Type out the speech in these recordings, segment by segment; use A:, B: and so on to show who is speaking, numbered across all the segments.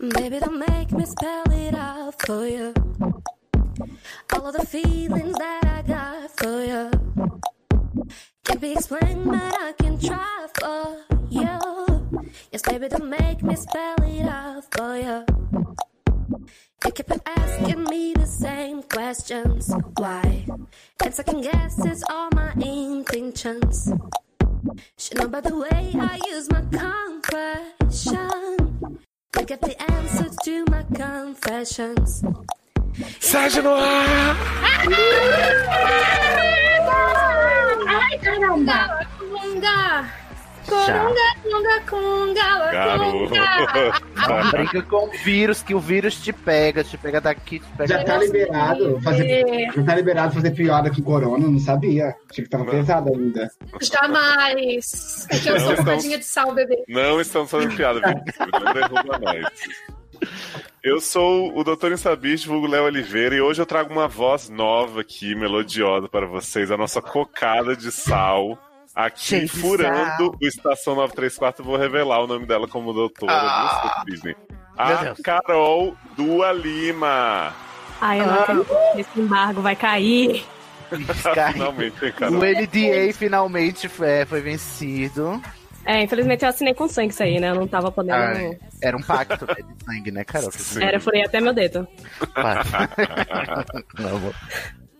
A: Baby, don't make me spell it out for you. All of the feelings that I got for you. Can't be explained, but I can try for you. Yes, baby, don't make me spell it out for you. You keep on asking me the same questions. Why? And second guesses all my intentions. Should know by the way I use my compression. Look at the answers to my confessions.
B: Sérgio Noir!
C: Ai, caramba! Conga! Conga, conga, conga,
B: Garoto.
C: conga!
D: Não briga com o vírus, que o vírus te pega, te pega daqui, te pega
E: Já tá
D: daqui.
E: liberado fazer. Já tá liberado fazer piada com corona, não sabia. Achei que tava pesado ainda.
C: Jamais! É que eu
B: Não,
C: sou
B: não.
C: fadinha de sal, bebê.
B: Não estamos fazendo piada, Vinícius. Não derruba nós. Eu sou o Doutor Insabiz, vulgo Léo Oliveira, e hoje eu trago uma voz nova aqui, melodiosa para vocês, a nossa cocada de sal. Aqui,
D: Cheio de
B: furando o Estação 934, vou revelar o nome dela como doutora,
D: Ah.
B: viu, Disney?
D: Meu
B: A
D: Deus.
B: Carol Dua Lima.
F: Ai, eu não acredito que esse embargo vai cair.
D: Cai.
B: Finalmente, hein,
D: O
B: Carol.
D: NDA finalmente é, foi vencido.
F: É, infelizmente eu assinei com sangue isso aí, né? Eu não tava podendo.
D: Ai, era um pacto né, de sangue, né, Carol? Que
B: Sim.
F: Era, furei até meu dedo.
D: pacto. Não, amor.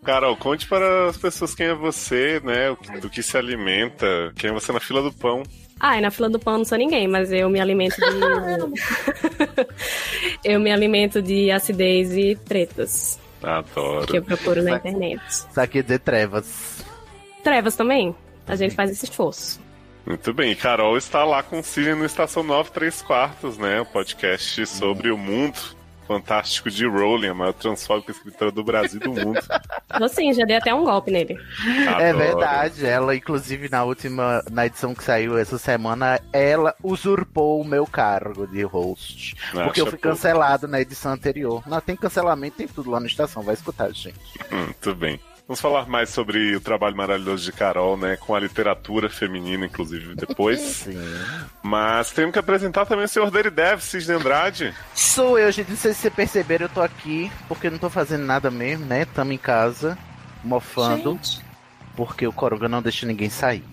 B: Carol, conte para as pessoas quem é você, né? o que- Do que se alimenta, quem é você na fila do pão.
F: Ai, na fila do pão eu não sou ninguém, mas eu me alimento de. eu me alimento de acidez e tretas
B: Adoro.
F: que eu procuro na
D: Vai.
F: internet.
D: Isso aqui é de trevas.
F: Trevas também. A gente faz esse esforço.
B: Muito bem, e Carol está lá com o Cine no Estação 9, 3 quartos, né? O podcast sobre o mundo fantástico de Rowling, a maior transfóbica escritora do Brasil e do mundo.
F: Assim, já dei até um golpe nele.
D: É
B: Adoro.
D: verdade, ela, inclusive, na última, na edição que saiu essa semana, ela usurpou o meu cargo de host.
B: Acha
D: porque eu fui
B: pouco.
D: cancelado na edição anterior. Não, tem cancelamento, tem tudo lá na estação, vai escutar, gente.
B: Muito bem. Vamos falar mais sobre o trabalho maravilhoso de Carol, né? Com a literatura feminina, inclusive, depois.
D: Sim.
B: Mas temos que apresentar também o senhor Deridev, Cisne Andrade.
D: Sou eu, gente. Não sei se vocês perceberam, eu tô aqui porque não tô fazendo nada mesmo, né? Tamo em casa, mofando,
C: Gente,
D: porque o Coronga não deixa ninguém sair.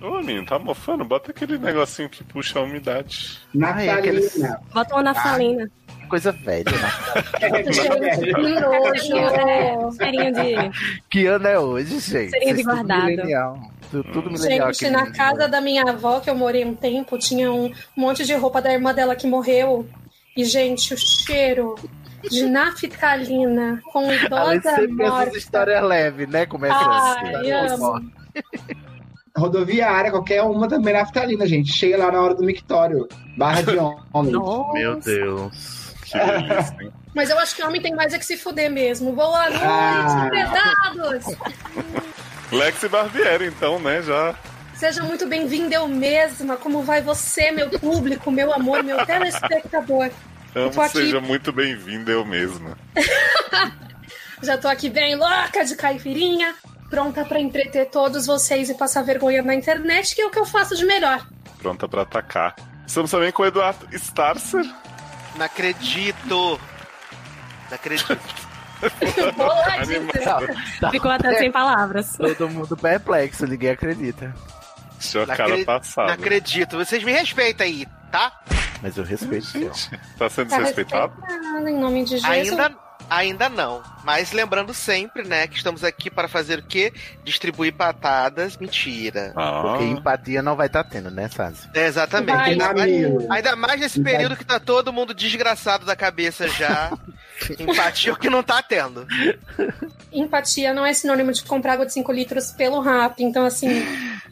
B: Ô, menino, tá mofando? Bota aquele negocinho que puxa a umidade.
D: Ai, é aqueles-
E: Natalina.
F: Bota uma naftalina.
D: Coisa velha, né?
C: eu cheiro de é.
F: né? É,
C: nojo. Cheirinho de.
D: que ano é hoje, gente?
F: Seria de
D: Vocês tudo
F: guardado.
D: milenial. Tu- Tudo milenial aqui né?
C: Gente, na
D: no-
C: casa da minha avó, que eu morei um tempo, tinha um monte de roupa da irmã dela que morreu. E, gente, o cheiro de naftalina com
D: Além de
C: idosa
D: ser é essas
C: morta.
D: histórias leves, né? Começa
C: Ai,
D: história
C: amo.
D: morta.
E: Rodoviária, qualquer uma também é naftalina, gente. Chega lá na hora do mictório. Barra de homem.
D: Meu Deus.
B: Que delícia, hein?
C: Mas eu acho que homem tem mais é que se fuder mesmo. Boa noite,
E: Ah.
C: pesados!
B: Lexi Barbieri, então, né? Já
C: Seja muito bem-vindo eu mesma. Como vai você, meu público, meu amor, meu telespectador?
B: amo,
C: tô aqui.
B: seja muito bem-vinda eu mesma.
C: Já tô aqui bem louca de caipirinha, pronta pra entreter todos vocês e passar vergonha na internet, que é o que eu faço de melhor.
B: pronta pra atacar. Estamos também com o Eduardo Starcer.
G: Não acredito! Não acredito.
C: Boa dica.
B: Animal.
F: Ficou até sem palavras.
D: Todo mundo perplexo, ninguém acredita.
B: Deixou
G: Não
B: a cara
G: acre- Não
B: passada.
G: acredito. Vocês me respeitam aí, tá?
D: Mas eu respeito.
B: Tá sendo
C: Tá
B: desrespeitado?
C: respeitando, em nome de Jesus.
G: Ainda, ainda não. Mas lembrando sempre, né, que estamos aqui para fazer o quê? Distribuir patadas. Mentira.
B: Ah,
D: Porque empatia não vai estar tendo, né, Sazi?
G: É, exatamente.
C: Vai,
G: ainda, mais,
E: Danilo.
G: ainda mais nesse
E: Vai.
G: período que tá todo mundo desgraçado da cabeça já. Empatia é o que não tá tendo.
C: Empatia não é sinônimo de comprar água de 5 litros pelo rap, então assim,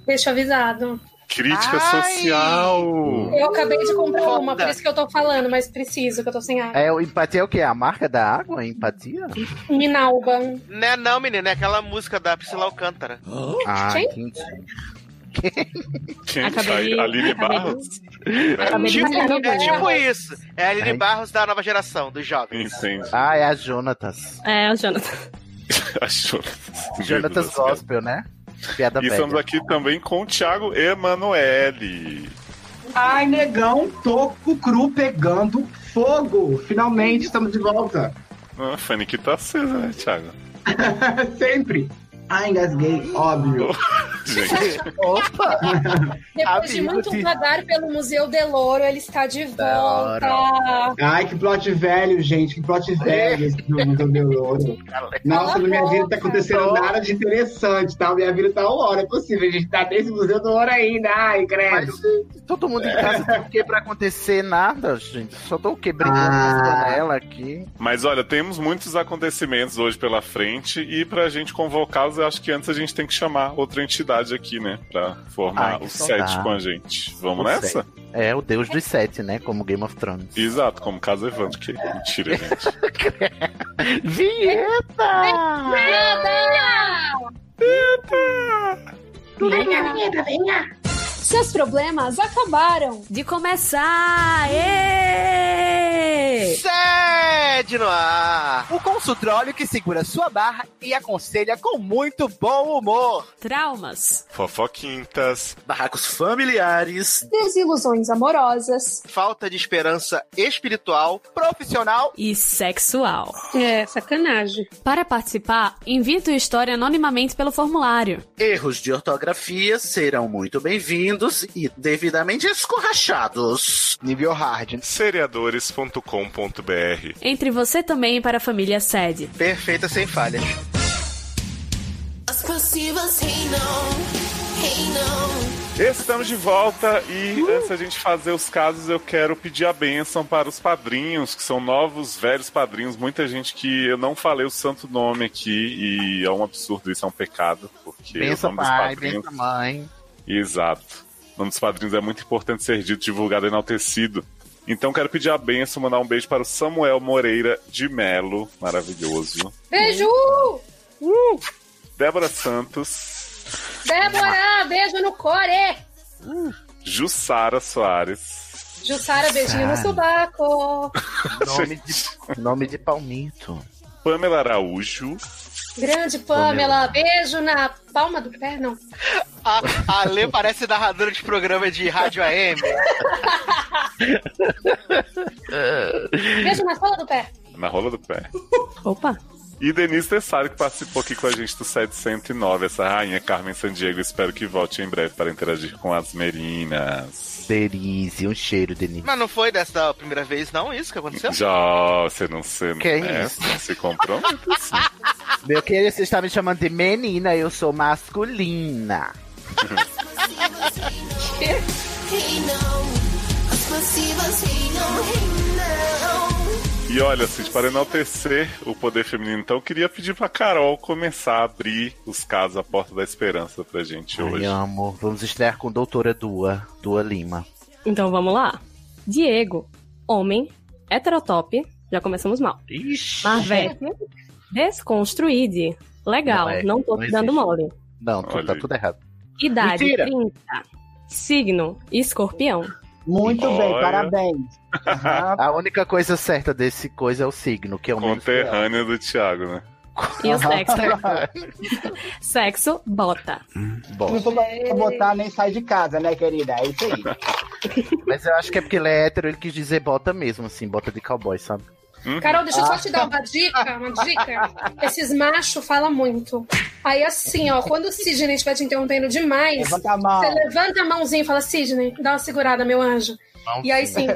C: deixa avisado.
B: crítica
G: Ai.
B: social.
C: Eu acabei de comprar
G: Foda.
C: uma, por isso que eu tô falando, mas preciso, que eu tô sem água.
D: É, o empatia é o quê? A marca da água? Empatia?
C: Minalba.
G: Né, não, menina? É aquela música da Priscila Alcântara.
D: Ah,
C: Quem?
D: entendi.
B: Quem?
F: Acabei-
B: A Aline
F: acabei-
B: Barros?
F: Acabei de
G: Tipo,
F: fazer
G: é tipo
F: agora.
G: isso. É a Aline
D: Ai.
G: Barros da nova geração, dos jovens.
B: Entende.
D: Ah, é a Jonatas.
F: É, o Jonathan.
B: Achou.
D: Jonatas Gospel, né? Piada
B: E
D: velha.
B: estamos aqui também com o Thiago Emanuele.
E: Ai, negão, toco cru pegando fogo. Finalmente estamos de volta.
B: Ah, A Fanny que tá acesa, né, Thiago?
E: Sempre. Ai, engasguei, óbvio.
B: Gente,
D: Opa!
C: Depois de
D: Amigo
C: muito
D: de-
C: vagar pelo Museu de Louro, ele está de volta.
E: Ai, que plot velho, gente. Que plot velho esse do Museu de Louro. Nossa, na minha vida tá acontecendo nada de interessante, tá? Minha vida tá uma hora, é possível. A gente tá nesse Museu do Louro ainda. Ai, credo.
D: Mas todo mundo em casa tem o que pra acontecer nada, gente. Só tô o que brincando
E: Ah.
D: na janela aqui.
B: mas olha, temos muitos acontecimentos hoje pela frente e pra gente convocá-los, eu acho que antes a gente tem que chamar outra entidade aqui, né? Pra formar
D: Ai, que
B: o set
D: saudade.
B: com a gente. Vamos
D: O
B: nessa?
D: É o deus dos sete, né? Como Game of Thrones.
B: Exato, como caso Evandro, que é mentira, gente.
D: Vinheta!
C: Seus problemas acabaram.
H: De começar! Ê!
G: Sede no
D: Ah,
G: ar!
I: O consultório que segura sua barra e aconselha com muito bom humor.
H: Traumas.
B: Fofoquintas.
J: Barracos familiares.
C: Desilusões amorosas.
G: Falta de esperança espiritual.
I: Profissional,
H: E sexual.
C: É, sacanagem.
H: Para participar, envie tua história anonimamente pelo formulário.
J: Erros de ortografia serão muito bem-vindos e devidamente escorrachados.
I: nível hard.
B: Seriadores.com.br
H: Entre você também para a família sede.
G: Perfeita sem falhas.
B: Estamos de volta e antes da gente fazer os casos, eu quero pedir a benção para os padrinhos, que são novos, velhos padrinhos. Muita gente que eu não falei o santo nome aqui e é um absurdo, isso é um pecado, porque o
D: Pensa
B: nome dos
D: pai,
B: padrinhos.
D: pensa mãe.
B: Exato. O nome dos padrinhos é muito importante ser dito, divulgado e enaltecido. Então quero pedir a benção, mandar um beijo para o Samuel Moreira de Melo, maravilhoso.
C: Beijo!
B: Débora Santos,
C: Débora, beijo no core!
B: Jussara Soares.
C: Jussara, beijinho no sobaco.
D: Nome de, nome de palmito.
B: Pamela Araújo.
C: Grande Pamela, beijo na palma do pé, não.
G: A, a Lê parece narradora de programa de rádio AM.
C: Beijo na sola do pé.
B: Na rola do pé.
F: Opa!
B: E Denise Tessari, que participou aqui com a gente do 709, essa rainha Carmen Sandiego. Espero que volte em breve para interagir com as merinas.
D: Denise, um cheiro, Denise.
G: Mas não foi dessa primeira vez, não? Isso que aconteceu?
B: Já, você não se,
D: Que
B: né,
D: isso?
B: não se compromete. assim.
D: Meu querido, você está me chamando de menina, eu sou masculina.
B: E olha, Cid, para enaltecer o poder feminino, então, eu queria pedir pra Carol começar a abrir os casos, a porta da esperança pra gente
D: Ai,
B: hoje.
D: amo. Vamos estrear com doutora Dua, Dua Lima.
F: Então vamos lá. Diego, homem, heterotop, já começamos mal.
D: Ixi.
F: Marvete, desconstruíde, legal,
D: Não é,
F: não tô
D: não
F: te dando
D: existe.
F: mole.
D: Não, tu- tá
B: Olha aí.
D: tudo errado.
F: Idade,
D: Mentira.
F: 30. Signo, escorpião.
K: Muito bem,
B: Olha.
K: parabéns. Aham.
D: A única coisa certa desse coisa é o signo, que é o menos
B: Conterrânea do Thiago, né?
F: E o sexo? sexo, bota.
D: bom.
K: Não sou pra botar nem sai de casa, né, querida? É isso aí.
D: Mas eu acho que é porque ele é hétero, ele quis dizer bota mesmo, assim, bota de cowboy, sabe?
C: Carol, deixa eu só te dar uma dica, uma dica. Esses machos falam muito. Aí assim, ó, quando o Sidney estiver te interrompendo demais,
K: Levanta a mão.
C: você levanta a mãozinha e fala, Sidney, dá uma segurada, meu anjo. E aí sim,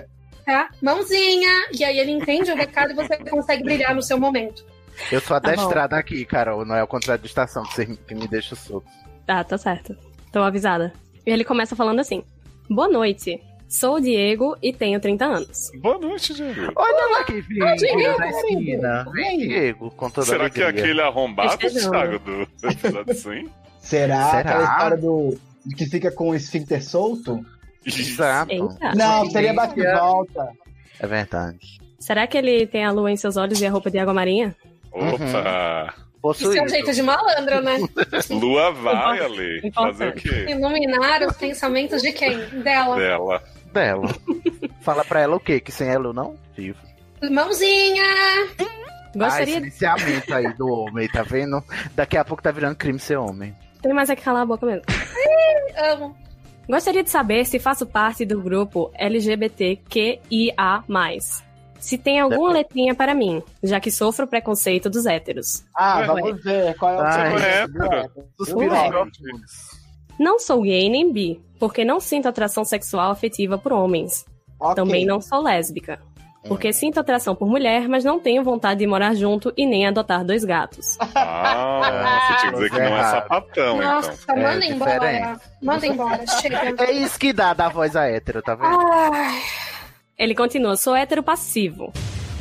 C: tá? Mãozinha. E aí ele entende o recado e você consegue brilhar no seu momento.
D: Eu sou
F: Tá bom.
D: adestrada aqui, Carol, não é ao contrário de estação que, você, que me deixa solto.
F: Tá, tá certo. Tô avisada. Ele começa falando assim: Boa noite. Sou o Diego e tenho 30 anos.
B: Boa noite, Diego.
D: Olha lá que filho
C: Diego,
D: da esquina. Vem, Diego, com toda
B: Será que é
D: alegria.
B: aquele arrombado,
F: Estejam.
B: Thiago, do episódio 100?
K: Será,
D: Será?
K: aquela história do de que fica com o esfíncter solto?
D: Exato.
F: Eita.
K: Não, seria bate e volta.
D: É verdade.
F: Será que ele tem a lua em seus olhos e a roupa de água marinha?
B: Opa!
D: Possuído.
C: Isso é um jeito de malandro, né?
D: Uhum.
B: Lua vai, Ale.
F: Importante.
B: Fazer o quê?
C: Iluminar os pensamentos de quem? Dela.
B: Dela.
D: dela. Fala pra ela o quê? Que sem ela eu não vivo.
C: Mãozinha!
D: Ah,
F: Gostaria.
D: esse viciamento aí do homem, tá vendo? Daqui a pouco tá virando crime ser homem.
F: Tem mais é que calar a boca mesmo.
C: Amo.
F: Gostaria de saber se faço parte do grupo LGBTQIA+. Se tem alguma letrinha para mim, já que sofro o preconceito dos héteros.
E: Ah, vamos ver qual é o
F: Ai.
E: seu
F: É,
E: do
F: cara.
E: app.
F: Suspiro. Não sou gay nem bi, porque não sinto atração sexual afetiva por homens. Também não sou lésbica, porque sinto atração por mulher, mas não tenho vontade de morar junto e nem adotar dois gatos.
B: Ah, você tinha que dizer que não é sapatão, então.
L: Nossa, manda
D: É
L: embora.
D: diferente.
L: Manda embora, chega.
D: É isso que dá da voz a hétero, tá vendo?
C: Ah.
L: Ai,
F: Ele continua, sou hétero passivo.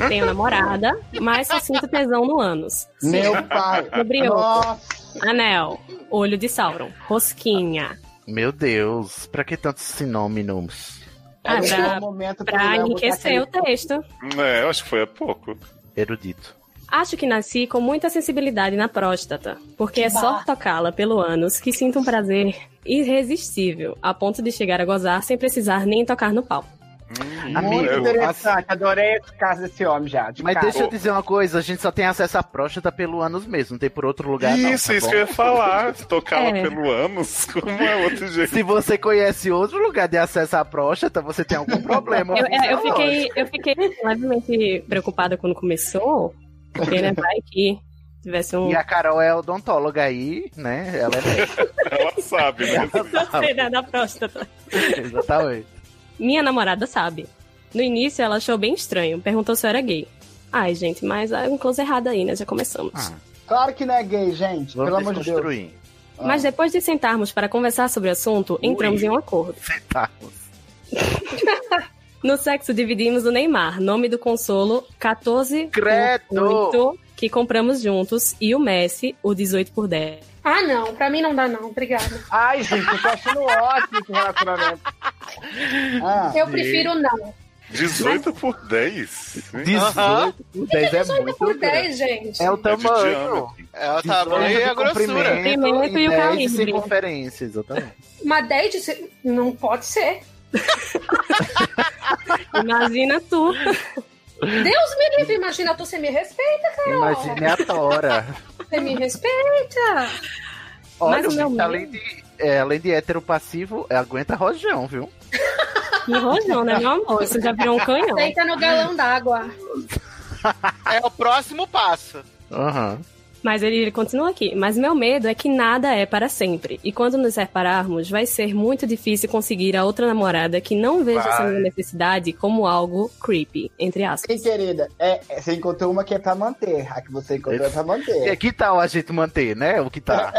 F: Tenho namorada, mas só sinto tesão no ânus.
E: Meu
F: Sim.
E: pai.
F: No brioco.
E: Nossa.
F: Anel. Olho de Sauron. Rosquinha.
D: Meu Deus, pra que tantos sinônimos?
F: Ah,
E: Esse é
F: pra,
E: o momento
F: pra
E: pra Léo
F: enriquecer o
E: botar
F: texto.
B: É, eu acho que foi há pouco.
D: Erudito.
F: Acho que nasci com muita sensibilidade na próstata, porque é só tocá-la pelo ânus que sinto um prazer irresistível, a ponto de chegar a gozar sem precisar nem tocar no pau.
B: Hum,
E: Muito
B: Eu-
E: interessante, adorei esse caso desse homem já. de
D: Mas
E: cara.
D: deixa eu dizer uma coisa, a gente só tem acesso à próstata pelo ânus mesmo, não tem por outro lugar não,
B: Isso,
D: tá
B: isso
D: bom?
B: que eu ia falar. Tocava
F: É.
B: pelo ânus, como é outro jeito.
D: Se você conhece outro lugar de acesso à próstata, você tem algum problema.
F: Eu, é, eu
D: fisiológico.
F: fiquei, eu fiquei levemente preocupada quando começou, porque né, vai que tivesse um.
D: E a Carol é odontóloga aí, né? Ela é médica,
B: Ela sabe, né?
F: Será da próstata.
D: exatamente.
F: Minha namorada sabe. No início ela achou bem estranho, perguntou se eu era gay. Ai, gente, mas é um close errado aí, né? Já começamos.
D: Ah,
E: Claro que não é gay, gente.
D: vamos
E: pelo amor de Deus.
D: desconstruir. ah.
F: Mas depois de sentarmos para conversar sobre o assunto, entramos em um acordo.
D: Tá.
F: No sexo dividimos o Neymar, nome do consolo 14 por
D: Credo!
F: 8, que compramos juntos, e o Messi, o 18 por 10.
L: Ah, não, pra mim não dá, não. Obrigada.
E: Ai, gente, eu tô achando ótimo esse relacionamento. Ah,
L: Eu prefiro não.
B: 18 por É 10?
D: 18 por 10 é
L: 18
D: muito.
L: por
D: grande.
L: 10, gente.
D: É o
B: É de
D: tamanho.
B: diâmetro.
G: Ela tá bem a grossura.
F: Comprimento
D: Comprimento
F: e
D: e
F: o
D: 10 de
F: calibre.
D: circunferência, exatamente.
L: Mas 10 de... se- não pode ser.
F: Imagina tu.
L: Deus me livre, imagina tu, você me respeita, Carol.
D: Imagine a tora.
L: Você me respeita.
D: Olha,
F: Mas o meu
D: gente,
F: medo-
D: além, de, é, além de hétero passivo, é, aguenta rojão, viu?
F: Me rojão, né, meu amor? Você já virou um canhão.
L: Deita tá no galão d'água.
G: É o próximo passo.
D: Aham.
F: Mas ele, ele continua aqui. Mas meu medo é que nada é para sempre. E quando nos separarmos, vai ser muito difícil conseguir a outra namorada que não veja essa minha necessidade como algo creepy, entre
E: Sim,
F: aspas.
E: querida, é, é, você encontrou uma que é pra manter. A que você encontrou é pra
D: E
E: manter.
D: que tal a gente manter, né? O que tá.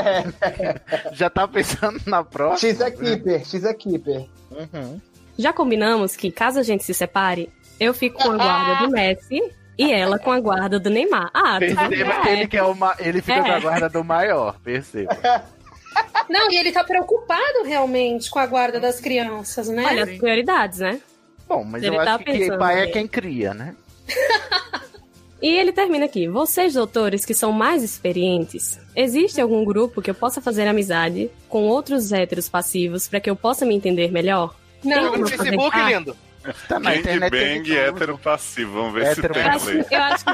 D: Já tá pensando na próxima.
E: X é keeper, X é keeper.
D: Uhum.
F: Já combinamos que, caso a gente se separe, eu fico com a guarda do Messi e ela com a guarda do Neymar. Ah, tudo
D: Perceba que
F: bem.
D: ele, quer o ma- ele fica
F: É.
D: na guarda do maior, perceba.
L: Não, e ele tá preocupado realmente com a guarda das crianças, né?
F: Olha, as prioridades, né?
D: Bom, mas
F: Ele
D: eu
F: tá
D: acho que quem
F: pensando
D: pai é
F: bem.
D: quem cria, né?
F: E ele termina aqui. Vocês, doutores, que são mais experientes, existe algum grupo que eu possa fazer amizade com outros héteros passivos para que eu possa me entender melhor?
L: não,
F: Tem
G: No
F: como
G: Facebook,
C: Ah,
F: conectar?
G: lindo.
D: Tá na
B: Gang
D: internet. tem
B: bang
D: de tudo.
B: hétero passivo. Vamos ver
D: Hétero
F: Eu
B: se
F: acho,
B: tem lei.
F: eu acho que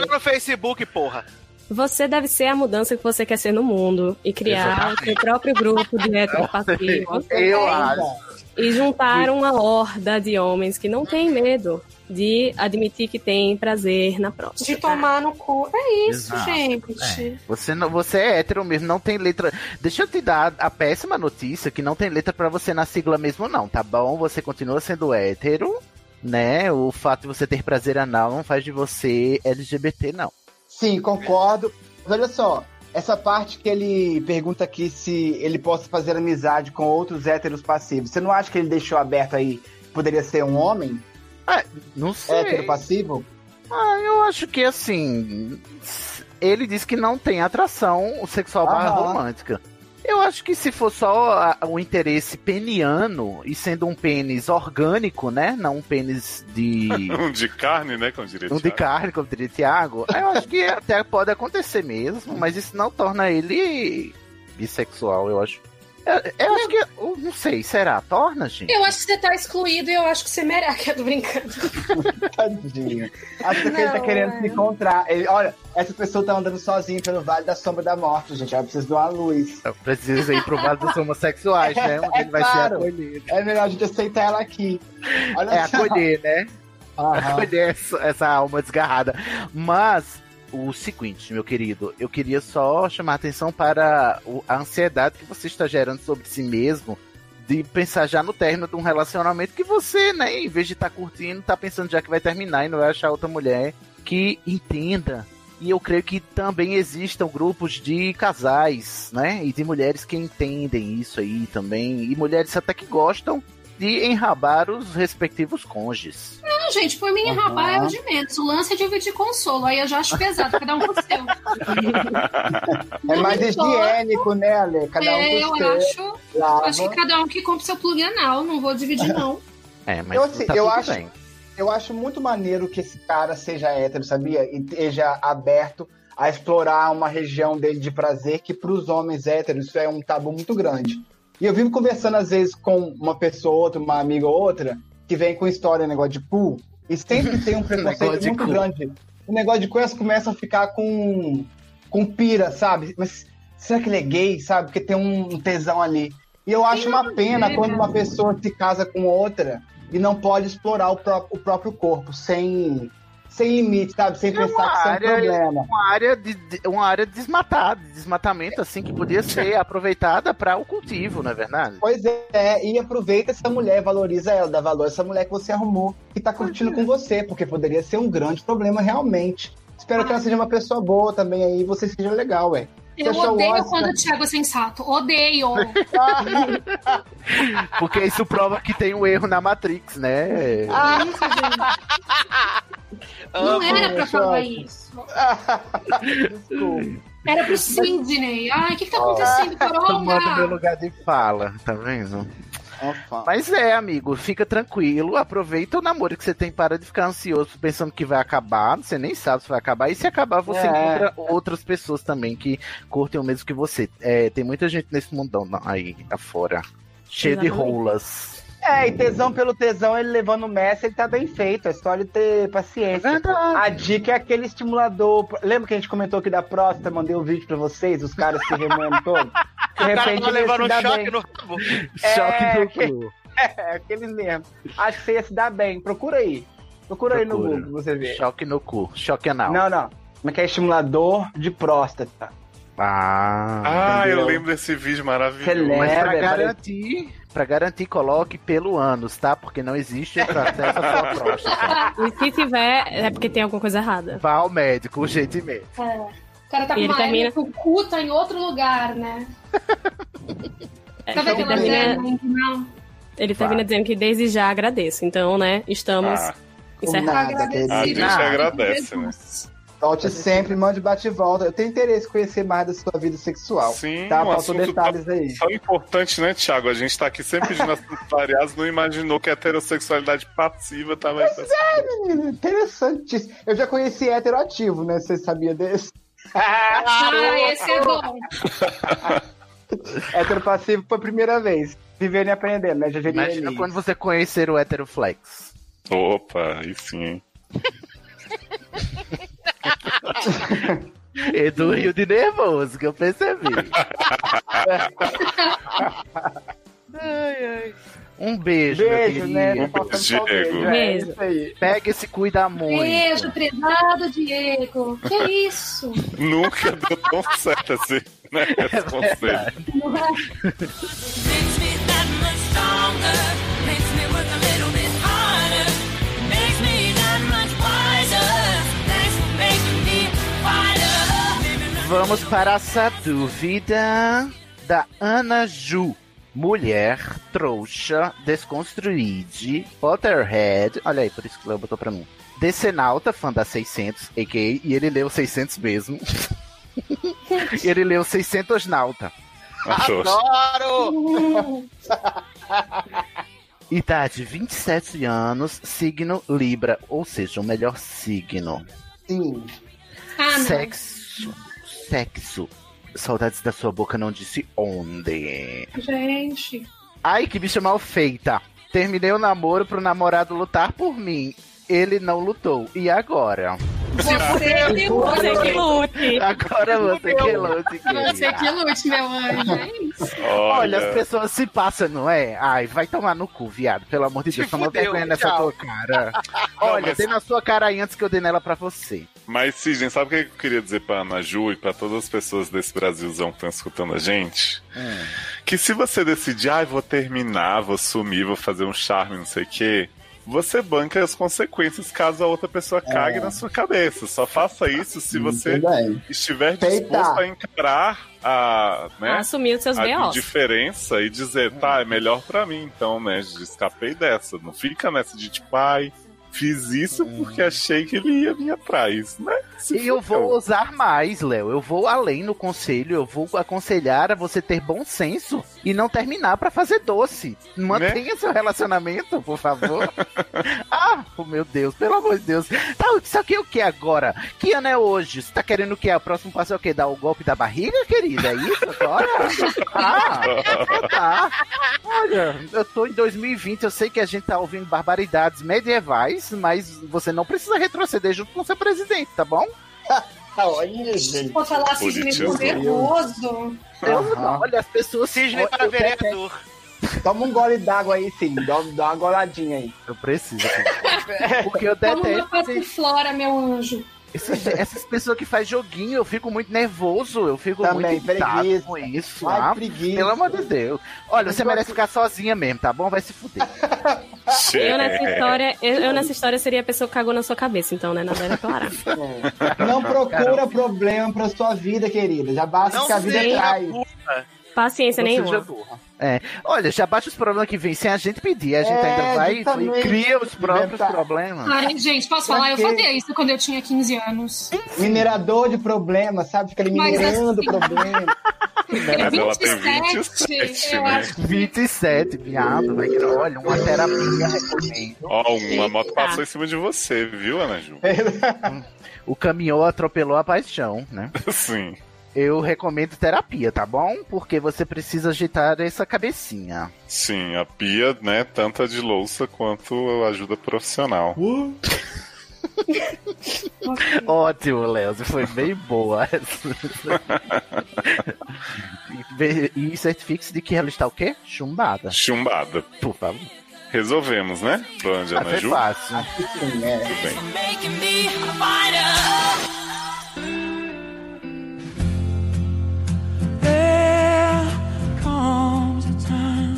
F: você,
G: no Facebook, porra.
F: você deve ser a mudança que você quer ser no mundo e criar o seu próprio grupo de héteros passivos
D: Eu
E: Ainda.
D: acho.
F: e juntar uma horda de homens que não tem medo de admitir que tem prazer na próstata.
L: de tomar no cu. É isso,
D: Exato,
L: gente.
D: Você, não, você é hétero mesmo, não tem letra. Deixa eu te dar a péssima notícia que não tem letra pra você na sigla mesmo, não, tá bom? Você continua sendo hétero, né? O fato de você ter prazer anal não faz de você LGBT, não.
E: Sim, concordo. Mas olha só, essa parte que ele pergunta aqui se ele possa fazer amizade com outros héteros passivos. Você não acha que ele deixou aberto aí? que Poderia ser um homem
D: Não sei.
E: hétero passivo?
D: Ah, eu acho que assim. Ele diz que não tem atração sexual barra
E: Aham.
D: romântica. Eu acho que se for só a- o interesse peniano e sendo um pênis orgânico, né? Não um pênis de.
B: Um de carne, né? Com direito.
D: Um de carne, como diria Thiago. Eu acho que até pode acontecer mesmo, mas isso não torna ele bissexual, eu acho. Eu, eu acho que. eu não sei, será? Torna, gente?
L: Eu acho que você tá excluído e eu acho que você merece. Eu tô brincando.
E: Tadinho. Acho que ele tá
L: Não,
E: querendo
L: é.
E: se encontrar. Ele- olha, essa pessoa tá andando sozinha pelo Vale da Sombra da Morte, gente. Ela precisa de uma luz.
D: Eu preciso ir pro Vale dos Homossexuais, né? Onde
C: É
D: ele vai ser acolhido.
E: É melhor a gente aceitar ela aqui. Olha
D: É
E: só.
D: acolher, né?
E: Aham.
D: Acolher essa, essa alma desgarrada. Mas, o seguinte, meu querido, eu queria só chamar a atenção para o- a ansiedade que você está gerando sobre si mesmo de pensar já no término de um relacionamento que você, né, em vez de estar curtindo, tá pensando já que vai terminar e não vai achar outra mulher que entenda. E eu creio que também existam grupos de casais, né, e de mulheres que entendem isso aí também, e mulheres até que gostam de enrabar os respectivos cônjuges.
C: Não, gente, por mim, rabar é o de menos. O lance é dividir consolo. Aí eu já acho pesado, cada um com o seu.
E: É mais
C: Não importa.
E: higiênico, né, Ale? Cada um
C: é,
E: com o
C: eu
E: seu.
C: acho.
E: Lava.
C: Acho que cada um que compra seu plug anal, não vou dividir, não.
D: É, mas
E: eu, assim,
D: tá
E: eu
D: tudo
E: acho,
D: bem.
E: eu acho muito maneiro que esse cara seja hétero, sabia? E esteja aberto a explorar uma região dele de prazer que para os homens héteros isso é um tabu muito grande. E eu vivo conversando às vezes com uma pessoa ou outra, uma amiga ou outra, que vem com história, negócio de cu, e sempre tem um
D: Negócio
E: preconceito
D: de
E: muito
D: cu.
E: grande. O negócio de cu, elas começam a ficar com, com pira, sabe? Mas será que ele é gay, sabe? Porque tem um tesão ali. E eu acho uma pena
C: é,
E: quando
C: né?
E: uma pessoa se casa com outra e não pode explorar o, pró- o próprio corpo sem, sem limite, sabe? Sem
D: É
E: pensar que isso é um problema.
D: uma área de, de- uma área desmatada, de desmatamento assim que podia ser aproveitada para o cultivo, não é verdade?
E: Pois é, e aproveita essa mulher, valoriza ela, dá valor a essa mulher que você arrumou, que tá curtindo com você, porque poderia ser um grande problema realmente. Espero que ela seja uma pessoa boa também aí, e você seja legal, ué. Você
C: Eu
E: achou o
C: odeio
E: Oscar?
C: quando o Thiago é sensato. Odeio.
D: Porque isso prova que tem um erro na Matrix, né?
C: não
D: Amo,
C: era pra
D: eu
C: falar
D: acho.
C: isso. Era pro Sidney. Ai, o que, que tá
B: Ah.
C: acontecendo,
D: Tomando meu
C: Coronga?
D: lugar de fala, tá vendo? Mas é, amigo, fica tranquilo, aproveita o namoro que você tem, para de ficar ansioso pensando que vai acabar, você nem sabe se vai acabar, e se acabar você
E: É.
D: encontra outras pessoas também que curtem o mesmo que você. É, tem muita gente nesse mundão não, aí afora, cheio de
E: Exatamente.
D: rolas.
E: É, e tesão pelo tesão, ele levando o Messi, ele tá bem feito. É só ele ter paciência. A dica é aquele estimulador. Lembra que a gente comentou aqui da próstata? Mandei o vídeo pra vocês, os caras se remoendo todos. De
G: cara
E: repente,
G: tá
E: ele
G: levando
E: se
G: um
E: dá
G: choque
E: bem.
G: no rabo.
E: É, que- É, aquele mesmo. Acho que você ia se dar bem. Procura aí. Procura, aí no
D: Procura.
E: Google, você vê.
D: Choque no cu, choque anal.
E: Não, não. Mas que é estimulador de próstata.
D: Ah,
B: Ah, eu
D: entendeu?
B: lembro desse vídeo maravilhoso.
E: É,
D: Mas pra garantir, pra garantir, coloque pelo ânus, tá? Porque não existe esse acesso à sua próstata.
F: E se tiver, é porque tem alguma coisa errada.
D: Vá ao médico, urgentemente.
C: É. O cara tá com
F: E ele
C: uma
F: termina-
C: hérnia que o cu tá em outro lugar, né? Tá Sabe
F: então
C: aquela
F: termina-
C: termina... né? não?
F: Ele termina dizendo que desde já agradeço. Então, né, estamos
B: Ah.
F: encerrados.
E: Nada, querido.
B: A gente
C: Ah,
E: Nada.
B: agradece, né?
E: Volte sempre, mande bate e volta. Eu tenho interesse em conhecer mais da sua vida sexual.
B: Sim,
E: tá?
B: um
E: Faltam
B: assunto
E: detalhes aí.
B: Só importante, né, Thiago? A gente tá aqui sempre pedindo assuntos variados, não imaginou que a heterossexualidade passiva tava aí.
E: É, menino, interessantíssimo. Eu já conheci hétero ativo, né? Você sabia desse?
C: Ah, esse é bom.
E: hétero passivo foi a primeira vez. Vivendo e aprendendo, né? Já virei
D: Imagina
E: ali.
D: quando você conhecer o heteroflex.
B: Opa, aí sim, hein?
D: Edu riu de nervoso, que eu percebi. Um beijo,
E: Beijo,
D: meu
E: né?
D: querido.
E: Tá faltando só
B: Diego.
E: É
F: Beijo.
E: isso aí.
D: Pega e se cuida muito.
C: Beijo, prezado Diego. Que isso?
B: Nunca deu tão certo assim, né? Esse conselho.
C: Não é?
A: Makes me that much stronger. Makes me work a little bit harder. Makes me that much wiser. Thanks for making me wider.
D: Vamos para essa dúvida da Ana Ju. Mulher, trouxa, desconstruíde, Potterhead. Olha aí, por isso que ela botou pra mim. Decenalta, fã da 600, a.k.a. E ele leu 600 mesmo. E ele leu 600 nauta.
G: Ah,
B: Adoro.
D: Idade 27 anos, signo Libra, ou seja, o melhor signo.
E: Sim.
C: Ah, não.
D: Sexo. Sexo. Saudades da sua boca não disse onde.
L: Gente.
D: Ai, que bicha mal feita. Terminei o namoro pro namorado lutar por mim. Ele não lutou. E agora?
B: é
C: Você um que
D: Você que
C: lute.
D: Agora você que lute. querida.
C: Você que lute, meu anjo. É isso.
D: Olha, as pessoas se passam, não é? Ai, vai tomar no cu, viado. Pelo amor de Deus, toma
B: fudeu,
D: vergonha nessa
B: tchau.
D: tua cara. Olha,
B: mas-
D: dei na sua cara aí antes que eu dei nela pra você.
B: Mas, Sidney, sabe o que eu queria dizer pra Ana Ju e pra todas as pessoas desse Brasilzão que estão escutando a gente? Que se você decidir, ah, vou terminar, vou sumir, vou fazer um charme, não sei o quê, você banca as consequências caso a outra pessoa cague na sua cabeça. Só faça isso se você
E: bem.
B: estiver disposto a encarar a, né,
F: A assumir os seus
B: a
F: B.O.s.
B: diferença e dizer, tá, é melhor pra mim, então, né, escapei dessa. Não fica nessa de tipo, ai, fiz isso porque achei que ele ia me atrás, né? Se
D: É. E eu vou usar mais, Léo. Eu vou além no conselho. Eu vou aconselhar a você ter bom senso e não terminar pra fazer doce. Mantenha seu relacionamento, por favor. ah, oh, meu Deus, pelo amor de Deus. Tá, só que o que agora? Que ano é hoje? Você tá querendo o que? O próximo passo é o quê? Dar o golpe da barriga, querida? É isso agora? ah, tá. Olha, eu tô em 2020, eu sei que a gente tá ouvindo barbaridades medievais, mas você não precisa retroceder junto com seu presidente, tá bom?
E: Tá, Olha, gente.
L: Vou falar
C: assim,
L: Sidney ficou nervoso.
D: Deus, olha, as pessoas.
E: Cisne
D: para vereador.
E: Toma um gole d'água aí, sim. Dá, dá uma goladinha aí.
D: Eu preciso. assim. Porque eu
L: Como uma
D: detesto esses-
L: passiflora, meu anjo.
D: esses- essas pessoas que fazem joguinho, eu fico muito nervoso, eu fico
E: Também,
D: muito irritado
E: preguiça.
D: com isso.
E: Ai,
D: ah,
E: preguiça.
D: Pelo amor de Deus. Olha, você merece ficar sozinha mesmo, tá bom? Vai se fuder.
F: Eu nessa
B: É.
F: história, eu, eu nessa história seria a pessoa que cagou na sua cabeça, então, né? Nada era clara.
E: Não procura problema pra sua vida, querida. Já basta que a vida traz.
F: Paciência
E: Não seja
F: nenhuma.
E: burra.
D: É. Olha, já bate os problemas que vem sem a gente pedir. A gente
E: É,
D: ainda vai
E: justamente.
D: e cria os próprios
E: Inventar.
D: problemas.
C: Ai, gente, posso
E: Pra
C: falar? Eu
E: quê?
C: fazia isso quando eu tinha 15 anos.
E: Minerador de problema, sabe? Fica ali
C: Mas
E: minerando
C: assim-
E: problema.
B: Mas ela tem
C: 27,
B: 27,
C: eu
B: né?
C: acho.
D: 27, viado, vai que olha, uma terapia recomendo.
B: Ó, uma moto passou em cima de você, viu, Ana Ju?
D: O caminhão atropelou a paixão, né?
B: Sim.
D: Eu recomendo terapia, tá bom? Porque você precisa agitar essa cabecinha.
B: Sim, a pia, né, tanto a de louça quanto a ajuda profissional.
D: Ótimo, Léo, você foi bem boa. e certifique-se de que ela está o quê? Chumbada.
B: Chumbada.
D: Por favor.
B: Resolvemos, né? Band,
D: Ah,
B: Ana
D: foi
B: Ju?
D: fácil.
E: é.
B: Tudo bem.
A: Making me a fighter.
K: There comes a time.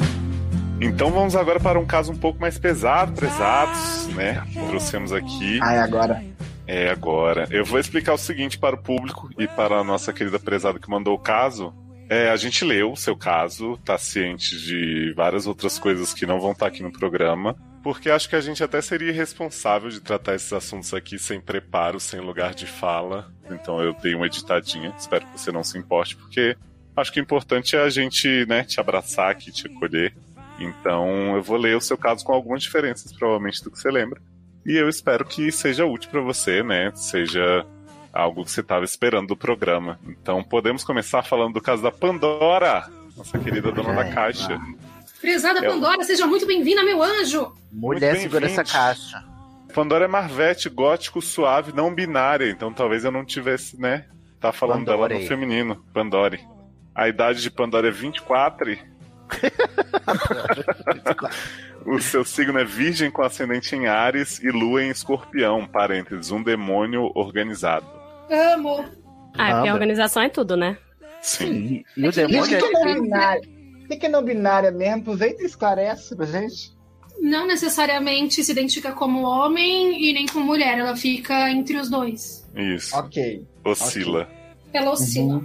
B: Então vamos agora para um caso um pouco mais pesado, pesados, né? Trouxemos aqui.
E: Ai, agora.
B: É, agora. Eu vou explicar o seguinte para o público e para a nossa querida prezada que mandou o caso. É, a gente leu o seu caso, tá ciente de várias outras coisas que não vão estar aqui no programa, porque acho que a gente até seria irresponsável de tratar esses assuntos aqui sem preparo, sem lugar de fala. Então eu dei uma editadinha, espero que você não se importe, porque acho que o importante é a gente, né, te abraçar aqui, te acolher. Então eu vou ler o seu caso com algumas diferenças, provavelmente, do que você lembra. E eu espero que seja útil para você, né? Seja algo que você estava esperando do programa. Então podemos começar falando do caso da Pandora, nossa querida dona da caixa.
C: Prezada
B: Eu-
C: Pandora, seja muito bem-vinda, meu anjo.
D: Mulher
B: Muito
D: segura essa
B: bem-vinde.
D: caixa.
B: Pandora é Marvete, gótico, suave, não binária. Então talvez eu não tivesse, né? Tá falando dela
D: Pandore.
B: no feminino, Pandore. A idade de Pandora é 24. o seu signo é virgem com ascendente em Ares e lua em escorpião, parênteses, um demônio organizado.
L: Amo.
F: Ah, é porque
B: Nada.
F: a organização é tudo, né?
B: Sim.
D: E o
E: Gente, o que, que é não
L: Demônio.
E: binária? O que, que é não binária mesmo? Aproveita e esclarece pra gente.
C: Não necessariamente se identifica como homem e nem como mulher, ela fica entre os dois. É
B: Isso.
E: Ok.
B: Oscila.
C: Ela oscila.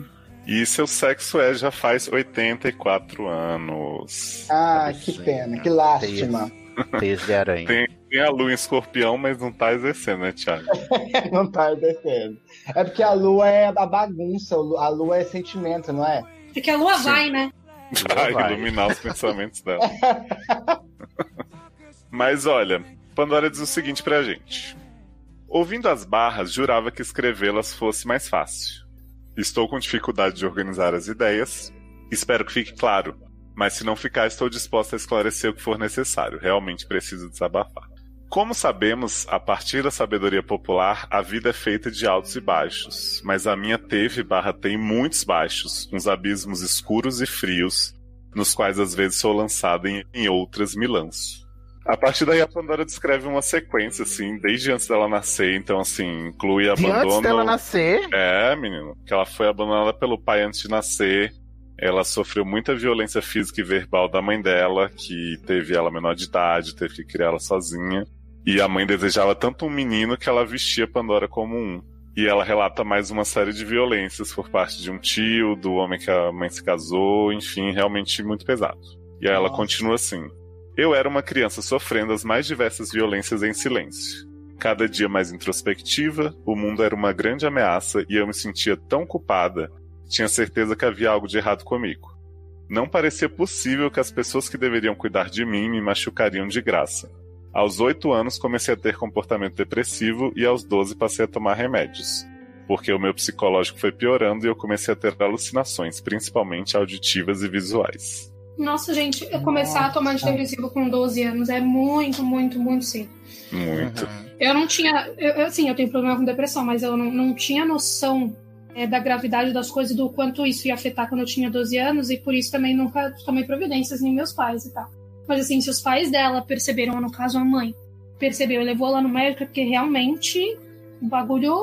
B: E seu sexo é já faz 84 anos.
E: Ah, que pena, que lástima.
D: Teias de aranha.
B: né? Tem, tem a lua em escorpião, mas não tá exercendo, né, Thiago?
E: não tá entendendo. É porque a lua é a bagunça, a lua é sentimento, não é?
L: É que a lua vai, né?
B: Vai
E: vai.
B: iluminar os pensamentos dela. Mas olha, Pandora diz o seguinte pra gente. Ouvindo as barras, jurava que escrevê-las fosse mais fácil. Estou com dificuldade de organizar as ideias. Espero que fique claro. Mas se não ficar, estou disposta a esclarecer o que for necessário. Realmente preciso desabafar. Como sabemos, a partir da sabedoria popular, a vida é feita de altos e baixos. Mas a minha teve barra tem muitos baixos, uns abismos escuros e frios, nos quais às vezes sou lançada em, em outras me lanço. A partir daí a Pandora descreve uma sequência, assim, desde antes dela nascer, então assim, inclui
D: De
B: abandono.
D: antes dela nascer?
B: É, menino. Que ela foi abandonada pelo pai antes de nascer. Ela sofreu muita violência física e verbal da mãe dela, que teve ela menor de idade, teve que criar ela sozinha. E a mãe desejava tanto um menino que ela vestia Pandora como um. E ela relata mais uma série de violências por parte de um tio, do homem que a mãe se casou, enfim, realmente muito pesado. E aí ela continua assim: Eu era uma criança sofrendo as mais diversas violências em silêncio. Cada dia mais introspectiva, o mundo era uma grande ameaça e eu me sentia tão culpada. Tinha certeza que havia algo de errado comigo. Não parecia possível que as pessoas que deveriam cuidar de mim me machucariam de graça. Aos 8 anos comecei a ter comportamento depressivo e aos 12 passei a tomar remédios, porque o meu psicológico foi piorando e eu comecei a ter alucinações, principalmente auditivas e visuais.
C: Nossa, gente, eu começar a tomar antidepressivo com 12 anos é muito, muito, muito cedo.
B: Muito.
C: Eu não tinha. Eu, eu- assim, eu tenho problema com depressão, mas eu não, não tinha noção é, da gravidade das coisas, do quanto isso ia afetar quando eu tinha 12 anos, e por isso também nunca tomei providências, nem meus pais e tal. Mas assim, se os pais dela perceberam, ou no caso a mãe, percebeu e levou lá no médico, é porque realmente o bagulho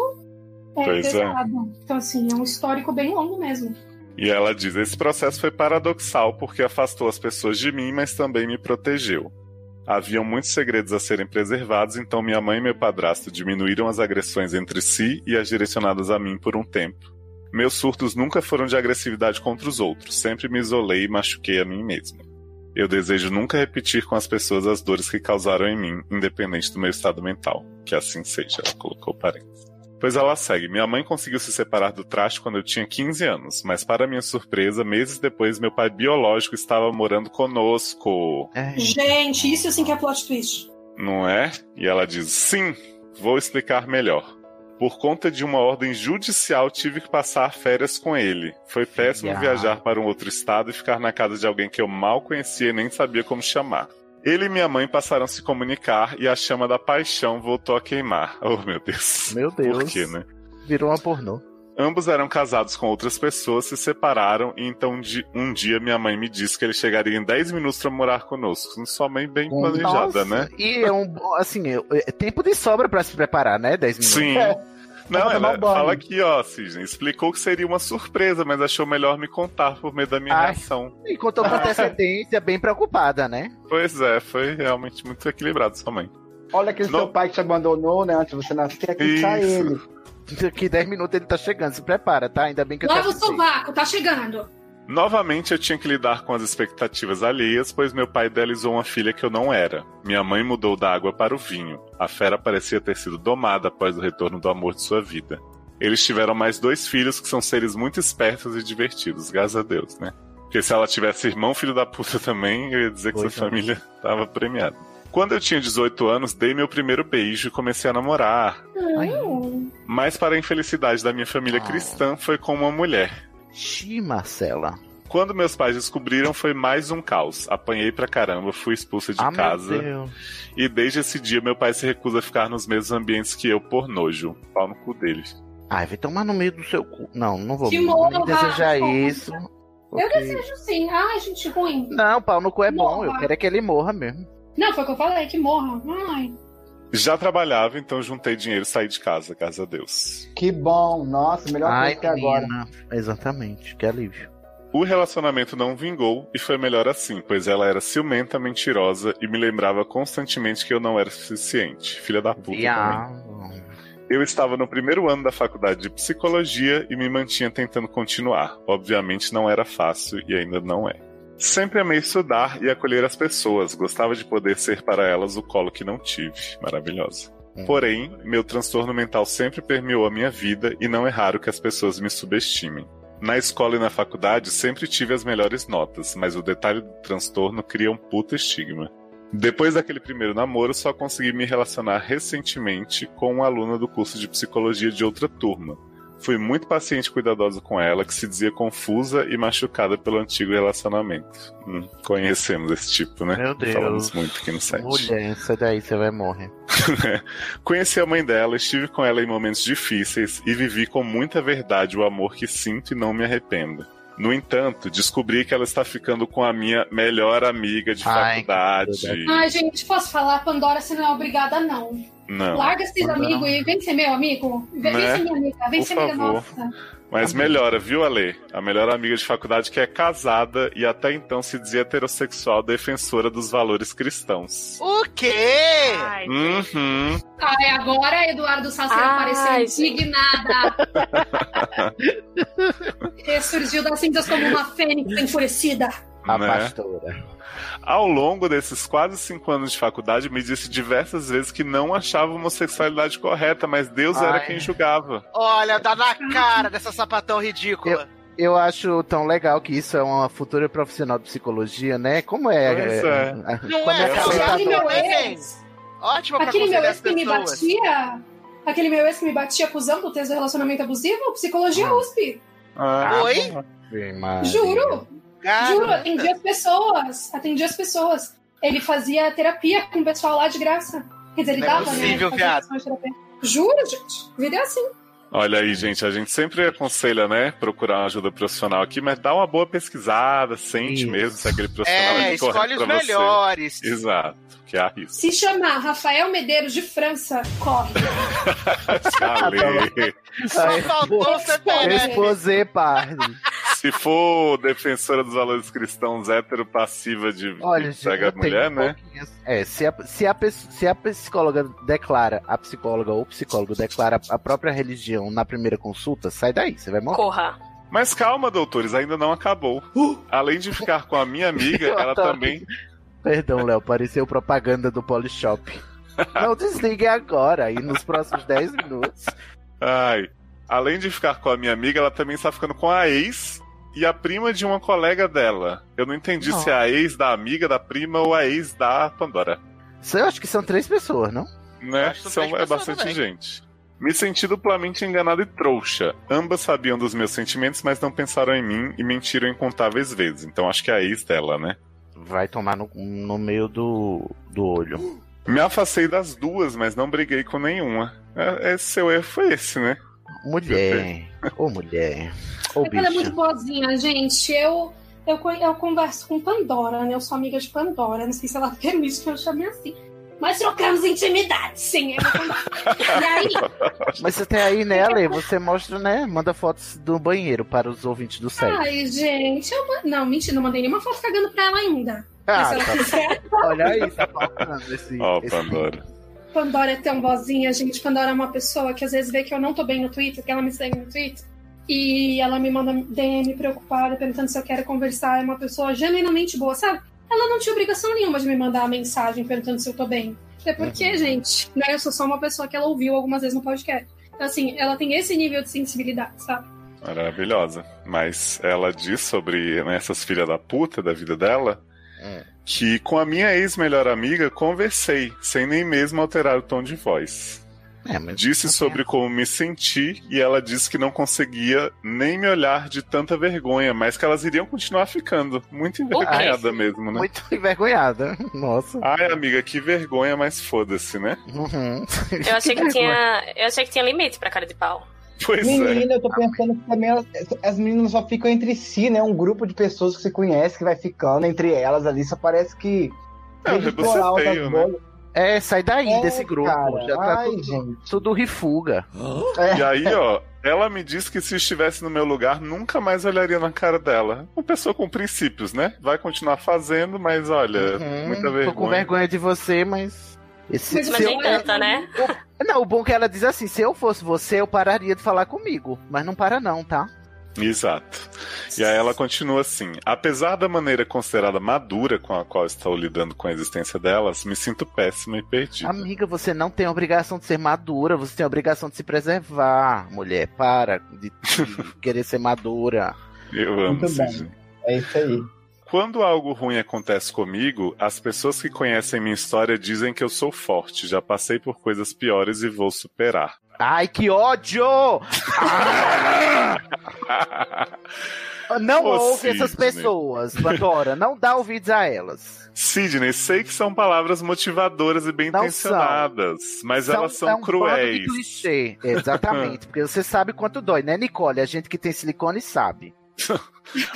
C: é
B: Pois é.
C: pesado. Então, assim, é um histórico bem longo mesmo.
B: E ela diz: esse processo foi paradoxal porque afastou as pessoas de mim, mas também me protegeu. Haviam muitos segredos a serem preservados, então minha mãe e meu padrasto diminuíram as agressões entre si e as direcionadas a mim por um tempo. Meus surtos nunca foram de agressividade contra os outros, sempre me isolei e machuquei a mim mesma. Eu desejo nunca repetir com as pessoas as dores que causaram em mim, independente do meu estado mental. Que assim seja, ela colocou parênteses. Pois ela segue. Minha mãe conseguiu se separar do traste quando eu tinha 15 anos, mas para minha surpresa, meses depois, meu pai biológico estava morando conosco.
D: é,
C: Gente, isso assim que é plot twist.
B: Não é? E ela diz: sim, vou explicar melhor. Por conta de uma ordem judicial, tive que passar férias com ele. Foi péssimo
M: Ya.
B: viajar para um outro estado e ficar na casa de alguém que eu mal conhecia e nem sabia como chamar. Ele e minha mãe passaram a se comunicar e a chama da paixão voltou a queimar. Oh, meu Deus.
D: Meu Deus.
B: Por quê, né?
D: Virou uma pornô.
B: Ambos eram casados com outras pessoas, se separaram, e então de- um dia minha mãe me disse que ele chegaria em 10 minutos pra morar conosco. Sua mãe bem planejada,
D: Nossa,
B: né?
D: E é um, bom- assim, é- é tempo de sobra pra se preparar, né? 10 minutos.
B: Sim. Não, ela fala aqui, ó, Cisne, explicou que seria uma surpresa, mas achou melhor me contar por meio da minha
D: Ai.
B: reação.
D: E contou com antecedência, bem preocupada, né?
B: Pois é, foi realmente muito equilibrado sua mãe.
E: Olha aquele seu pai que te abandonou, né? Antes de você nascer, aqui tá
D: Isso.
E: ele.
D: Daqui 10 minutos ele tá chegando, se prepara, tá? Ainda bem que eu
C: Lava o
D: te avisei.
C: sovaco, tá chegando.
B: Novamente eu tinha que lidar com as expectativas alheias, pois meu pai idealizou uma filha que eu não era. Minha mãe mudou da água para o vinho. A fera parecia ter sido domada após o retorno do amor de sua vida. Eles tiveram mais dois filhos que são seres muito espertos e divertidos, graças a Deus, né? Porque se ela tivesse irmão filho da puta também, eu ia dizer que
M: Pois
B: sua
M: é.
B: família tava premiada. Quando eu tinha 18 anos, dei meu primeiro beijo e comecei a namorar. Mas, para a infelicidade da minha família cristã, foi com uma mulher.
D: Xi, Marcela.
B: Quando meus pais descobriram, foi mais um caos. Apanhei pra caramba, fui expulsa de
D: Ah, meu
B: casa.
D: Deus.
B: E desde esse dia, meu pai se recusa a ficar nos mesmos ambientes que eu por nojo. Pau no cu dele.
D: Ai, vai tomar no meio do seu cu. Não, não vou
C: Que
D: nem
C: morra,
D: desejar
C: porra.
D: isso.
C: Eu
D: porque-
C: desejo sim. Ai, gente, ruim.
D: Não, pau no cu é bom,
C: Morra.
D: eu quero é que ele morra mesmo.
C: Não, foi o que eu falei, que morra. Ai.
B: Já trabalhava, então juntei dinheiro e saí de casa, graças a Deus.
E: Que bom, nossa, melhor
D: Ai,
E: coisa que é agora.
D: menina. Exatamente, que alívio.
B: O relacionamento não vingou e foi melhor assim, pois ela era ciumenta, mentirosa e me lembrava constantemente que eu não era suficiente. Filha da puta.
D: Viado.
B: também. Eu estava no primeiro ano da faculdade de psicologia e me mantinha tentando continuar. Obviamente não era fácil e ainda não é. Sempre amei estudar e acolher as pessoas. Gostava de poder ser para elas o colo que não tive. Maravilhosa. É. Porém, meu transtorno mental sempre permeou a minha vida e não é raro que as pessoas me subestimem. Na escola e na faculdade sempre tive as melhores notas, mas o detalhe do transtorno cria um puta estigma. Depois daquele primeiro namoro, só consegui me relacionar recentemente com uma aluna do curso de psicologia de outra turma. Fui muito paciente e cuidadosa com ela, que se dizia confusa e machucada pelo antigo relacionamento. Hum, conhecemos esse tipo, né?
D: Meu Deus.
B: Falamos muito aqui no site.
D: Mulher, essa daí você vai morrer.
B: Conheci a mãe dela, estive com ela em momentos difíceis e vivi com muita verdade o amor que sinto e não me arrependo. No entanto, descobri que ela está ficando com a minha melhor amiga de
L: Ai,
B: faculdade.
C: Ai, gente, posso falar? Pandora, você não é obrigada, não.
B: Não.
C: Larga esses
B: Não.
C: amigos e vem ser meu amigo. Vem, vem
B: Né?
C: ser minha amiga, vem
B: Por
C: ser amiga
B: favor.
C: nossa.
B: Mas melhora, viu, Ale? A melhor amiga de faculdade que é casada e até então se dizia heterossexual defensora dos valores cristãos.
G: O quê?
B: Uhum.
C: Ai, Ah, é agora Eduardo Sacer apareceu indignada.
L: Ressurgiu das cinzas como uma fênix enfurecida.
B: A pastora. Ao longo desses quase cinco anos de faculdade, me disse diversas vezes que não achava homossexualidade correta, mas Deus era
G: Ai.
B: quem julgava.
G: Olha, dá na cara dessa sapatão ridícula.
D: Eu acho tão legal que isso é uma futura profissional de psicologia, né? Como é?
G: Pois é. Não
D: como
G: é,
D: é
G: não,
D: captado-
G: aquele meu
C: ex.
G: Ótimo pra
C: Aquele meu
G: aconselhar
C: ex
G: as
C: que me
G: pessoas.
C: batia. Aquele meu ex que me batia acusando do texto do relacionamento abusivo, psicologia USP.
D: Ah,
G: Oi?
C: Juro!
G: Cara.
C: Juro, atendi as pessoas. Atendi as pessoas. Ele fazia terapia com o pessoal lá de graça. Quer dizer, ele
G: Não é
C: dava,
G: possível,
C: né?
G: viado.
C: Fazia terapia. Juro, gente. Vida é assim.
B: Olha aí, gente, a gente sempre aconselha, né, procurar uma ajuda profissional aqui, mas dá uma boa pesquisada, sente mesmo se aquele profissional
G: É,
B: é, correto
G: escolhe os
B: pra você.
G: melhores.
B: Exato, que é há risco.
C: Se chamar Rafael Medeiros de França, corre.
D: Tá
B: Ale,
G: Só faltou o CPF.
D: Exposé, pardo.
B: se for defensora dos valores cristãos, hétero, passiva de,
D: Olha,
B: de pegar
D: gente, eu
B: mulher,
D: tenho um
B: né?
D: É, se a, se, a, pe- se a psicóloga declara, a psicóloga ou psicólogo declara a própria religião na primeira consulta, sai daí, você vai morrer.
F: Corra.
B: Mas calma, doutores, ainda não acabou. Além de ficar com a minha amiga,
D: Uh! Eu
B: ela
D: adoro.
B: também.
D: Perdão, Léo, pareceu propaganda do Polishop. Não desligue agora, e nos próximos 10 minutos.
B: Ai. Além de ficar com a minha amiga, ela também está ficando com a ex e a prima de uma colega dela. Eu não entendi se é a ex da amiga da prima ou a ex da Pandora.
D: Isso Eu acho que são três pessoas, não?
B: né? São, é bastante gente. Me senti duplamente enganado e trouxa. Ambas sabiam dos meus sentimentos, mas não pensaram em mim e mentiram incontáveis vezes. Então acho que é a ex dela, né?
D: Vai tomar no, no meio do, do olho.
B: Me afastei das duas, mas não briguei com nenhuma. É, é, seu erro foi esse, né?
D: Mulher. Ô, mulher. Ô,
C: É que ela é
D: bicho.
C: muito boazinha, gente. Eu, eu, con- eu converso com Pandora, né? Eu sou amiga de Pandora. Não sei se ela permite que eu chame assim. Mas trocamos intimidade, sim. Eu e aí,
D: Mas até aí, né, Ale? Você mostra, né? Manda fotos do banheiro para os ouvintes do site.
C: ai, gente, eu ma- Não, mentira, não mandei nenhuma foto cagando pra ela ainda. Mas
D: Ah,
C: se ela
D: tá.
C: quiser,
D: Olha aí, tá faltando esse.
B: Ó, Pandora.
C: Pandora é tão boazinha, gente. Pandora é uma pessoa que às vezes vê que eu não tô bem no Twitter, que ela me segue no Twitter. E ela me manda DM preocupada, perguntando se eu quero conversar. É uma pessoa genuinamente boa, sabe? Ela não tinha obrigação nenhuma de me mandar a mensagem perguntando se eu tô bem. Até porque, gente, né? Eu sou só uma pessoa que ela ouviu algumas vezes no podcast. Então, assim, ela tem esse nível de sensibilidade, sabe?
B: Maravilhosa. Mas ela diz sobre né, essas filhas da puta da vida dela que com a minha ex-melhor amiga conversei, sem nem mesmo alterar o tom de voz.
D: É,
B: Disse sobre como me senti e ela disse que não conseguia nem me olhar de tanta vergonha, mas que elas iriam continuar ficando. Muito envergonhada mesmo, né?
D: Muito envergonhada. Nossa.
B: Ai, amiga, que vergonha, mas foda-se, né?
D: Uhum.
F: Eu achei que tinha, eu achei que tinha limite pra cara de pau.
B: Pois
E: Menina,
B: é.
E: eu tô pensando que também elas- as meninas só ficam entre si, né? Um grupo de pessoas que se conhece, que vai ficando entre elas ali, só parece que.
B: É,
E: tem que tá explorar outras
B: né?
E: bolhas.
D: É, sai daí
E: É,
D: desse grupo.
E: cara.
D: Já tá
E: Ai,
D: tudo, tudo rifuga.
B: E aí, ó, ela me disse que se estivesse no meu lugar, nunca mais olharia na cara dela. Uma pessoa com princípios, né? Vai continuar fazendo, mas olha,
D: Uhum.
B: muita vergonha.
D: Tô com vergonha de você, mas. Esse,
F: Mas nem tanta, né?
D: Não, o bom é que ela diz assim: se eu fosse você, eu pararia de falar comigo. Mas não para, não, tá?
B: Exato. E aí ela continua assim: apesar da maneira considerada madura com a qual estou lidando com a existência delas, me sinto péssima e perdida.
D: Amiga, você não tem a obrigação de ser madura, você tem a obrigação de se preservar, mulher. Para de, de querer ser madura.
B: Eu amo
D: Ah, Muito bem.
B: Cid.
E: É isso aí.
B: Quando algo ruim acontece comigo, as pessoas que conhecem minha história dizem que eu sou forte, já passei por coisas piores e vou superar.
D: Ai, que ódio! Não
B: Ô,
D: ouve essas
B: Sidney.
D: pessoas, Pandora. Não dá ouvidos a elas.
B: Sidney, sei que são palavras motivadoras e bem
D: Não
B: intencionadas, mas
D: São-
B: elas são
D: é um bando de
B: cruéis.
D: clichê. Exatamente, porque você sabe quanto dói, né, Nicole? A gente que tem silicone sabe.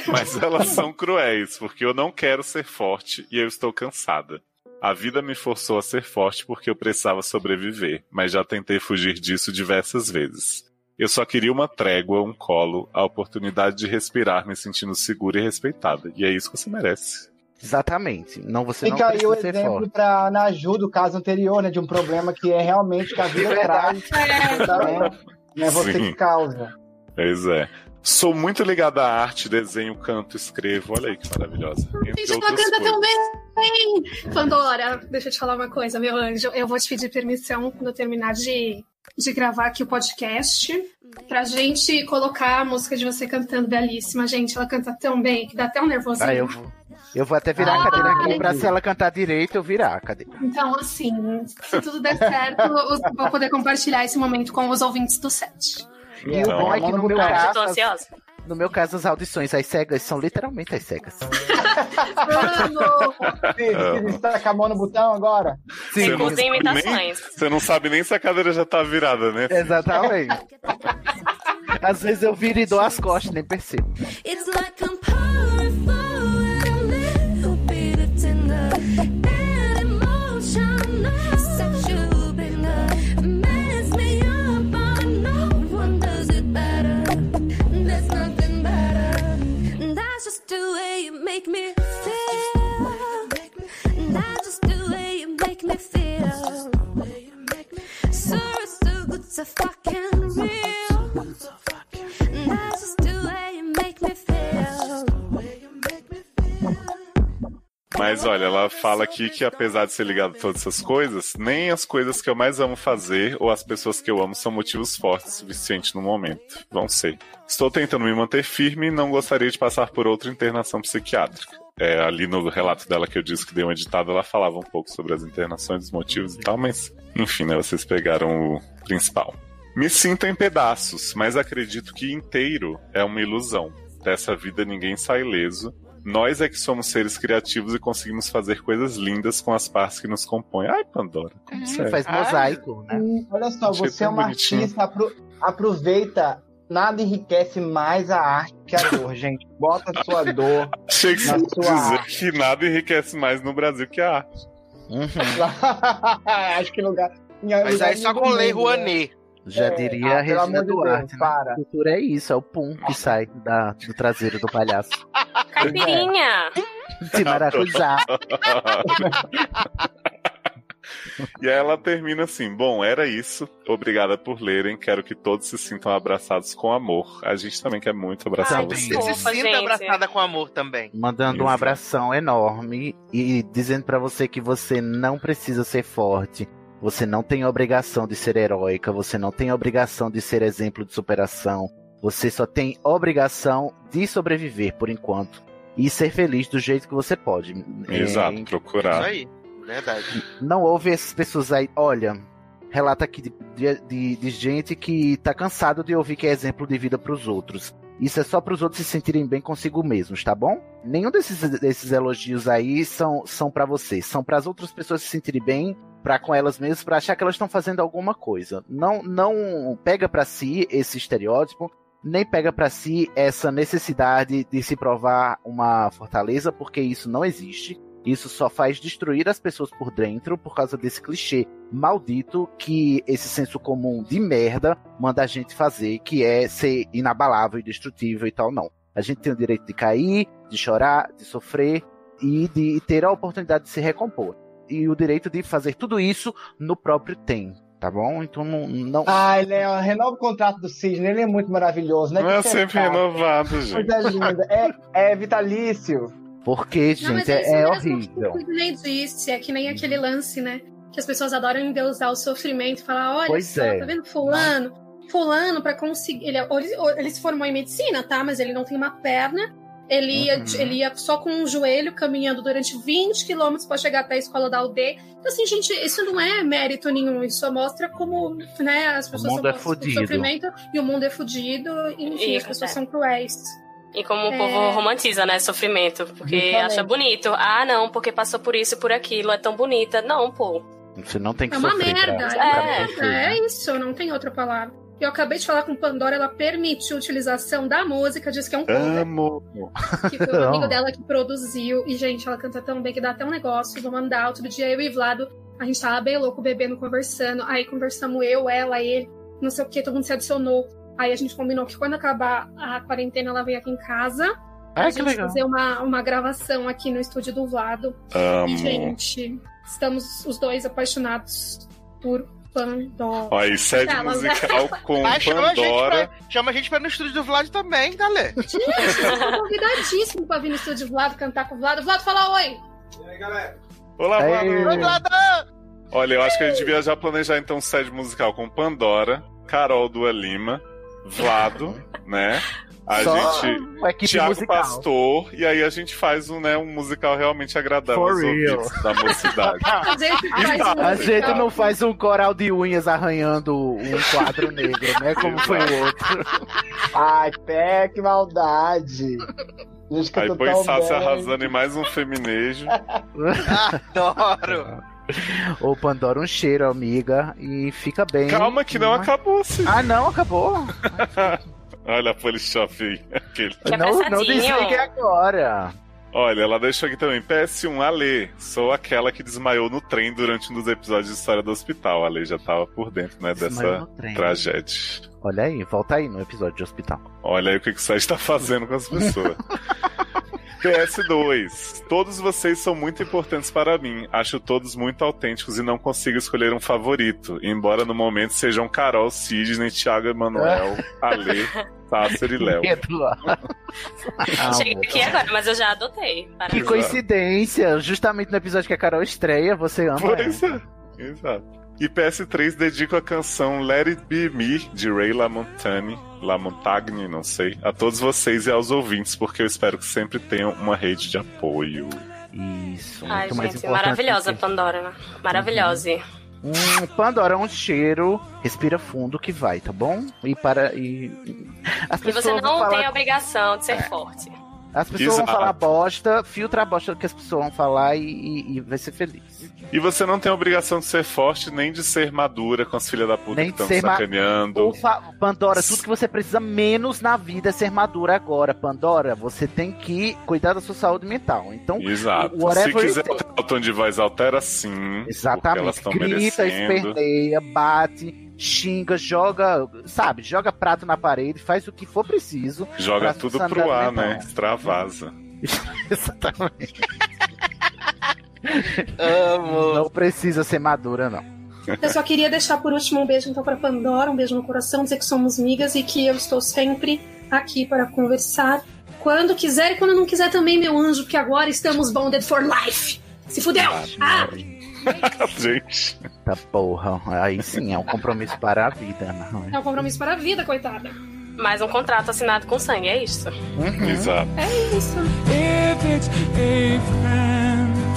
B: Mas elas são cruéis, porque eu não quero ser forte e eu estou cansada. A vida me forçou a ser forte porque eu precisava sobreviver, mas já tentei fugir disso diversas vezes. Eu só queria uma trégua, um colo, a oportunidade de respirar me sentindo segura e respeitada. E é isso que você merece.
D: Exatamente. Não você não
E: Fica aí o
D: precisa ser
E: exemplo
D: forte.
E: para Ana Ju do caso anterior, né? De um problema que é realmente que a vida traz.
G: É,
E: Tá vendo? Não é você
B: Sim.
E: que causa.
B: Pois é. Sou muito ligada à arte, desenho, canto, escrevo. Olha aí que maravilhosa. Entre
C: Gente, ela
B: outras
C: canta
B: coisas.
C: também! Pandora, deixa eu te falar uma coisa, meu anjo. Eu vou te pedir permissão quando eu terminar de, de gravar aqui o podcast pra gente colocar a música de você cantando belíssima, gente. Ela canta tão bem que dá até um nervosinho.
D: Ah, eu vou. Eu vou até virar a
C: Ah,
D: cadeira aqui
C: entendi.
D: pra se ela cantar direito, eu virar a cadeira.
C: Então, assim, se tudo der certo, eu vou poder compartilhar esse momento com os ouvintes do set.
D: E o
E: Então,
B: Então,
D: bom é que no meu
C: Ai,
D: caso.
C: tô ansiosa.
D: No meu caso, as audições às cegas são literalmente as cegas. Ah.
E: Ele está com a mão no botão agora?
B: Você não sabe nem- Você não sabe nem se a cadeira já tá virada, né?
D: É. Exatamente. Às vezes eu viro e dou as costas, nem percebo.
A: It's like I'm powerful and a little bit of tender and emotional. Sexual bender mess me up, but no one does it better. There's nothing better. That's just the way you make me feel. That's just the way you make me feel. Sir, it's so good to fucking real. That's just the way you make me feel.
B: Mas olha, ela fala aqui que apesar de ser ligado a todas essas coisas, nem as coisas que eu mais amo fazer ou as pessoas que eu amo são motivos fortes o suficiente no momento. Vão ser. Estou tentando me manter firme e não gostaria de passar por outra internação psiquiátrica. É, ali no relato dela que eu disse que deu uma editada, ela falava um pouco sobre as internações, os motivos e tal, mas enfim, né, vocês pegaram o principal. Me sinto em pedaços, mas acredito que inteiro é uma ilusão. Dessa vida ninguém sai leso. Nós é que somos seres criativos e conseguimos fazer coisas lindas com as partes que nos compõem. Ai, Pandora. como você é.
D: faz mosaico, né?
E: Hum, Olha só,
B: Achei
E: você é
B: tão
E: uma
B: bonitinho.
E: artista, apro- aproveita. Nada enriquece mais a arte que a dor, gente. Bota a sua dor.
B: Achei que
E: na
B: você ia
E: sua
B: dizer
E: arte.
B: que nada enriquece mais no Brasil que a arte.
E: Acho que lugar. em
G: Mas
E: lugar
G: aí só
E: nenhum
G: com
E: do
G: Lei
E: mundo, né?
G: Rouanet.
D: Já
E: É,
D: diria
E: ah,
D: a
E: pelo
D: Regina
E: amor de Deus,
D: Duarte. né?
E: para.
D: Cultura é isso, é o pum que sai da- do traseiro do palhaço.
F: Caipirinha!
D: Se maracujá.
B: E aí ela termina assim: Bom, era isso. Obrigada por lerem. Quero que todos se sintam abraçados com amor. A gente também quer muito abraçar
G: Ai, que
B: vocês.
G: Se sinta abraçada com amor também.
D: Mandando um
B: Exato.
D: abração enorme e dizendo pra você que você não precisa ser forte. Você não tem obrigação de ser heróica, você não tem obrigação de ser exemplo de superação. Você só tem obrigação de sobreviver por enquanto e ser feliz do jeito que você pode.
B: Exato,
D: É,
B: procurar.
G: Isso aí, verdade.
D: não ouve essas pessoas aí. Olha, relata aqui de, de- de- de gente que tá cansado de ouvir que é exemplo de vida pros outros. Isso é só pros outros se sentirem bem consigo mesmos, tá bom? Nenhum desses, desses elogios aí são, são para você. São para as outras pessoas se sentirem bem, para com elas mesmas, para achar que elas estão fazendo alguma coisa. Não, não pega pra si esse estereótipo, nem pega pra si essa necessidade de se provar uma fortaleza, porque isso não existe. Isso só faz destruir as pessoas por dentro por causa desse clichê maldito que esse senso comum de merda manda a gente fazer, que é ser inabalável e destrutível e tal, não. A gente tem o direito de cair, de chorar, de sofrer e de ter a oportunidade de se recompor. E o direito de fazer tudo isso no próprio tempo, tá bom? Então não. não...
C: Ah.
E: Ai, Léo, é, renova o contrato do Sidney, ele é muito maravilhoso, né?
D: Não é
E: Que
D: sempre
E: pecado.
B: renovado, gente.
E: Coisa linda. É, é vitalício.
D: Porque,
C: Não, mas
D: gente, é-
C: isso
D: é
C: mesmo tipo,
D: horrível.
C: que nem disse, é que nem aquele lance, né? Que as pessoas adoram endeusar o sofrimento e falar, olha,
D: Pois
C: só,
D: é.
C: tá vendo fulano? Fulano, pra conseguir. Ele, é- ou ele, ou ele se formou em medicina, tá? Mas ele não tem uma perna. Ele ia,
D: Uhum.
C: de- ele ia só com um joelho caminhando durante 20 quilômetros para chegar até a escola da aldeia. Então, assim, gente, isso não é mérito nenhum. Isso mostra como né, as pessoas
D: mundo é
C: são com
D: fudido.
C: sofrimento e o mundo é fudido. E, enfim,
F: E-
C: as pessoas
F: é.
C: são cruéis.
F: E como o
C: É.
F: povo romantiza, né? Sofrimento. Porque
C: Justamente.
F: acha bonito. Ah, não, porque passou por isso e por aquilo. É tão bonita. Não, pô.
D: Você não tem que
C: É uma
D: sofrer pra- pra
C: merda. É,
D: sofrer,
C: merda,
D: né?
C: é isso, não tem outra palavra. Eu acabei de falar com Pandora, ela permitiu a utilização da música, diz que é um
D: Ah.
C: cover,
B: Amo.
C: que foi um amigo dela que produziu. E, gente, ela canta tão bem que dá até um negócio. Vou mandar outro dia eu e Vlado. A gente tava bem louco bebendo, conversando. Aí conversamos eu, ela, ele, não sei o que, todo mundo se adicionou. Aí a gente combinou que quando acabar a quarentena, ela vem aqui em casa.
B: Ai,
C: a
B: que
C: gente
B: legal.
C: fazer uma, uma gravação aqui no estúdio do Vlado. E,
B: Amo.
C: gente, estamos os dois apaixonados por Pandora.
B: Ó, e segue
C: Aquelas, né?
B: musical com
G: Mas chama a gente
B: Pandora.
G: pra- Chama a gente pra ir no estúdio do Vlad também, Dalê.
C: Eu sou convidadíssimo pra vir no estúdio do Vlado, cantar com o Vlado. Vlado, fala oi!
B: Olá,
D: é
G: Ei. Oi,
B: Vlado.
G: Vladão!
B: Olha, eu acho que a gente devia já planejar então sede musical com Pandora, Carol Dua Lima, Vlado, né? A
D: Só
B: gente.
D: uma É equipe
B: Thiago
D: musical.
B: Pastor, e aí a gente faz um, né, um musical realmente agradável
D: For
B: aos
D: real. Ah,
B: ouvidos da mocidade.
C: A gente faz um
D: A gente
C: musical.
D: não faz um coral de unhas arranhando um quadro negro, né? Como foi o outro.
E: Ai, pé, que maldade. Gente, que
B: Aí
E: eu tô
B: põe
E: tão
B: Sassi
E: bem.
B: arrasando em mais um feminejo.
G: Adoro!
D: Ô, Pandora, um cheiro, amiga. E fica bem.
B: Calma que não acabou, sim.
D: Ah, não, acabou.
B: Olha a Polishop aquele.
C: é
D: não, não desligue agora.
B: Olha, ela deixou aqui também. PS1, Ale, sou aquela que desmaiou no trem durante um dos episódios de História do Hospital. A Ale já tava por dentro, né,
D: Desmaiou
B: dessa
D: no trem.
B: tragédia.
D: Olha aí, volta aí no episódio de hospital.
B: Olha aí o que, que o Sérgio tá fazendo com as pessoas. PS2. Todos vocês são muito importantes para mim. Acho todos muito autênticos e não consigo escolher um favorito. Embora no momento sejam Carol, Sidney, Thiago Emanuel, Ale, Sasser e Léo.
F: Cheguei aqui agora, mas eu já adotei. Parabéns.
D: Que coincidência! Justamente no episódio que a Carol estreia, você ama.
B: Pois
D: ela.
B: é. Exato. E PS3 dedico a canção Let It Be Me, de Ray LaMontagne, LaMontagne, não sei, a todos vocês e aos ouvintes, porque eu espero que sempre tenham uma rede de apoio.
D: Isso,
F: Ai, gente, maravilhosa Pandora. né? Maravilhosa.
D: Hum, Pandora, um cheiro. Respira fundo que vai, tá bom? E para. E, as
F: E você
D: pessoas vão
F: não
D: falar,
F: tem a obrigação de ser forte.
D: As pessoas
B: Exato.
D: vão falar bosta, filtra a bosta que as pessoas vão falar e, e- e vai ser feliz.
B: E você não tem a obrigação de ser forte, nem de ser madura com as filhas da puta
D: Nem
B: que
D: de
B: estão
D: ser ma-
B: sacaneando.
D: Ou fa- Pandora, tudo que você precisa menos na vida é ser madura agora. Pandora, você tem que cuidar da sua saúde mental. Então,
B: Exato. Se
D: whatever it
B: quiser alterar o tom de voz, altera sim. Exatamente. Elas
D: Exatamente.
B: estão
D: Grita,
B: merecendo.
D: esperneia, bate, xinga, joga, sabe, joga prato na parede, faz o que for preciso.
B: Joga
D: pra
B: tudo
D: sanidade
B: pro ar,
D: mental.
B: né? Extravasa.
D: Exatamente.
G: Amo.
D: Não precisa ser madura, não.
C: Eu só queria deixar por último um beijo então pra Pandora, um beijo no coração, dizer que somos migas e que eu estou sempre aqui para conversar. Quando quiser e quando não quiser também, meu anjo, porque agora estamos bonded for life. Se fudeu! Ah,
D: Uhum.
B: Gente.
D: Tá porra. Aí sim, é um compromisso para a vida, não é?
C: é um compromisso para a vida, coitada.
F: Mais um contrato assinado com sangue, é isso.
D: Uhum.
B: Exato.
C: É isso.
K: If it's a friend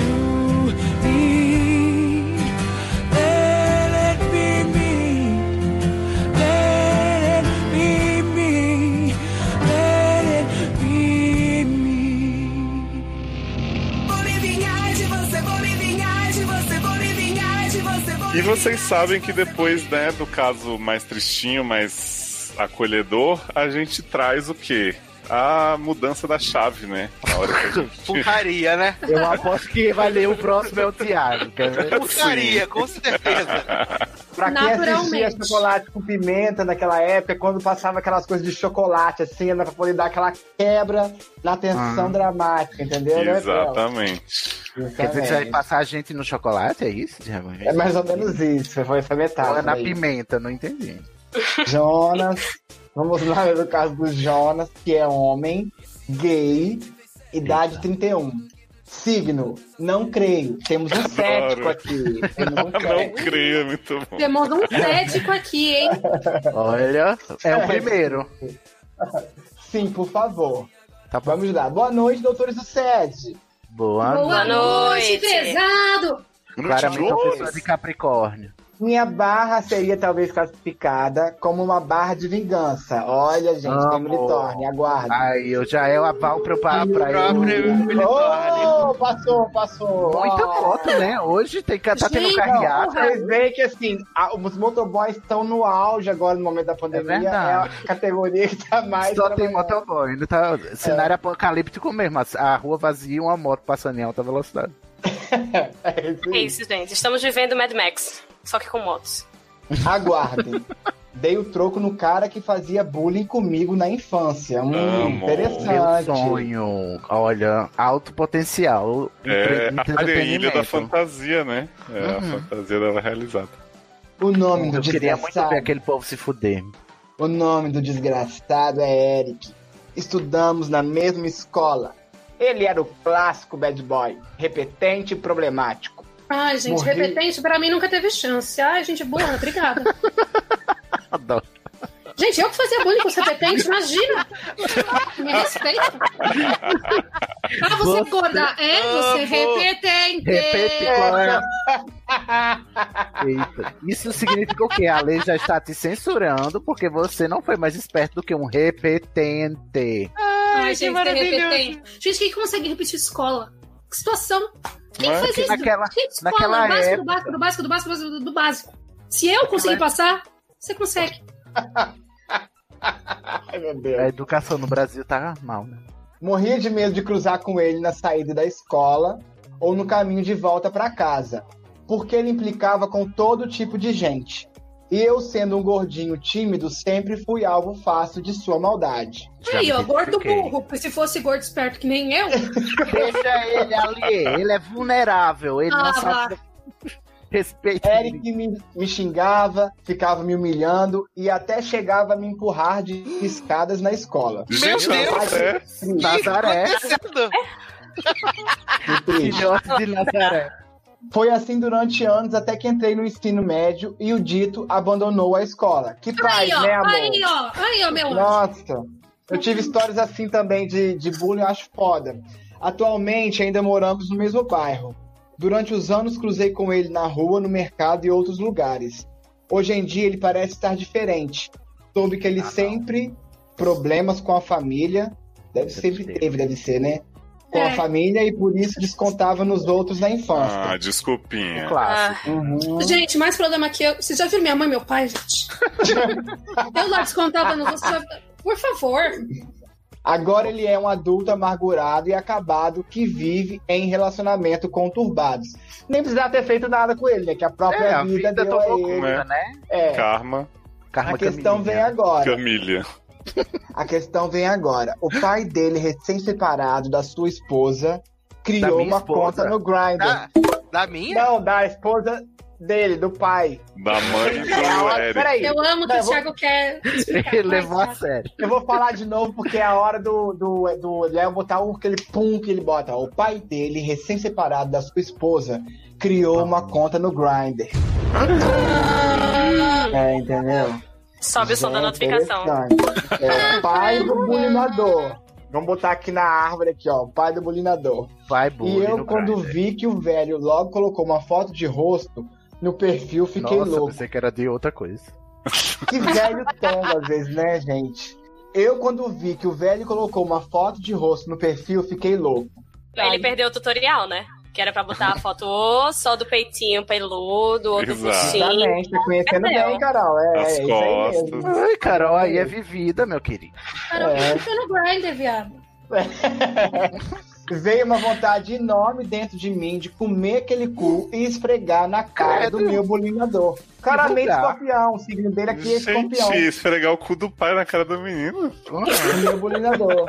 K: you need, let it be me. Let it be me. Let it be
B: E vocês sabem que depois, né, do caso mais tristinho, mais acolhedor, a gente traz o quê? A mudança da chave, né? Na hora que a gente...
G: Porcaria, né?
D: Eu aposto que vai ler o próximo é o Thiago. Quer ver?
G: Porcaria, com certeza.
E: Pra quem assistia
C: Naturalmente.
E: chocolate com pimenta naquela época, quando passava aquelas coisas de chocolate, assim, era pra poder dar aquela quebra na tensão
D: Ah.
E: dramática, entendeu? né, Bel?
B: Exatamente.
D: Quer dizer que você vai passar a gente no chocolate, é isso, Thiago?
E: É mais ou menos isso, foi essa
D: Ou
E: metáfora.
D: é na
E: aí.
D: pimenta, não entendi.
E: Jonas. Vamos lá ver o caso do Jonas, que é homem, gay, idade 31. Signo, não creio. Temos um cético aqui. Temos um
B: Não creio, é muito bom.
C: Temos um cético aqui, hein?
D: Olha, é o primeiro.
E: Sim, por favor.
D: Tá bom.
E: Vamos lá. Boa noite, doutores do SED.
D: Boa,
L: Boa noite, pesado!
D: Claramente é uma pessoa de Capricórnio.
E: Minha barra seria talvez classificada como uma barra de vingança. Olha, gente,
D: Amo.
E: como ele torne, aguarde.
D: Aí eu já é o aval pro pra, pra eu.
E: Oh, passou, passou. Oh.
D: Muita foto, né? Hoje tem que tá tendo carreata.
E: Vocês veem que assim, a- os motoboys estão no auge agora no momento da pandemia. É,
D: verdade.
E: a categoria que tá mais.
D: Só tem motoboy. Não tá... Cenário apocalíptico mesmo. a- A rua vazia e uma moto passando em alta velocidade.
F: É isso, gente. Estamos vivendo Mad Max, só que com motos.
E: Aguardem. Dei o troco no cara que fazia bullying comigo na infância. Hum,
D: Meu
E: interessante.
D: sonho. Olha, alto potencial.
B: É
D: entre-
B: a areilha da
D: entretenimento.
B: fantasia, né? É
D: Uhum.
B: a fantasia dela realizada.
E: O nome do
D: Eu queria muito
E: desgraçado.
D: ver aquele povo se fuder.
E: O nome do desgraçado é Eric. Estudamos na mesma escola. Ele era o clássico bad boy, repetente e problemático.
L: Ai, gente,
E: Morri.
L: repetente, pra mim nunca teve chance. Ai, gente, boa, obrigada.
D: Adoro.
L: Gente, eu que fazia bullying com os repetentes, imagina! Me respeita. Ah, você
K: Você-
L: gorda. É, você é
K: Amo.
L: repetente.
D: Repete, Clara. Eita. Isso significa o quê? A lei já está te censurando porque você não foi mais esperto do que um repetente.
L: Ai,
K: que
L: gente, tem
K: maravilhoso.
L: repetente. Gente, quem consegue repetir escola? Que situação. Quem
D: Mas
L: faz
D: é que-
L: isso?
D: naquela-
L: Gente, escola,
D: naquela
L: básico, do
D: época.
L: básico, do básico, do básico, do básico, do básico. Se eu conseguir passar, você consegue.
E: Ai, meu Deus.
D: A educação no Brasil tá mal, né?
E: Morria de medo de cruzar com ele na saída da escola ou no caminho de volta para casa, porque ele implicava com todo tipo de gente. E eu, sendo um gordinho tímido, sempre fui alvo fácil de sua maldade.
L: Aí, ó, gordo burro. porque Se fosse gordo esperto que nem eu.
D: Deixa ele ali. Ele é vulnerável. Ele
L: Ah,
D: não
L: vá.
D: sabe. Respeito.
E: Eric me, me xingava, ficava me humilhando e até chegava a me empurrar de escadas na escola.
K: Meu Gente, Deus!
B: é-
K: Nazaré.
E: Nazaré. Que triste.
D: Filhote de Nazaré.
E: Foi assim durante anos até que entrei no ensino médio e o dito abandonou a escola. Que paz,
L: Aí, ó,
E: né, amor?
L: aí, ó, aí, ó, meu anjo.
E: Nossa, eu tive histórias assim também de, de bullying, eu acho foda. Atualmente ainda moramos no mesmo bairro. Durante os anos cruzei com ele na rua, no mercado e outros lugares. Hoje em dia ele parece estar diferente. Soube que ele sempre problemas com a família, deve sempre teve, deve ser, né? Com a
L: É.
E: família e por isso descontava nos outros na infância. Uhum.
B: Ah,
E: É.
B: desculpinha.
D: Ah,
F: Ah,
E: Clássico.
L: Gente, mais problema que eu. Vocês já viram minha mãe e meu pai, gente? eu lá descontava no rosto. já- Por favor.
E: Agora ele é um adulto amargurado e acabado que vive em relacionamento conturbados. Nem precisava ter feito nada com ele, né? Que a própria
D: É, a
E: vida,
D: vida
E: deu a
D: tomou
E: ele.
D: conta, né?
E: É.
B: Karma.
E: a questão vem agora.
B: Camilha.
E: A questão vem agora. O pai dele, recém-separado da sua esposa,
G: Da
E: criou
G: minha
E: uma
G: esposa?
E: conta no Grindr.
D: Ah. Tá.
G: Da- da minha?
E: Não, da esposa dele, do pai.
B: Da mãe
E: Não,
B: do Eric.
E: peraí.
L: Eu amo que
E: Não, eu
L: o
E: vou-
L: Thiago quer. explicar.
D: Ele levou a sério.
E: Eu vou falar de novo porque é a hora do, do, do Léo botar o- aquele pum que ele bota. O pai dele, recém-separado da sua esposa, criou uma conta no Grindr. É, entendeu?
F: Sobe o som da
E: É
F: notificação.
E: interessante. É, pai do bulinador. Vamos botar aqui na árvore aqui, ó. Pai do bulinador.
D: Vai,
E: E
D: bullying
E: eu,
D: no
E: quando
D: Grindr.
E: vi que o velho logo colocou uma foto de rosto no perfil, fiquei
D: Nossa,
E: louco.
D: pensei que era de outra coisa.
E: Que velho tongo, às vezes, né, gente? Eu, quando vi que o velho colocou uma foto de rosto no perfil, fiquei louco.
F: Ele perdeu o tutorial, né? Que era pra botar a foto ô, só do peitinho peludo, ou do
D: Exato.
F: buchinho.
E: Exatamente, tá conhecendo
F: É meu.
E: bem, Carol. É,
D: As
E: é isso aí mesmo.
D: costas. Ai, Carol, aí é vivida, meu querido.
L: Cara,
E: É.
L: eu tô no grinder, viado.
E: Veio uma vontade enorme dentro de mim de comer aquele cu e esfregar na cara do meu bolinador. Claramente
B: vulgar.
E: escorpião, o signo dele aqui é escorpião.
B: Gente, esfregar o cu do pai na cara do menino.
E: O meu bulinador.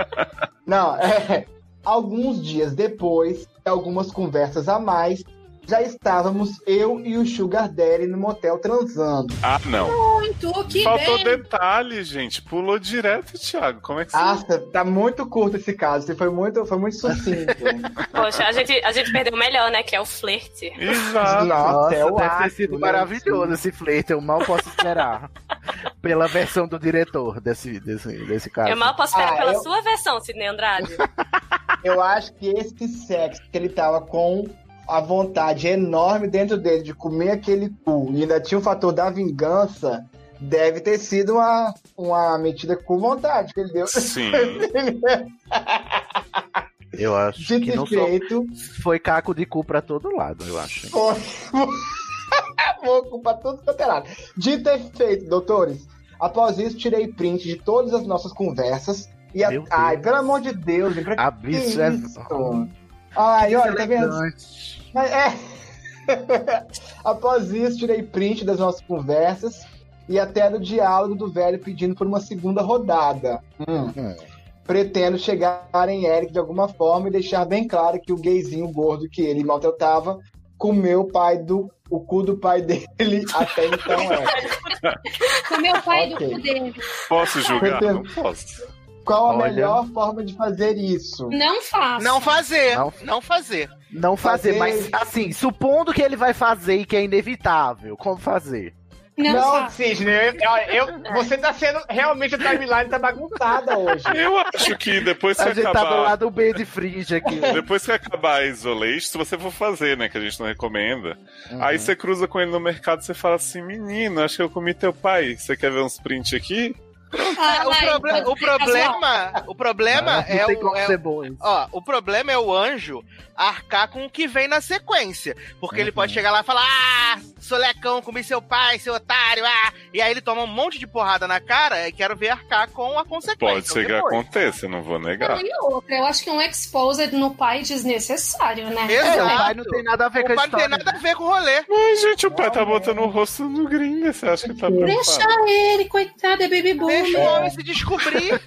E: Não, é. Alguns dias depois, algumas conversas a mais, já estávamos eu e o Sugar Daddy no motel transando.
B: Ah, não.
L: Muito, que
B: Faltou
L: bem.
B: detalhe, gente. Pulou direto, Thiago. Como é que você.
D: Ah.
E: Nossa, tá muito curto esse caso. Você foi muito, foi muito sucinto.
F: Poxa, a gente, a gente perdeu o melhor, né? Que é o flerte.
B: Exato.
D: Nossa,
E: é o
D: deve
E: ácido,
D: ter sido
E: né?
D: maravilhoso esse flerte, eu mal posso esperar. pela versão do diretor desse, desse, desse caso.
F: Eu mal posso esperar
E: Ah,
F: pela
E: eu-
F: sua versão, Sidney Andrade.
E: Eu acho que esse sexo que ele tava com a vontade enorme dentro dele de comer aquele cu e ainda tinha o fator da vingança, deve ter sido uma, uma metida com vontade que ele deu.
B: Sim.
D: Eu acho
E: Dito
D: que não
E: e feito.
D: foi caco de cu pra todo lado, eu acho.
E: Foi. Vou ocupar tudo quanto é lado. Dito e feito, doutores. Após isso, tirei print de todas as nossas conversas. E a... Ai, pelo amor de Deus, gente, pra que
D: Isso é.
E: Ai, olha, tá vendo? Mas é. Após isso, tirei print das nossas conversas e até do diálogo do velho pedindo por uma segunda rodada. Hum.
D: É.
E: Pretendo chegar em Eric de alguma forma e deixar bem claro que o gayzinho gordo que ele maltratava comeu o pai do o cu do pai dele até então é.
L: Comeu o pai
E: Ok.
L: do cu dele.
B: Posso julgar?
E: Foi
B: Não posso.
E: Qual a
B: Olha.
E: melhor forma de fazer isso?
L: Não faça.
G: Não fazer.
D: Não-
G: Não, fazer.
D: Não fazer,
E: Fazer-
D: mas assim, supondo que ele vai fazer e que é inevitável, como fazer?
E: Não,
D: Não,
E: Cisne, eu- olha, eu- você tá sendo. Realmente a timeline tá bagunçada hoje.
B: Eu acho que depois que
D: A gente
B: acabar.
D: tá do lado B de fringe aqui.
B: Depois que acabar a Isolation, se você for fazer, né? Que a gente não recomenda.
D: Uhum.
B: Aí você cruza com ele no mercado e você fala assim: menino, acho que eu comi teu pai. Você quer ver uns print aqui?
G: Ah, o, proble- o problema, o problema
B: Ah, não
G: é
B: tem
G: o
B: como
G: é
B: ser
G: o-
D: bom isso.
G: ó, o problema é o anjo arcar com o que vem na sequência, porque ele
B: Uhum.
G: pode chegar lá e falar: "Ah, solecão, comi seu pai, seu otário". Ah! E aí ele toma um monte de porrada na cara e quero ver arcar com a consequência.
B: Pode ser que
G: então depois.
B: aconteça, não vou negar.
L: Não, e outra, eu acho que um exposed no pai é desnecessário, né?
G: Exato.
L: Tudo bem.
D: nada a ver
G: o
D: com a
G: pai não tem
D: história. Uhum.
G: nada a ver com o rolê.
B: Mas, gente, o pai tá botando o rosto no gringo. Você acha que tá preocupado?
L: Deixa ele, coitado, é baby boomer.
G: Deixa o homem se descobrir.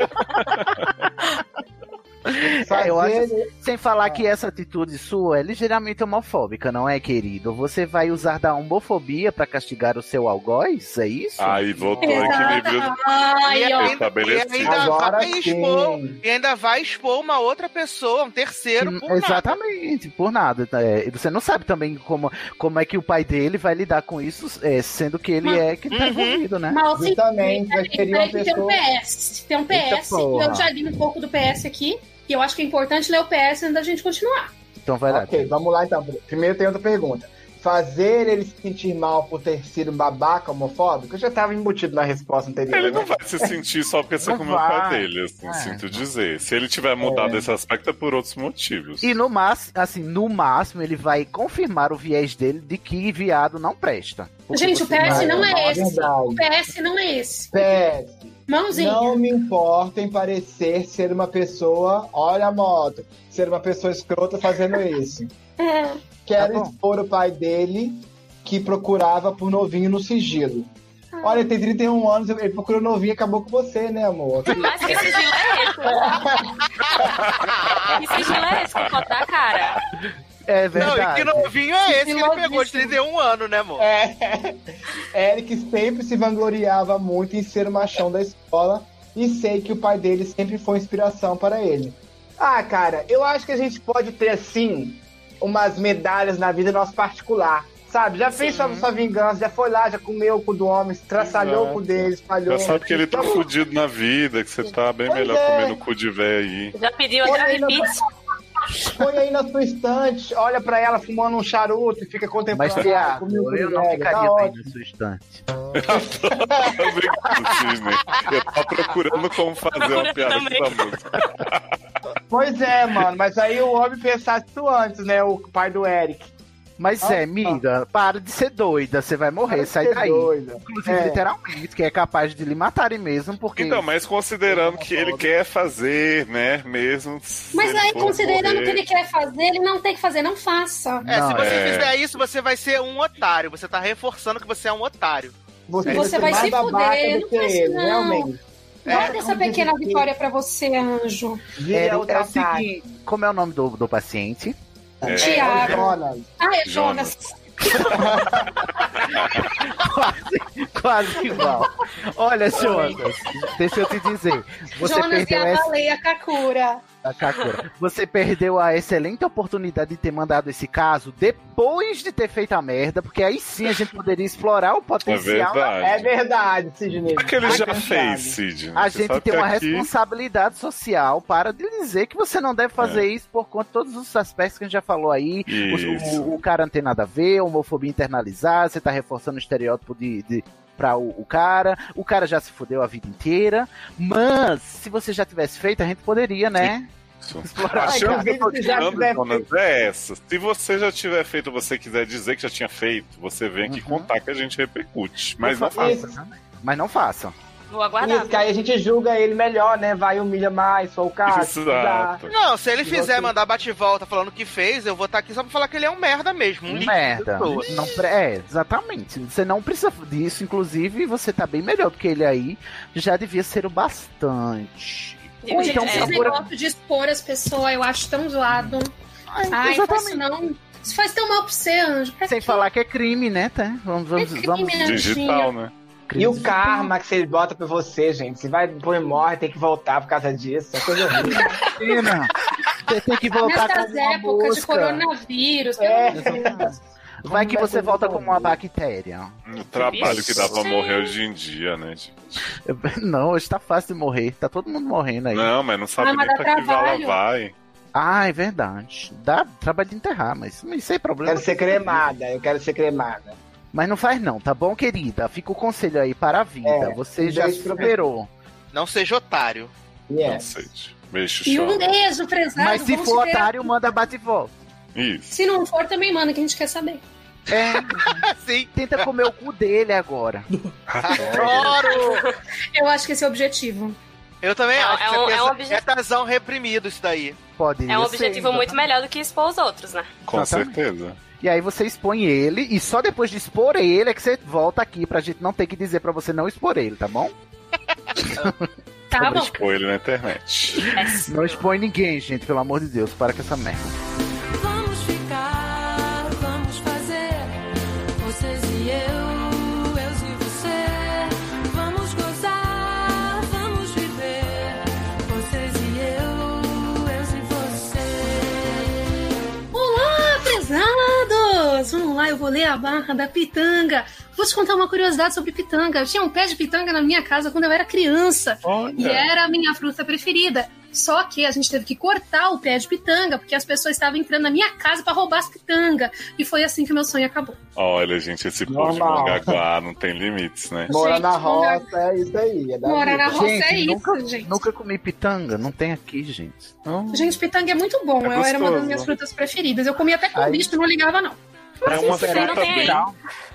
D: É, eu acho, sem falar que essa atitude sua é ligeiramente homofóbica, não é, querido? Você vai usar da homofobia pra castigar o seu algoz? É isso?
G: Ah,
B: Aí voltou o equilíbrio.
L: Ai,
G: e, ainda,
B: Estabelecido.
G: e ainda
D: Agora
G: vai
D: sim.
G: expor, e ainda vai expor uma outra pessoa, um terceiro, por nada.
D: Exatamente, por nada. tá? É, E você não sabe também como, como é que o pai dele vai lidar com isso, é, sendo que ele é
G: uhum.
D: que tá envolvido, né?
L: Mas, assim, peraí,
D: seria
L: peraí que Tem um PS. Tem um
D: Eita
L: PS.
D: porra.
L: eu já li um pouco do PS aqui. E eu acho que é importante ler o PS antes da gente continuar.
D: Então vai
E: lá. Ok, vamos lá então. Primeiro tem outra pergunta. Fazer ele se sentir mal por ter sido um babaca homofóbico? Eu já tava embutido na resposta anterior.
B: Ele
E: né?
B: não vai se sentir só porque você
E: Não
B: comeu o pai
E: vai.
B: dele, assim, sinto dizer. Se ele tiver mudado
D: É.
B: esse aspecto é por outros motivos.
D: E no máximo, assim, no máximo, ele vai confirmar o viés dele de que viado não presta. Porque
L: gente, o
D: você
L: PS
D: vai-
L: não é
E: é
L: esse.
E: verdade.
L: O PS não é esse.
E: PS.
L: Mãozinha.
E: Não me importa em parecer ser uma pessoa. Olha a moto. Ser uma pessoa escrota fazendo isso.
L: É.
E: Quero expor o pai dele que procurava por novinho no sigilo.
L: Ah.
E: Olha, ele tem 31 anos, ele procurou novinho e acabou com você, né, amor?
F: Mas que sigilo é esse? que sigilo é esse que pode dar cara?
D: É
G: Não, e que
E: verdade.
G: novinho é esse que ele pegou de 31 anos, né, amor?
E: É. Eric sempre se vangloriava muito em ser o machão da escola e sei que o pai dele sempre foi inspiração para ele. Ah, cara, eu acho que a gente pode ter, assim, umas medalhas na vida nosso particular. Sabe, já fez sua, sua vingança, já foi lá, já comeu o cu do homem, traçalhou o cu dele, espalhou.
B: Já sabe que ele tá
E: Então,
B: fudido na vida, que você tá bem
E: Pois
B: melhor
E: é.
B: comendo cu de véio aí.
F: Já pediu a
E: Olha
F: Drive
E: ainda-
F: Pizza?
E: Põe aí na sua estante, olha pra ela fumando um charuto e fica contemplando.
D: Mas,
E: Ah,
D: Thiago,
E: comeu o cu
D: eu
E: do
D: não
E: velho,
D: ficaria
E: tá
D: bem
E: ótimo.
D: na sua estante.
B: Obrigado, Cisne. Eu tava procurando como fazer uma piada com essa música.
E: Pois é, mano, mas aí o homem pensasse isso antes, né? O pai do Eric.
D: Mas
E: Ah,
D: é, amiga, para de ser doida, você vai morrer, sai
E: ser
D: daí.
E: doida.
D: Inclusive,
E: É.
D: literalmente, que é capaz de lhe matarem mesmo, porque.
B: Então, mas considerando que ele quer fazer, né, mesmo. se
L: Mas
B: ele
L: aí,
B: for
L: considerando
B: morrer.
L: o que ele quer fazer, ele não tem que fazer, não faça.
G: É, se você
B: é.
G: fizer isso, você vai ser um otário. Você tá reforçando que você é um otário.
E: Você,
L: Você vai se fuder, não faz isso, não.
E: realmente.
D: É,
L: Guarda essa pequena vitória pra você, anjo.
D: Era- é o seguinte, como é o nome do, do paciente?
B: É.
L: Tiago.
E: Jonas.
L: Ah, é Jonas.
D: Quase igual. Olha, Jonas, deixa eu te dizer. Você
L: Jonas e
D: perdeu
L: a
D: essa.
L: baleia Kakura.
D: da Kakura. Tá, Você perdeu a excelente oportunidade de ter mandado esse caso depois de ter feito a merda, porque aí sim a gente poderia explorar o potencial.
B: verdade.
D: da-
B: É
E: verdade, Sidney.
B: O que ele já
D: né, Verdade.
B: fez, Sidney?
D: A
B: Você
D: gente
B: sabe
D: tem
B: que
D: uma
B: aqui-
D: responsabilidade social para de dizer que você não deve fazer
B: É.
D: isso por conta de todos os aspectos que a gente já falou aí. Os-
B: Isso.
D: O, o cara não tem nada a ver, a homofobia internalizada, você tá reforçando o estereótipo de. de pra o, o cara, o cara já se fudeu a vida inteira, mas se você já tivesse feito, a gente poderia, né?
B: A
D: Explorar.
B: chance
D: Ai,
B: que eu
D: cara,
B: tô te dando, Jonas, é essa. Se você já tiver feito, você quiser dizer que já tinha feito, você vem aqui
D: Uhum.
B: contar que a gente repercute. Mas não
D: Por favor.
B: faça.
D: né? Mas não faça.
F: Vou
E: aguardar. Isso, que aí a gente julga ele melhor, né? Vai, humilha mais, foi o caso. dá.
G: Não, se ele
E: E
G: fizer
E: você?
G: mandar bate-volta falando que fez, eu vou estar aqui só pra falar que ele é um merda mesmo. Um lixo de
D: Merda.
G: pessoa.
D: Né, Não pre- É, exatamente. Você não precisa disso. Inclusive, você tá bem melhor do que ele aí. Já devia ser o bastante. Ou
C: Gente,
D: então
C: esse
D: procura-
C: negócio de expor as pessoas eu acho tão zoado. Ai, não faz um isso não. Isso faz tão mal pra você, anjo. Pra
D: Sem falar que é crime, né? Tá? Vamos, vamos,
C: É crime,
D: vamos.
C: anjinho. Digital, né?
E: E o karma que você bota pra você, gente. Você vai pô, e morre, tem que voltar por causa disso. É coisa horrível.
D: Imagina. Você tem que voltar com
C: Nessas
D: uma
C: épocas de
D: mosca. É,
C: coronavírus.
E: É,
D: Vai que você volta com uma bactéria.
B: O trabalho que dá pra morrer hoje em dia, né? gente?
D: Não, hoje tá fácil de morrer. Tá todo mundo morrendo aí.
B: Não, mas não sabe
D: Ah, mas
B: nem
D: dá
B: pra que vala
D: trabalho.
B: vai.
D: Ah, é verdade. Dá trabalho de enterrar, mas mas sem problema.
E: Quero ser cremada, eu quero ser cremada.
D: Mas não faz não, tá bom, querida? Fica o conselho aí para a vida.
G: É,
D: você
G: não
D: já
G: dá esse problema.
D: superou.
G: Não seja otário.
D: É.
B: Não sei. Beijo,
C: E um
B: chora.
C: beijo, prezado.
D: Mas se
C: vamos
D: for tá.
C: ver.
D: otário, manda bate-volta.
B: Isso.
C: Se não for, também manda, que a gente quer saber.
D: É. Tenta comer o cu dele agora.
G: Adoro!
C: Eu acho que esse é o objetivo.
G: Eu também acho.
F: é
G: que
F: um-
G: você
F: é um
G: pensa-
F: objetivo-
G: é tesão reprimido isso daí.
D: Pode
F: É um objetivo muito melhor do que expor os outros, né?
B: Com
D: Exatamente.
B: certeza.
D: E aí você expõe ele, e só depois de expor ele é que você volta aqui pra gente não ter que dizer pra você não expor ele, tá bom?
C: Tá
B: Vou expor ele na internet.
D: Não expõe ninguém, gente, pelo amor de Deus, para com essa merda.
K: Vamos ficar, vamos fazer. Vocês e eu, eu e você. Vamos gozar, vamos viver. Vocês e eu, eu e você.
C: Olá, prezados! Vamos lá, eu vou ler a barra da pitanga. Vou te contar uma curiosidade sobre pitanga. Eu tinha um pé de pitanga na minha casa quando eu era criança. E
D: É.
C: era a minha fruta preferida. Só que a gente teve que cortar o pé de pitanga, porque as pessoas estavam entrando na minha casa pra roubar as pitanga. E foi assim que o meu sonho acabou.
B: Olha, gente, esse povo de
E: Normal.
B: Mongaguá não tem limites, né?
E: Morar na
C: Gente, morar-
E: roça é isso aí. É da
C: Morar
E: vida.
C: na roça é isso,
D: nunca,
C: gente.
D: Nunca comi pitanga, não tem aqui, gente.
C: Gente, pitanga é muito bom.
D: É
C: eu era uma das
D: gostoso.
C: minhas frutas preferidas. Eu comia até com
D: Aí-
C: bicho, não ligava, não.
D: Pra
C: uma
B: É
C: fruta bem-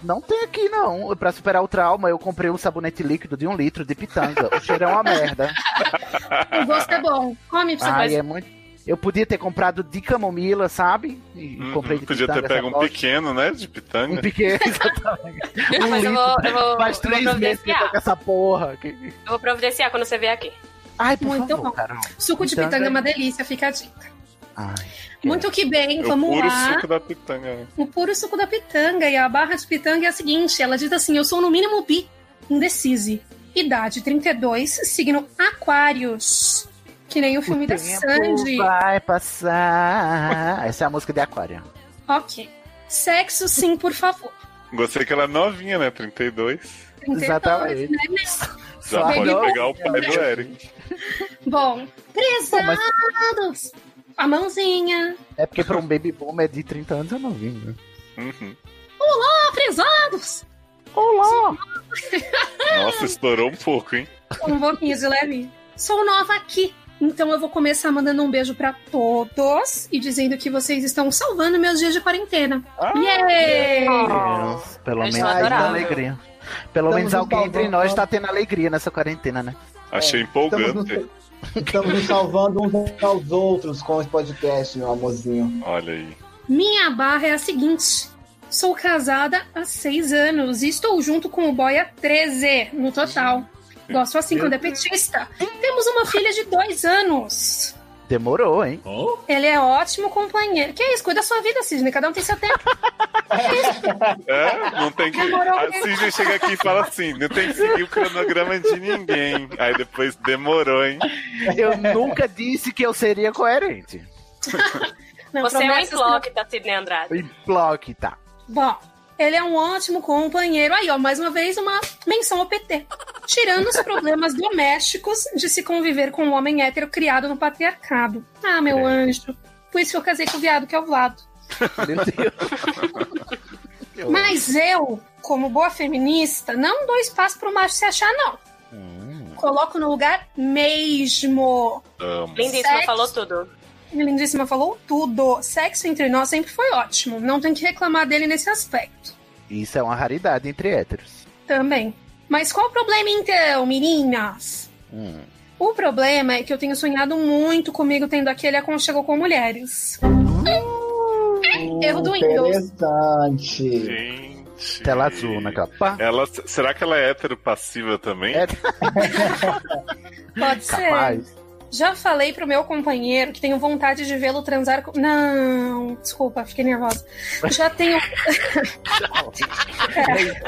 D: Não tem aqui, não. Pra superar o trauma, eu comprei um sabonete líquido de um litro de pitanga. O cheiro é uma merda.
C: O gosto é bom. Come pra você
D: Ai,
C: ver.
D: é muito... Eu podia ter comprado de camomila, sabe? E
B: Uhum.
D: comprei de
B: Podia ter
D: pitanga,
B: pego um
D: sacola.
B: pequeno, né? De pitanga.
D: Um pequeno, exatamente. Um
F: Mas eu vou-
D: litro.
F: eu vou-
D: Faz
F: eu vou
D: três meses que eu tô
F: providenciar.
D: com essa porra. Que-
F: Eu vou providenciar quando você vier aqui.
D: Ai, por
C: Muito
D: favor,
C: bom.
D: Carol.
C: Suco de
D: Pitanga
C: pitanga é
D: é-
C: uma delícia, fica a dica.
D: Ai.
C: Muito que bem,
B: É o
C: vamos
B: puro
C: lá.
B: suco da pitanga. né?
C: O puro suco da pitanga. E a barra de pitanga é a seguinte: ela diz assim, eu sou no mínimo bi, indecise. Idade 32, signo Aquários. Que nem o filme da
D: tempo
C: Sandy.
D: Vai passar. Essa é a música de Aquário.
C: Ok. Sexo sim, por favor.
B: Gostei que ela é novinha, né? 32.
C: 32,
D: Exatamente.
C: né?
B: Já
C: Só
B: pode
C: melhor.
B: pegar o pai do Eric.
C: Bom, prezados! A mãozinha.
D: É porque pra um baby boomer de 30 anos eu não vim, né?
B: Uhum.
C: Olá, Ah, prezados!
D: Olá!
B: Nossa, estourou um pouco, hein?
C: Um pouquinho de leve. Sou nova aqui, então eu vou começar mandando um beijo pra todos e dizendo que vocês estão salvando meus dias de quarentena. Yay!
D: Deus, pelo
C: Eu
D: menos
C: estou
D: tem
C: adorável.
D: alegria. Pelo
C: Estamos
D: menos alguém
C: salvando,
D: entre nós tá tendo alegria nessa quarentena, né?
B: Achei empolgante.
E: Estamos nos salvando uns aos outros com esse podcast, meu amorzinho.
B: Olha aí.
C: Minha barra é a seguinte: sou casada há seis anos e estou junto com o boy há 13 no total. Gosto assim quando é petista. Temos uma filha de dois anos.
D: Demorou, hein?
C: é Ele é ótimo companheiro. Que isso? Cuida da sua vida, Sidney. Cada um tem seu tempo.
B: É, não tem que. A Cid chega aqui e fala assim: não tem que seguir o cronograma de ninguém. Aí depois demorou, hein?
D: Eu nunca disse que eu seria coerente.
C: Não,
F: Você é um
C: promessas
F: implóquita, Sidney Andrade.
D: Bloque, tá.
C: Bom, ele é um ótimo companheiro. Aí, ó, mais uma vez, uma menção ao PT. Tirando os problemas domésticos de se conviver com um homem hétero criado no patriarcado. Ah, meu anjo. Por isso que eu casei com o viado, que é o Vlado.
D: Meu Deus.
C: Mas eu, como boa feminista, não dou espaço pro macho se achar, não.
B: Hum.
C: Coloco no lugar mesmo.
B: Amo.
F: Lindíssima
C: Sexo.
F: falou tudo.
C: Lindíssima falou tudo. Sexo entre nós sempre foi ótimo. Não tem que reclamar dele nesse aspecto.
D: Isso é uma raridade entre héteros.
C: Também. Mas qual o problema então, meninas?
D: Hum.
C: O problema é que eu tenho sonhado muito comigo tendo aquele aconchego com mulheres.
E: Hum,
C: Erro do Windows.
E: Interessante.
B: Gente.
D: Tela azul né, na capa.
B: Ela, será que ela é hétero passiva também?
D: É.
C: Pode ser.
B: Capaz.
C: Já falei pro meu companheiro que tenho vontade de vê-lo transar com. Não, desculpa, fiquei nervosa. Já tenho.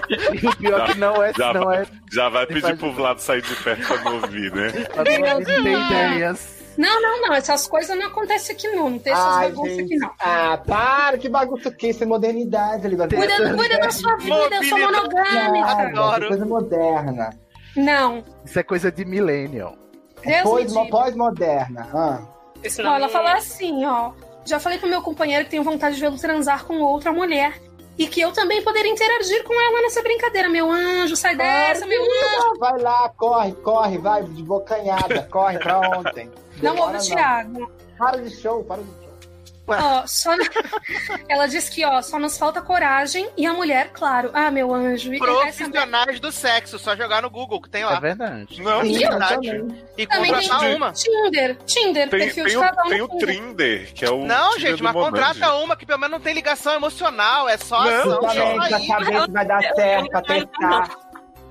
D: E o pior que não é.
B: Já,
D: não
B: vai-
D: é
B: já vai pedir pro Vlado sair de perto pra não ouvir, né?
D: não tem ideias.
C: Não, não, não. Essas coisas não acontecem aqui não. Não tem essas
E: Ai,
C: bagunças
E: gente.
C: aqui não.
E: Ah, para, que bagunça que isso é modernidade ali.
C: Cuida, cuida da sua vida, eu sou monogâmica.
E: Claro, coisa moderna.
C: Não.
D: Isso é coisa de millennial.
C: Deus
E: Pós-
C: me livre.
E: Pós-moderna. Ah.
C: Ó, ela falou assim, ó. Já falei pro meu companheiro que tenho vontade de vê-lo transar com outra mulher. E que eu também poderia interagir com ela nessa brincadeira. Meu anjo, sai dessa, meu anjo.
E: Vai lá, corre, corre, vai de bocanhada, corre pra ontem.
C: Não ouve
E: Demora
C: o Thiago.
E: Para de show, para de show.
C: Ó, só... Ela diz que, ó, só nos falta coragem e a mulher, claro. Ah, meu anjo. E essa...
G: Profissionais do sexo, só jogar no Google que tem lá.
D: É verdade.
B: Não,
G: Sim,
B: tem-
G: verdade. E
C: Também
G: contratar
C: tem
G: uma.
C: Tinder, Tinder,
B: tem,
C: perfil
B: tem
C: de cada
B: o,
C: um.
B: tem
C: no
B: o
C: Tinder.
B: Trinder, que é o.
G: Não,
B: Tinder
G: gente,
B: do
G: mas
B: Monange.
G: contrata uma que pelo menos não tem ligação emocional, é só
B: Não,
G: ação.
E: Justamente,
G: só
E: pra
G: aí.
E: saber se vai dar certo, pra testar.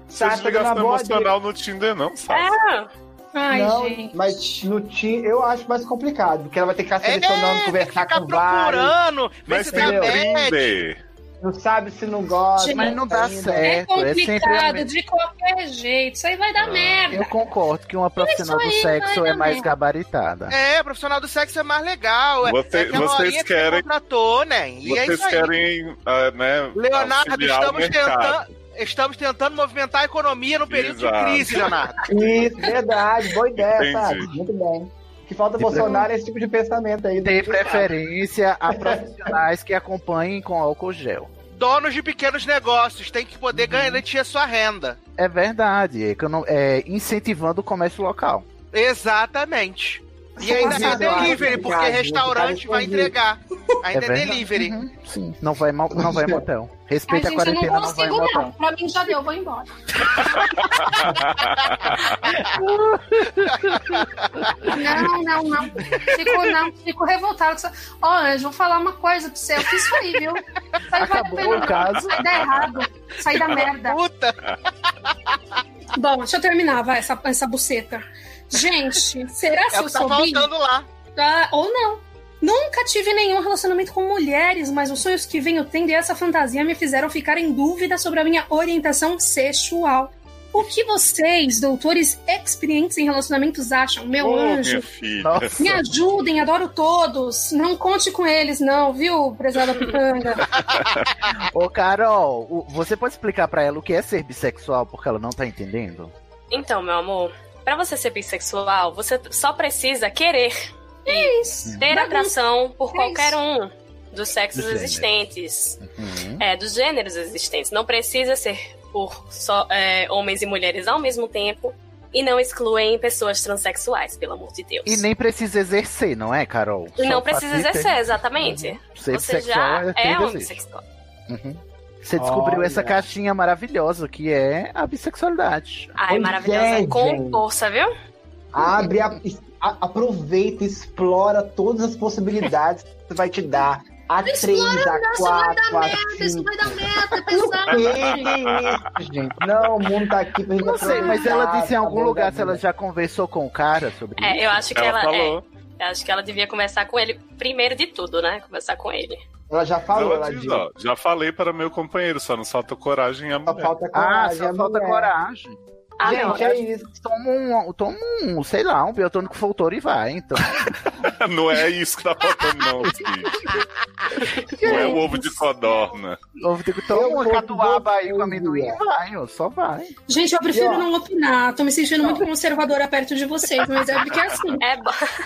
B: Vocês
E: Tá, tá dando
B: ligação
E: uma boa
B: emocional no Tinder, não, sabe?
G: É,
F: É.
C: Ai,
E: não,
C: gente.
E: mas no ti eu acho mais complicado, porque ela vai ter que ficar selecionando,
B: É,
E: conversar com vários.
G: Procurando, vê
B: Mas
G: se
B: tem
G: tá
B: o
G: aberto.
B: Trinder.
E: Não sabe se não gosta.
C: Gente, mas
D: não dá
E: ainda.
D: certo.
C: É
D: é sempre a
C: complicado,
D: mesma-
C: de qualquer jeito. Isso aí vai
B: Ah,
C: dar merda.
D: Eu concordo que uma profissional do
C: aí,
D: sexo
C: vai
D: é
C: dar
D: mais
C: merda.
D: gabaritada.
G: É, profissional do sexo é mais legal. é-
B: Você-
G: é aquela
B: vocês
G: horinha que você
B: querem-
G: contratou, né? E é
B: Vocês
G: isso aí.
B: querem, ah, né?
G: Leonardo,
B: auxiliar o
G: estamos
B: mercado.
G: tentando, estamos tentando movimentar a economia no período
B: Exato.
G: de crise, Leonardo.
E: É Isso, verdade, boa ideia,
B: Entendi.
E: sabe? Muito bem. O Que falta Bolsonaro é esse tipo de pensamento aí.
D: Tem preferência a profissionais que acompanhem com álcool gel.
G: Donos de pequenos negócios têm que
B: Uhum.
G: poder garantir a sua renda.
D: É verdade, econo- é, incentivando o comércio local.
G: Exatamente. E ainda tem
E: Passado,
G: delivery,
E: acho,
G: porque
E: verdade,
G: restaurante
E: verdade,
G: vai
E: entendi.
G: entregar. Ainda é
D: verdade. Uhum.
G: delivery.
F: Uhum,
D: Sim. Não vai, mal- não vai em motel.
C: Ai,
D: Respeita a
C: gente, eu
D: quarentena,
C: não
D: não vai em
C: consigo, não.
D: motel.
C: Pra mim já deu, vou embora. Não, não, não. Fico, não, fico revoltado. Ó, Anjo, vou falar uma coisa pra você. Eu fiz isso aí, viu? Isso aí vale a
D: Acabou
C: pena,
D: o
C: não.
D: caso.
C: Isso aí dá errado. Isso aí dá merda.
G: Puta!
C: Bom, deixa eu terminar, vai, essa, essa buceta. Gente, será que
G: É o
C: eu
G: que tá
C: sou bi?
G: faltando lá.
C: Ah, ou não. Nunca tive nenhum relacionamento com mulheres, mas os sonhos que venho tendo e essa fantasia me fizeram ficar em dúvida sobre a minha orientação sexual. O que vocês, doutores experientes em relacionamentos, acham? Meu
B: Ô,
C: anjo,
B: minha filha.
D: Nossa.
C: me ajudem, adoro todos. Não conte com eles, não, viu, prezada pitanga?
D: Ô, Carol, o- você pode explicar pra ela o que é ser bissexual, porque ela não tá entendendo?
F: Então, meu amor, pra você ser bissexual, você só precisa querer
C: É isso.
F: ter
C: Bagunça.
F: atração por
C: É
F: qualquer um dos sexos
D: Do gênero.
F: existentes.
G: Uhum.
F: É, dos gêneros existentes. Não precisa ser por só é, homens e mulheres ao mesmo tempo. E não excluem pessoas transexuais, pelo amor de Deus.
D: E nem precisa exercer, não é, Carol?
F: E
D: Só
F: não
D: o fato
F: precisa
D: de ter-
F: exercer, exatamente.
D: Ser
F: Você
D: bissexual
F: já
D: é ter
F: é
D: desejo.
F: homossexual.
D: Uhum. Você descobriu
E: Olha.
D: essa caixinha maravilhosa que é a bissexualidade.
F: Ai,
E: Pois
F: maravilhosa.
E: é,
F: Com
E: gente.
F: força, viu?
E: Abre, a- a- aproveita, explora todas as possibilidades que vai te dar. A três, a quatro, a
C: Isso
E: cinco.
C: vai dar um merda,
E: Não
C: pesado.
E: tem isso, gente. Não, o mundo tá aqui pra gente
D: Não
G: Ah,
D: sei, mas
E: aproveitar,
D: ela disse em algum
E: tá bom,
D: lugar
E: tá
D: se ela
E: bom.
D: já conversou com o cara sobre isso.
F: É, eu acho que
B: Ela
F: ela, é.
B: falou.
F: Eu acho que ela devia conversar com ele primeiro de tudo, né? Conversar com ele.
E: Ela já falou,
B: Ela diz, ó, já falei para meu companheiro, só não falta coragem a mulher.
E: falta
D: Ah, só falta
G: é.
D: coragem.
E: Ah,
D: Gente,
E: não,
D: é
E: é
D: isso. Toma um, toma um, sei lá, um biotônico Foltor e vai, então.
B: não é isso que tá faltando, não, filho. Não é o ovo de codorna.
D: Ovo tem que tomar um uma catuaba aí com amendoim e vai, ó, só vai.
C: Gente, eu prefiro
D: E, ó,
C: não opinar. Tô me sentindo muito conservadora perto de vocês, mas é porque assim.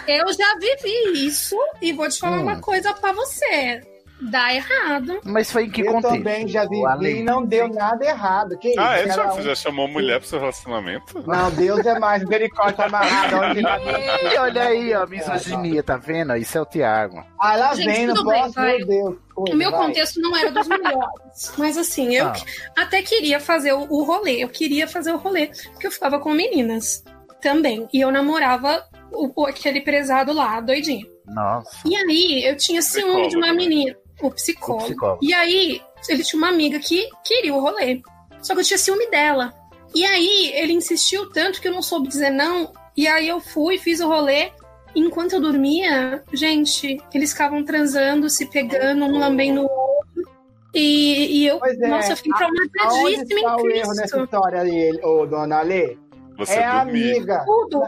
C: eu já vivi isso e vou te falar
D: Hum.
C: uma coisa pra você. Dá errado.
D: Mas foi em que
E: eu
D: contexto?
E: também já vi
D: O Ale-
E: e não deu nada errado. Que
B: Ah, é,
E: isso?
B: Thiago,
E: Cada
B: você
E: um-
B: já chamou mulher pro seu relacionamento?
E: Não, Deus é mais misericórdia amarrada. Onde
D: E olha aí, ó, misoginia, tá vendo? Isso é o Tiago.
E: Ah, lá
C: Gente,
E: vem, não
C: tudo bem,
E: posso,
C: vai.
E: meu Deus.
C: O meu contexto não era dos melhores. Mas assim, eu
E: Ah.
C: que- até queria fazer o, o rolê. Eu queria fazer o rolê, porque eu ficava com meninas também. E eu namorava o, o- aquele prezado lá, doidinho.
D: Nossa.
C: E aí, eu tinha ciúme de uma menina, o psicólogo.
D: O psicólogo.
C: E aí, ele tinha uma amiga que queria o rolê. Só que eu tinha ciúme dela. E aí, ele insistiu tanto que eu não soube dizer não. E aí, eu fui, fiz o rolê. Enquanto eu dormia, gente, eles ficavam transando, se pegando, um lambendo o outro. E, e eu,
E: Pois é.
C: nossa, eu fiquei
E: A-
C: traumatadíssima
E: Aonde está
C: em
E: o erro nessa
C: Cristo.
E: história ali, ô, dona Lê?
B: Você
E: é a
B: dormiu.
E: amiga.
C: Tudo.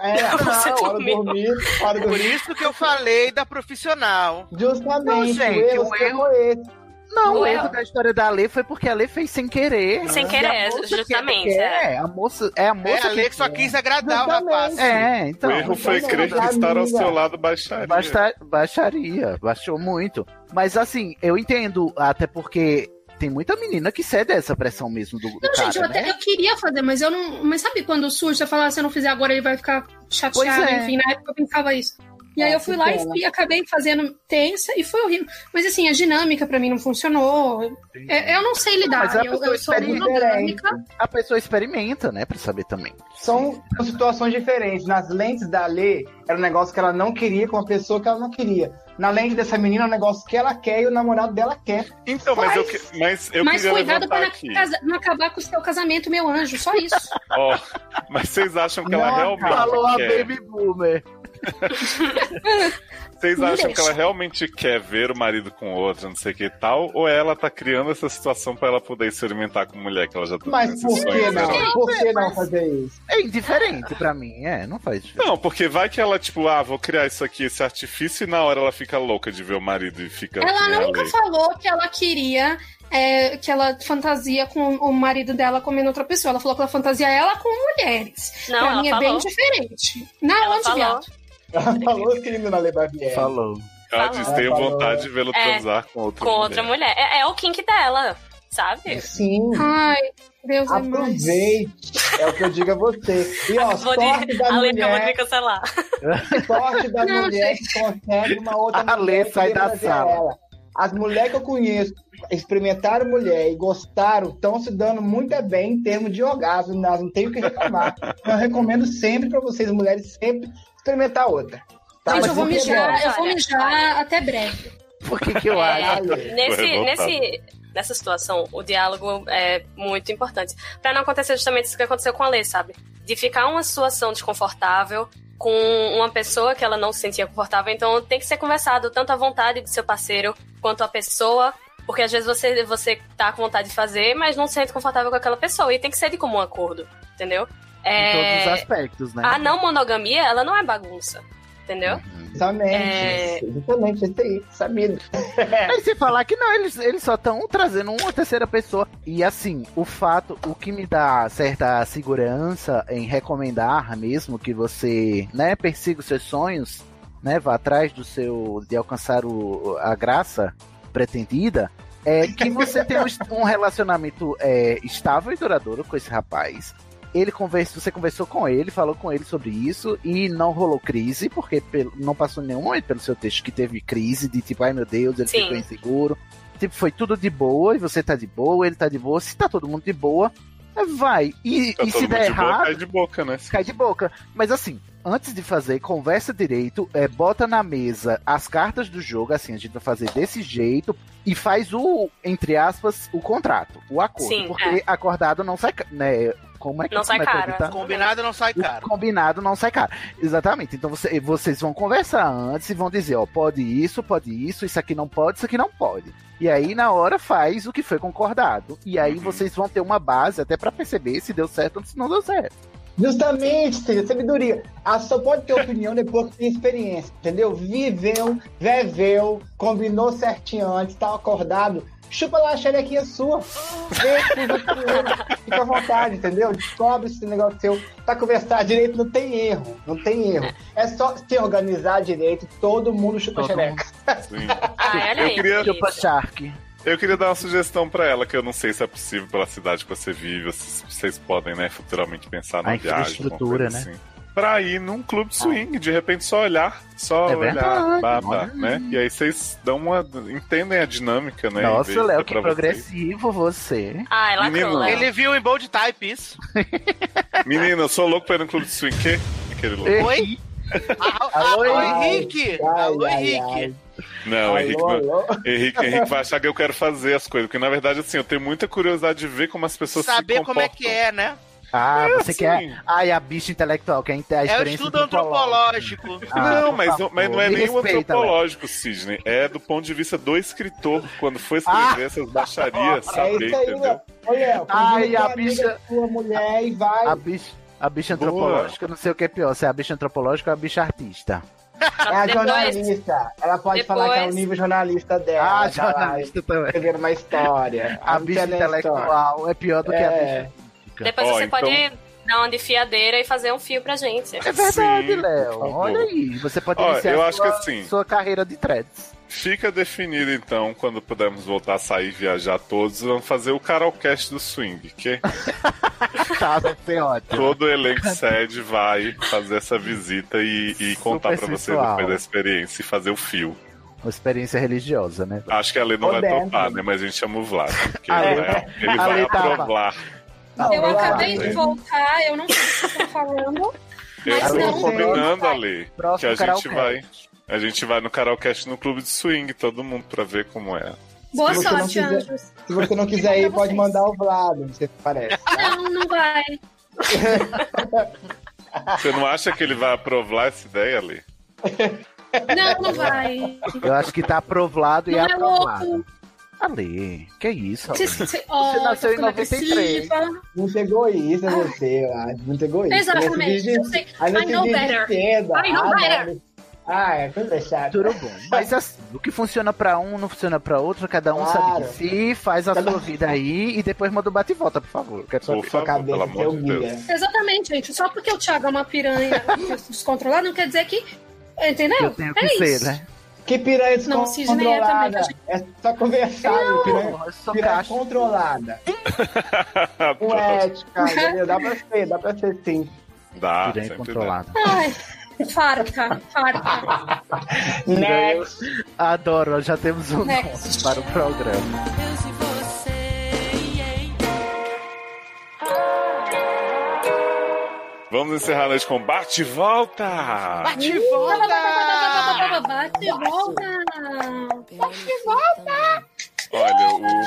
E: É, não,
G: Você
E: hora
G: dormiu.
E: dormir, hora
G: Por
E: dormir.
G: isso que eu falei da profissional.
E: Justamente,
D: Não, gente,
E: o erro,
D: o
E: sempre foi esse.
D: Não, o
E: Não,
D: erro
E: eu-
D: da história da Lê foi porque a Lê fez sem querer.
F: Sem
D: E a
F: querer,
D: moça
F: justamente,
D: que
F: é.
D: É, a moça, é a moça
G: É, a Lê que só
D: quer.
G: quis agradar o rapaz.
D: É, então.
B: o erro foi crer
E: é
B: que estar ao seu lado baixaria.
D: Basta- baixaria, baixou muito. Mas assim, eu entendo, até porque tem muita menina que cede a essa pressão mesmo do, do
C: Não,
D: cara,
C: gente, eu até
D: né?
C: eu queria fazer, mas eu não. Mas sabe quando surge, você fala, "Ah, se eu não fizer agora, ele vai ficar chateado,
D: Pois é.
C: enfim, na época eu pensava isso. E aí
F: Ah,
C: eu fui
F: que
C: lá e
F: pena.
C: fui- acabei fazendo tensa e foi horrível. Mas assim, a dinâmica pra mim não funcionou. É, eu não sei lidar.
D: Mas a
C: eu,
D: pessoa
C: eu sou
D: experiente. é
C: monogâmica.
D: A pessoa experimenta, né, pra saber também.
E: São situações diferentes. Nas lentes da Lê, era um negócio que ela não queria com a pessoa que ela não queria. Na lente dessa menina, é um negócio que ela quer e o namorado dela quer.
B: Então, mas eu, que- mas eu
C: mas
B: queria
C: cuidado
B: levantar
C: pra
B: aqui.
C: na- casa- não acabar com o seu casamento, meu anjo. Só isso.
B: Ó, mas vocês acham que é. ela
D: Nossa,
B: realmente
D: falou a
B: quer?
D: Baby Boomer.
B: Vocês
D: Me
B: acham que
D: deixa.
B: ela realmente quer ver o marido com outro, não sei o que e tal? Ou ela tá criando essa situação pra ela poder experimentar com mulher que ela já tá
E: Mas
B: tendo
E: por
B: esses
E: que
B: sonhos
E: não?
B: eróticos?
E: Por que não fazer isso?
D: É indiferente pra mim, é, não faz diferença.
B: Não, porque vai que ela, tipo, ah, vou criar isso aqui, esse artifício, e na hora ela fica louca de ver o marido e fica. assim,
C: Ela
B: que nem a
C: nunca
B: lei.
C: falou que ela queria. é, que ela fantasia com o marido dela comendo outra pessoa. Ela falou que ela fantasia ela com mulheres.
F: Não,
C: pra
F: ela
C: mim é
F: falou.
C: bem diferente. Na
F: Ela
C: onde,
F: falou.
C: viado?
E: Ela falou assim, dona Lê Baviera.
D: Falou.
B: Ela diz: tenho vontade de vê-lo
F: É,
B: transar com outra
F: com outra mulher. É, é o kink dela, sabe?
E: Sim.
C: Ai, Deus é mais.
E: Aproveite. É o que eu digo a você. E ó,
F: Vou de...
E: sorte da
F: A Lê que eu vou
E: mulher.
F: te cancelar.
E: sorte da
F: Não,
E: mulher
F: gente.
E: que consegue uma outra
D: A Lê
E: mulher que
D: sai
E: queira
D: da
E: fazer
D: sala.
E: ela. As mulheres que eu conheço experimentaram mulher e gostaram, estão se dando muito bem em termos de orgasmo, elas não tem o que reclamar. Então, eu recomendo sempre para vocês, mulheres, sempre experimentar outra. Tá?
C: Gente,
E: Mas é
C: eu vou
E: não
C: mijar,
E: quebra.
C: eu vou mijar até breve.
D: Por que que eu
F: É,
D: acho?
F: nesse, nesse, nessa situação, o diálogo é muito importante. Pra não acontecer justamente isso que aconteceu com a Lê, sabe? De ficar uma situação desconfortável com uma pessoa que ela não se sentia confortável. Então tem que ser conversado tanto a vontade do seu parceiro quanto a pessoa. Porque às vezes você, você tá com vontade de fazer, mas não se sente confortável com aquela pessoa. E tem que ser de comum acordo, entendeu?
D: Em todos os
F: É,
D: aspectos, né?
F: a não monogamia, ela não é bagunça, entendeu?
D: Uhum.
E: Exatamente.
F: É.
E: Exatamente, isso aí, sabido.
D: É. Aí você falar que não, eles, eles só estão trazendo uma terceira pessoa. E assim, o fato, o que me dá certa segurança em recomendar mesmo que você, né, persiga os seus sonhos, né, vá atrás do seu, de alcançar o, a graça pretendida, é que você tenha um est- um relacionamento é, estável e duradouro com esse rapaz. Ele conversa, você conversou com ele, falou com ele sobre isso e não rolou crise, porque pelo- não passou nenhum momento pelo seu texto que teve crise de tipo, ai meu Deus, ele
F: Sim.
D: ficou inseguro. Tipo, foi tudo de boa, e você tá de boa, ele tá de boa. Se tá todo mundo de boa, vai. E,
B: Tá todo
D: e se
B: mundo
D: der
B: de boa,
D: errado.
B: cai de boca, né?
D: Cai de boca. Mas assim, antes de fazer, conversa direito, é, bota na mesa as cartas do jogo, assim, a gente vai fazer desse jeito, e faz o, entre aspas, o contrato, o acordo.
F: Sim,
D: porque acordado não sai, ca- né? Como é que
G: é. Não sai
D: como é que eu
G: caro,
D: vou editar?
G: né? Combinado não sai
D: O
G: caro.
D: Combinado não sai caro. Exatamente. Então você- vocês vão conversar antes e vão dizer, ó, pode isso, pode isso, isso aqui não pode, isso aqui não pode. E aí na hora faz o que foi concordado. E aí
G: Uhum.
D: vocês vão ter uma base até pra perceber se deu certo ou se não deu certo.
E: Justamente, seja sabedoria. A só pode ter opinião depois que tem experiência, entendeu? Viveu, viveu, combinou certinho antes, tá acordado. Chupa lá a xerequinha sua. Vê, fica com- Fica à vontade, entendeu? Descobre esse negócio seu. Pra conversar direito não tem erro. Não tem erro. É só se organizar direito, todo mundo chupa
B: Todo
E: xereca.
D: Ah,
B: olha Eu aí, queria- que
D: Chupa Shark.
B: Eu queria dar uma sugestão pra ela, que eu não sei se é possível pela cidade que você vive, ou se vocês podem, né, futuramente pensar na
D: A
B: viagem. alguma
D: infraestrutura,
B: coisa assim.
D: né?
B: Pra ir num clube
F: Ah.
B: swing, de repente só olhar, só
D: É
B: olhar,
D: verdade,
B: baba,
D: olha
B: né? E aí vocês dão uma. entendem a dinâmica, né? em
D: Nossa,
B: vez
D: Léo,
B: de
D: que
B: pra vocês.
D: progressivo você.
F: Ah, ela
B: Menino.
F: Léo.
G: Ele viu em bold type isso.
B: Menina, eu sou louco pra ir num clube de swing. Que? Aquele louco.
G: Oi? Alô, Henrique! Alô,
E: ai,
G: Henrique!
B: Não,
E: Alô,
B: Henrique, não-
E: alô?
B: Henrique, Henrique vai achar que eu quero fazer as coisas. Porque, na verdade, assim, eu tenho muita curiosidade de ver como as pessoas se
G: Saber
B: comportam.
G: como é que é, né?
D: Ah,
B: É,
D: você
B: assim.
D: quer. Ai, a bicha intelectual, quer a
G: É o
D: experiência.
G: estudo antropológico.
D: Ah,
B: não,
D: por
B: mas, não,
D: favor,
B: mas não é
D: me
B: nem
D: respeita,
B: antropológico, Sidney. É do ponto de vista do escritor, quando foi
D: Ah!
B: escrever essas baixarias,
E: é
B: saber,
D: né?
E: isso aí,
B: entendeu?
E: Léo. Ô,
D: Ai,
E: Léo, convida
D: a
E: tua amiga,
D: bicha-
E: tua mulher e vai.
D: A bicha, a bicha
B: Boa.
D: antropológica, não sei o que é pior, se é a bicha antropológica ou a bicha artista.
E: É a
F: Depois-
E: jornalista. Ela pode falar que é o
F: depois-
E: nível jornalista dela.
D: Ah,
E: tá lá
D: jornalista também.
E: Escrevendo uma história. Ah,
D: A
E: Não
D: bicha
E: tem nem
D: intelectual é pior do que a
E: É.
D: bicha.
F: Depois
B: Ó,
F: você
B: então-
F: pode dar uma de fiadeira e fazer um fio pra gente.
D: É verdade,
B: Sim,
D: Léo.
B: por favor.
D: Olha aí, você pode
B: Ó,
D: iniciar
B: eu
D: sua,
B: acho que assim-
D: sua carreira de threads.
B: Fica definido, então, quando pudermos voltar a sair e viajar todos, vamos fazer o karaokast do swing, que
D: Tá, vai ser ótimo.
B: todo elenco sede vai fazer essa visita e, e contar pra vocês
D: sensual.
B: depois da experiência e fazer o fio.
D: Uma expência religiosa, né?
B: Acho que a Lê não vai
E: Moderno.
B: topar, né? Mas a gente chama o Vlad, porque
D: A Lê-
B: ele vai, ele
D: a
B: vai
D: Lê tava.
B: aprovar.
E: Não,
L: Eu
E: vai lá.
L: acabei de voltar, eu não sei o que vocês estão falando.
B: Eu
L: Mas
B: tô
L: não,
B: combinando,
L: não.
B: Ale, que
D: Próximo
B: a gente
D: karaokê.
B: vai. A gente vai no karaokast no clube de swing, todo mundo, pra ver como é.
L: Boa
E: Se você
L: sorte,
E: não quiser-
L: anjos.
E: Se você não quiser ir, pode mandar o Vlado, você parece.
L: Não, não vai.
B: Você não acha que ele vai aprovar essa ideia, Ale?
L: Não, não vai.
D: Eu acho que tá aprovado e
L: Não é
D: aprovado.
L: louco.
D: Ale, que isso? Ale?
L: Você, você, ó,
D: Você nasceu
L: tá
D: em
L: ficando
D: 93.
L: agressiva.
E: Não chegou isso, é você, eu acho. Não chegou isso.
L: Exatamente, eu sei.
E: Aí
L: I know better. I know better.
E: Ah, é coisa chata.
D: Tudo bom. Mas assim, o que funciona pra um não funciona pra outro, cada um sabe
E: Claro.
D: de si, faz a
E: Cada- um.
D: sua vida aí e depois manda o bate e volta, por favor. Eu Quero
E: Sua,
D: saber.
B: Por
E: sua
B: favor, pelo
E: cabeça
B: amor
E: ser o
B: de
E: guia.
B: Deus.
L: Exatamente, gente. Só porque o Thiago é uma piranha descontrolada, não quer dizer que. Entendeu?
D: Eu tenho que
L: é
D: ser,
L: isso.
D: né?
E: Que piranha
L: Não, Sidney é também,
E: descontrolada. É só conversar, né, piranha.
D: Eu sou
E: Piranha
D: caixa.
E: controlada. Com ética, entendeu? Dá pra ser, dá pra ser sim.
B: Dá, Ah,
D: Piranha
B: sempre dá.
D: controlada.
L: Ai, farta, farta.
E: Next.
D: Adoro, já temos um
L: Next.
D: nome para o programa.
K: Deus e você.
B: Vamos encerrar a noite com bate e volta!
G: Bate e volta!
L: Bate e volta.
K: Que volta!
B: Olha,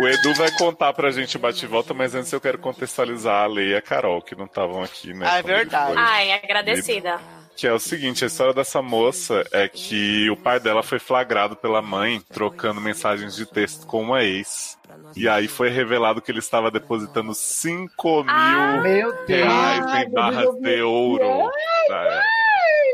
B: o, o Edu vai contar pra gente o bate e volta, mas antes eu quero contextualizar a Lei e a Carol, que não estavam aqui, né?
G: Ah, é
B: quando ele
G: verdade.
B: foi.
F: Ai, agradecida.
B: Que é o seguinte, a história dessa moça é que o pai dela foi flagrado pela mãe trocando mensagens de texto com uma ex. E aí foi revelado que ele estava depositando 5 mil
D: Ah, Meu Deus.
B: reais
E: Ai,
B: em barras
E: meu
B: de
E: Deus.
B: ouro. pra ela.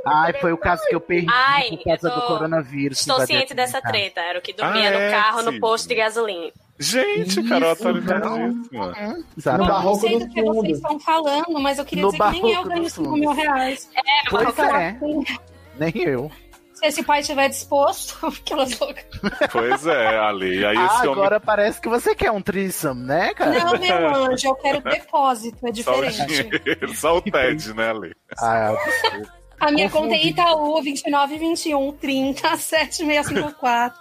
D: Ai, foi o caso que eu perdi
F: Ai,
D: por causa
F: eu tô-
D: do coronavírus. que
F: Estou
D: invadiu
F: ciente
D: aqui
F: dessa
D: em casa.
F: treta. Era o que dormia
B: Ah,
F: no
B: é,
F: carro,
B: sim.
F: no posto de gasolina.
B: Gente, Carol,
D: Isso,
B: atualizadíssima.
L: Bom,
D: Exatamente.
E: Não.
L: não
E: Barroco
L: sei
E: do
L: do que vocês
E: fundo.
L: estão falando, mas eu queria
D: No
L: dizer que nem eu
D: Barroco
L: ganho
D: do
L: 5
D: fundo.
L: mil reais.
D: Pois é, nem eu.
L: Se esse pai estiver disposto, aquelas loucas.
B: Pois é, Ale. Aí
D: Ah,
B: esse homem
D: agora parece que você quer um threesome, né, cara?
L: Não, meu anjo, eu quero depósito, é
B: só o
L: diferente.
B: dinheiro, só o TED, né, Ale?
D: Ah,
L: A minha conta é Itaú, 29, 21, 30, 7654.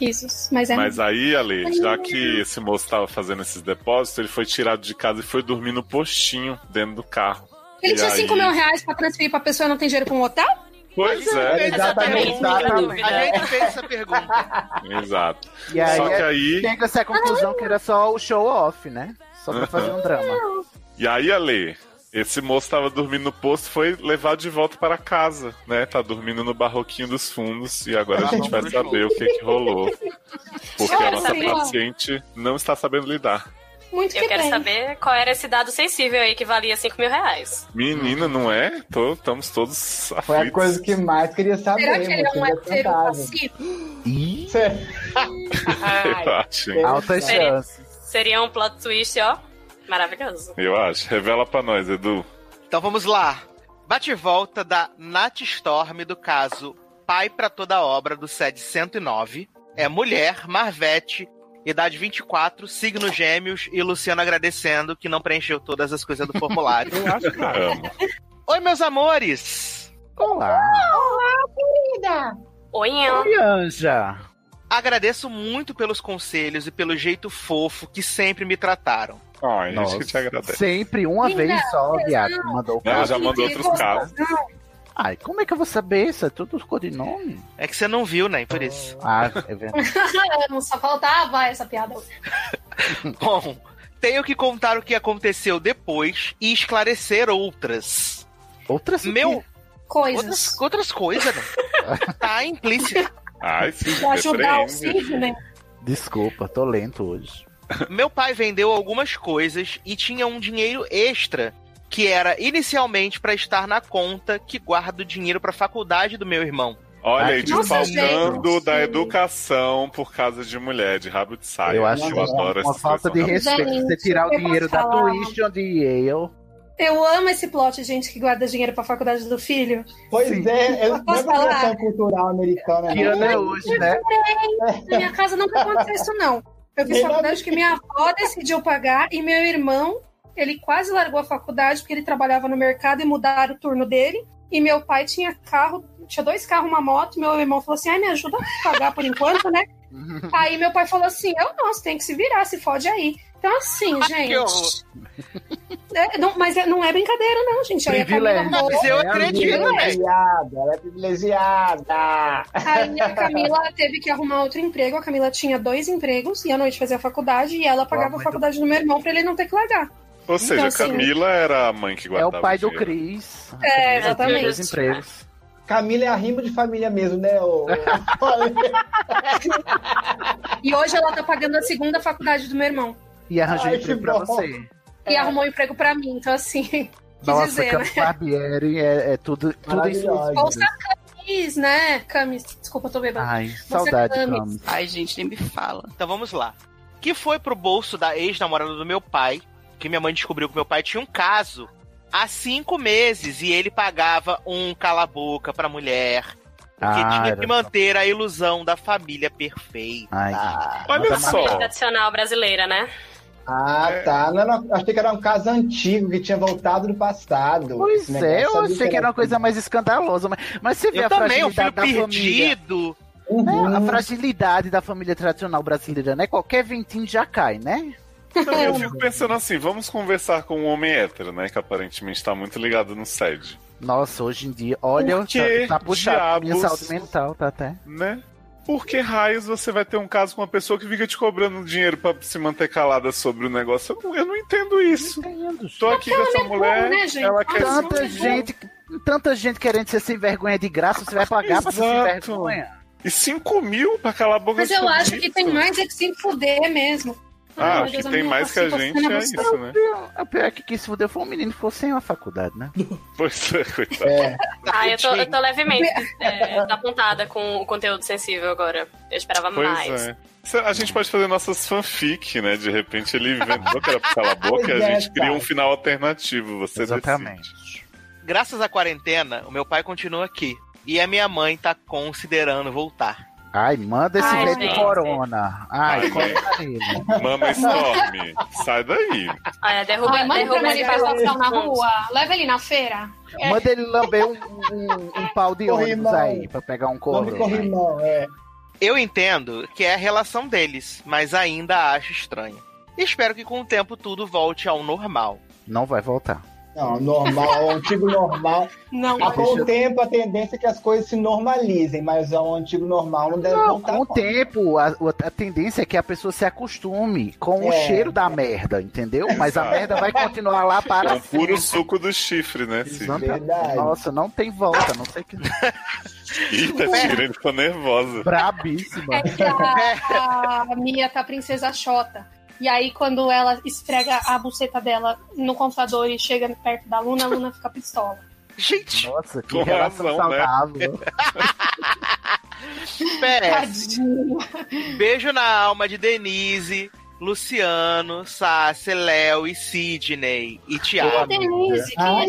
L: Isso, mas é.
B: Mas aí, Ale, já que esse moço estava fazendo esses depósitos, ele foi tirado de casa e foi dormir no postinho dentro do carro.
L: Ele
B: e
L: tinha
B: aí?
L: 5 mil reais pra transferir pra pessoa e não tem dinheiro pra um hotel?
B: Pois é.
G: fez essa
B: Exatamente,
G: pergunta.
B: exatamente.
G: A gente fez essa pergunta.
B: Exato.
D: E aí,
B: Só
E: é
B: que aí.
D: chega essa conclusão que era só o show off, né? Só pra fazer um drama.
B: E aí, Ale, esse moço tava dormindo no posto, foi levado de volta para casa, né? Tá dormindo no barroquinho dos fundos e agora a
E: Ah,
B: gente vai saber o que, que rolou. Porque a
F: Olha,
B: nossa
F: sabia.
B: paciente não está sabendo lidar.
N: Muito
F: Eu
N: que
F: quero
N: bem.
F: saber qual era esse dado sensível aí que valia 5 mil reais.
B: Menina, não é? Tô, estamos todos
E: Foi a
B: aflitos.
E: coisa que mais queria saber.
C: Será que ele é um
E: mas seria
C: hétero
E: fantasma.
C: passivo?
B: Eu acho. hein?
D: Altas chances.
F: Seria um plot twist, ó. Maravilhoso.
B: Eu acho. Revela pra nós, Edu.
G: Então vamos lá. Bate e volta da Nat Storm do caso Pai pra Toda Obra do SED 109. É mulher, Marvete, idade 24, signo gêmeos e Luciano agradecendo que não preencheu todas as coisas do formulário.
B: Amo.
G: Oi, meus amores!
D: Olá!
G: Olá, querida!
F: Oi,
D: Oi, Anja.
G: Agradeço muito pelos conselhos e pelo jeito fofo que sempre me trataram.
B: Ai,
D: Nossa.
B: que te agradece.
D: Sempre uma
G: Linda,
D: vez só,
G: não.
D: viado. que Mandou o
B: Ela
D: caso.
B: já mandou outros casos.
D: Ai, como é que eu vou saber isso? É tudo codinome?
G: É que você não viu, né? Por isso.
D: Ah, é verdade.
C: Não só faltava essa piada.
G: Bom, tenho que contar o que aconteceu depois e esclarecer outras.
D: Outras
G: Meu.
C: Coisas.
G: Outras, outras coisas, né? tá implícito.
B: Ai, sim,
G: Pra ajudar o
B: depreende.
G: Cid, né?
D: Desculpa, tô lento hoje.
G: Meu pai vendeu algumas coisas e tinha um dinheiro extra que era inicialmente pra estar na conta que guarda o dinheiro pra faculdade do meu irmão.
B: Olha aí,
G: Nossa,
B: desfalcando
G: gente.
B: da educação por causa de mulher, de rabo de saia.
D: eu acho
B: eu adoro
D: uma
B: essa
D: falta de
B: expressão.
D: respeito.
C: Gente,
D: Você tirar o
C: eu
D: dinheiro
C: posso
D: da
C: falar?
D: Twitch de Yale.
C: Eu amo esse plot, gente, que guarda dinheiro pra faculdade do filho.
E: Pois é, eu não é
C: posso
E: apropriação
C: falar?
E: cultural americana.
C: Que
E: não.
C: ano é hoje,
D: né?
C: Na minha casa nunca aconteceu isso, não. Eu fiz
E: Melhor
C: faculdade que minha avó decidiu pagar e meu irmão, ele quase largou a faculdade porque ele trabalhava no mercado e mudaram o turno dele. E meu pai tinha carro, tinha dois carros, uma moto. e Meu irmão falou assim: ai, me ajuda a pagar por enquanto, né? Aí meu pai falou assim: eu não, você tem que se virar, se fode aí. Então, assim, gente.
G: horror.
C: É, não, mas é- não é brincadeira, não, gente. Aí a Camila arrumou-
G: né?
E: privilegiada, Ela é privilegiada.
C: Aí a Camila ela teve que arrumar outro emprego. A Camila tinha dois empregos e à noite fazia a faculdade e ela pagava a faculdade do meu irmão pra ele não ter que largar.
B: Ou seja,
C: Então,
B: a
C: assim,
B: Camila era a mãe que guardava
D: é pai do
B: dinheiro.
D: Cris.
C: É,
D: Dois
C: exatamente.
D: empregos.
E: Camila é a rima de família mesmo, né? ô-
C: E hoje ela tá pagando a segunda faculdade do meu irmão.
D: E arranjei
C: Ai,
D: emprego
C: que
D: pra
C: bom.
D: você.
C: E arrumou um emprego pra mim. Então, assim, quis
D: Nossa,
C: dizer, né?
D: Campos Barbieri é, é tudo, tudo em suas
C: Ouça
D: vidas.
C: a Camis, né? Camis, desculpa, eu tô bebendo.
D: Ai,
C: Você
D: saudade,
C: Camis.
D: Camis.
G: Ai, gente, nem me fala. Então vamos lá. Que foi pro bolso da ex-namorada do meu pai, que minha mãe descobriu que meu pai tinha um caso há cinco meses e ele pagava um cala-boca pra mulher. Porque
D: Ah,
G: tinha
D: era
G: que manter a ilusão da família perfeita.
D: Ai,
G: é
B: Olha
F: Família tradicional brasileira, né?
E: Ah, tá. Não, não, achei que era um caso antigo que tinha voltado do passado.
D: Pois
E: Esse
D: é,
E: negócio
D: eu
E: sabia
D: achei que era uma coisa mais escandalosa. Mas, mas você vê
G: Eu
D: a
G: também, um filho
D: fragilidade da família.
G: perdido.
E: uhum,
D: Né? A fragilidade da família tradicional brasileira, né? Qualquer ventinho já cai, né?
B: Então, eu fico pensando assim, vamos conversar com um homem hétero, né? Que aparentemente tá muito ligado no SED.
D: Nossa, hoje em dia, olha,
B: Por que
D: tá, tá puxado. Minha
B: diabos?
D: saúde mental tá até.
B: Né? Por que raios você vai ter um caso com uma pessoa que fica te cobrando dinheiro pra se manter calada sobre o negócio? Eu não, eu não entendo isso. Tô aqui com
C: é
B: essa mulher,
C: né,
B: ela quer se
D: tanta gente, tanta gente querendo ser sem vergonha de graça, você vai pagar pra ser sem
B: Exato.
D: vergonha.
B: E 5 mil pra calar a boca
C: Mas
B: de
C: eu
B: todo
C: acho
B: mundo?
C: que tem mais é que se fuder mesmo. Ai,
B: Ah,
C: meu
B: o que
C: Deus,
B: tem
C: eu não
B: mais que a
C: consigo
B: gente
C: fazer
B: é
C: emoção.
B: isso, né?
D: A pior é que quem se fudeu foi um menino que ficou sem uma faculdade, né?
B: Pois é, coitado.
F: Ah, eu tô, eu tô levemente é, apontada com o conteúdo sensível agora. Eu esperava
B: Pois
F: mais.
B: é. Cê- A gente pode fazer nossas fanfic, né? De repente ele inventou que era pra calar a boca e
G: Pois
B: a
G: é,
B: gente cria um final alternativo. Você Exatamente.
G: Graças à quarentena, o meu pai continua aqui. E a minha mãe tá considerando voltar.
D: Ai, manda esse
G: Ai,
D: velho
G: gente.
D: corona. Ai,
G: Ai,
D: corona
G: gente.
D: nele.
B: Mama Storm, sai daí.
F: Olha, derruba,
C: Ai, manda
F: derruba
C: pra
F: ele
C: ele
F: pra
C: passar
F: lá.
C: na rua. Leva ele na feira.
D: Manda ele lamber um, um- um pau de
G: Corrimão.
D: ônibus aí pra pegar um couro.
E: é.
G: Eu entendo que é a relação deles, mas ainda acho estranho. Espero que com o tempo tudo volte ao normal.
D: Não vai voltar.
E: Não, normal, o antigo normal.
C: Não,
E: Mas com
D: deixa
E: o
D: eu-
E: tempo a tendência é que as coisas se normalizem, mas o antigo normal não deve
D: Não,
E: voltar.
D: com o tempo, a, o- a tendência é que a pessoa se acostume com o
E: É.
D: cheiro da merda, entendeu? Mas a
B: Exato.
D: merda vai continuar lá para
B: É um puro suco do chifre, né? Cid?
D: sempre. Nossa, não tem volta, não sei o que.
B: Eita, tira, ele ficou nervosa.
D: Brabíssima.
C: É que a, a Mia tá princesa Xota. E aí, quando ela esfrega a buceta dela no computador e chega perto da Luna, a Luna fica pistola.
G: Gente!
D: Nossa, que
G: Com
D: relação
G: razão, né?
D: saudável.
G: PS. Um Beijo na alma de Denise, Luciano, Sácia, Léo e Sidney e Thiago.
C: Denise, quem
E: Ah,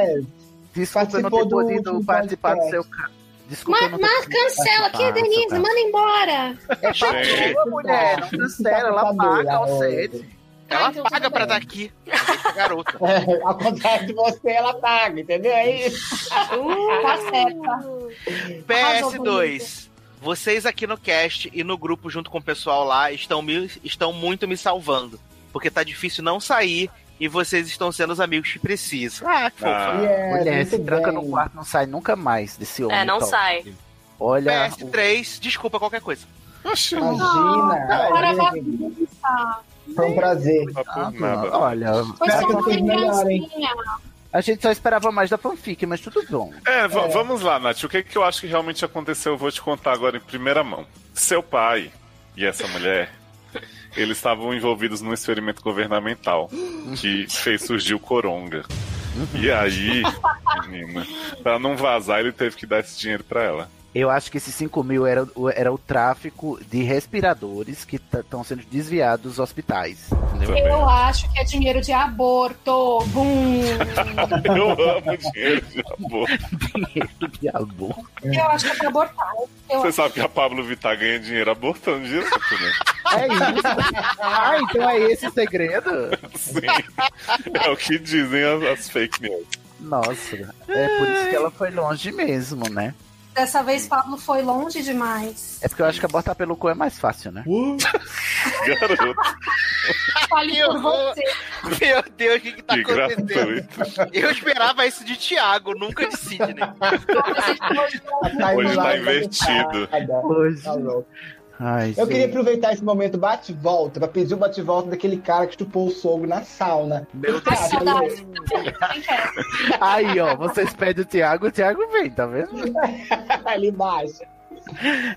C: é Denise?
D: Desculpa eu não
E: Participou
D: ter
E: do
D: podido
E: último
D: participar do
E: podcast.
D: seu caso. Desculpa,
C: Mas
D: eu não ter podido
C: cancela, quem
D: participar,
C: é Denise?
D: tá?
C: Manda embora.
D: É patroa, mulher, não cancela, ela paga o sede.
G: Ela paga pra estar aqui. Garota.
E: É, ao contrário de você, ela paga, entendeu? É isso. Uh,
C: Tá certa. Arrasou,
G: PS2. Vocês aqui no cast e no grupo junto com o pessoal lá estão, me- estão muito me salvando. Porque tá difícil não sair e vocês estão sendo os amigos que precisam. Ah, que fofa.
D: mulher, se tranca no quarto, não sai nunca mais desse homem.
G: É, não
B: Então.
D: top.
G: sai.
D: Olha, o-
G: PS3, desculpa qualquer coisa.
E: Imagina.
C: Agora
E: imagina.
C: vai pensar.
E: Foi um prazer.
D: Ah, Olha,
C: Foi só uma
E: Caraca,
D: um
E: vocês melhoraram, hein?
C: lembrancinha.
D: a gente só esperava mais da fanfic, mas tudo bom.
B: É, va- vamos lá, Nath. O que, que eu acho que realmente aconteceu, eu vou te contar agora em primeira mão. Seu pai e essa mulher, eles estavam envolvidos num experimento governamental que fez surgir o coronga. E aí, menina, pra não vazar, ele teve que dar esse dinheiro pra ela.
D: Eu acho que esses 5 mil era, o- era o tráfico de respiradores que estão sendo desviados dos hospitais. entendeu?
C: Eu acho que é dinheiro de aborto. Bum.
B: Eu amo dinheiro de amor.
D: Dinheiro de amor.
C: Eu acho que é pra abortar. Eu
B: Você sabe que a Pablo Vittar ganha dinheiro abortando direto, né?
D: É isso. Ah, então é esse o segredo?
B: Sim. É o que dizem as, as fake news.
D: Nossa, é por isso que ela foi longe mesmo, né?
C: Dessa vez, Pablo foi longe demais.
D: É porque eu acho que abortar pelo cu é mais fácil, né?
B: Garoto.
C: Fale por você.
G: Meu Deus, o que, que né? tá
D: Que
G: acontecendo? Eu esperava isso de Thiago, nunca de Sidney.
B: Hoje tá
E: Vai,
B: invertido.
D: Hoje.
E: Tá louco.
D: Ai,
E: Eu queria
D: gente.
E: aproveitar esse momento bate-volta pra pedir o bate-volta daquele cara que chupou o sogro na sauna. Ah,
D: Meu
E: Cara,
C: Saudade. né?
D: Aí, ó, vocês pedem o Thiago, o Thiago vem, tá vendo?
E: Ali embaixo.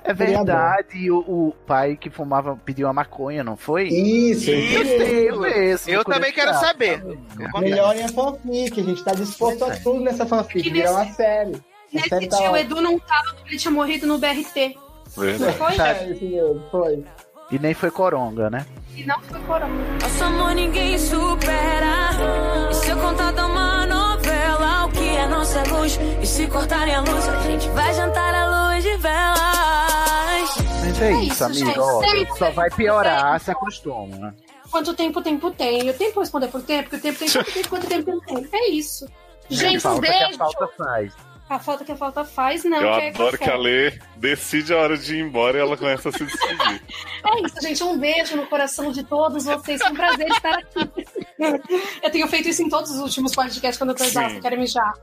D: É verdade, o, o pai que fumava pediu a maconha, não foi?
E: Isso,
D: eu
E: isso.
D: sei mesmo.
G: Eu também quero
D: curiosidade.
G: saber.
E: É. Melhorem a fanfic, a gente tá disposto a tudo nessa fanfic.
C: Que
E: Virar
C: nesse-
E: uma série. A
C: Nesse
E: série tá
C: dia Né, o
E: ótima.
C: Edu não tava porque ele tinha morrido no BRT.
B: Verdade.
C: Foi,
D: Tá.
C: gente?
E: Foi.
D: E nem foi coronga, né?
C: E não foi corona.
K: Nosso amor ninguém supera. E se eu contar é uma novela, o que é nossa luz? E se cortarem a luz, a gente vai jantar à luz de velas.
D: Mas é,
C: É
D: isso,
C: isso, gente.
D: amigo. ó,
C: Sempre
D: só vai piorar, se acostuma. né?
C: Quanto tempo o tempo tem? Eu tenho que responder por tempo, porque o tempo tem quanto tempo, quanto tempo tem. É isso. Gente, um
D: falta que a
C: beijo.
D: falta faz.
C: A falta que a falta faz, não.
B: Eu
C: que é
B: adoro
C: café.
B: que a Lê decide a hora de ir embora e ela começa a se despedir.
C: É isso, gente. Um beijo no coração de todos vocês. Foi um prazer estar aqui. Eu tenho feito isso em todos os últimos podcasts quando eu tô exausta, eu quero mijar.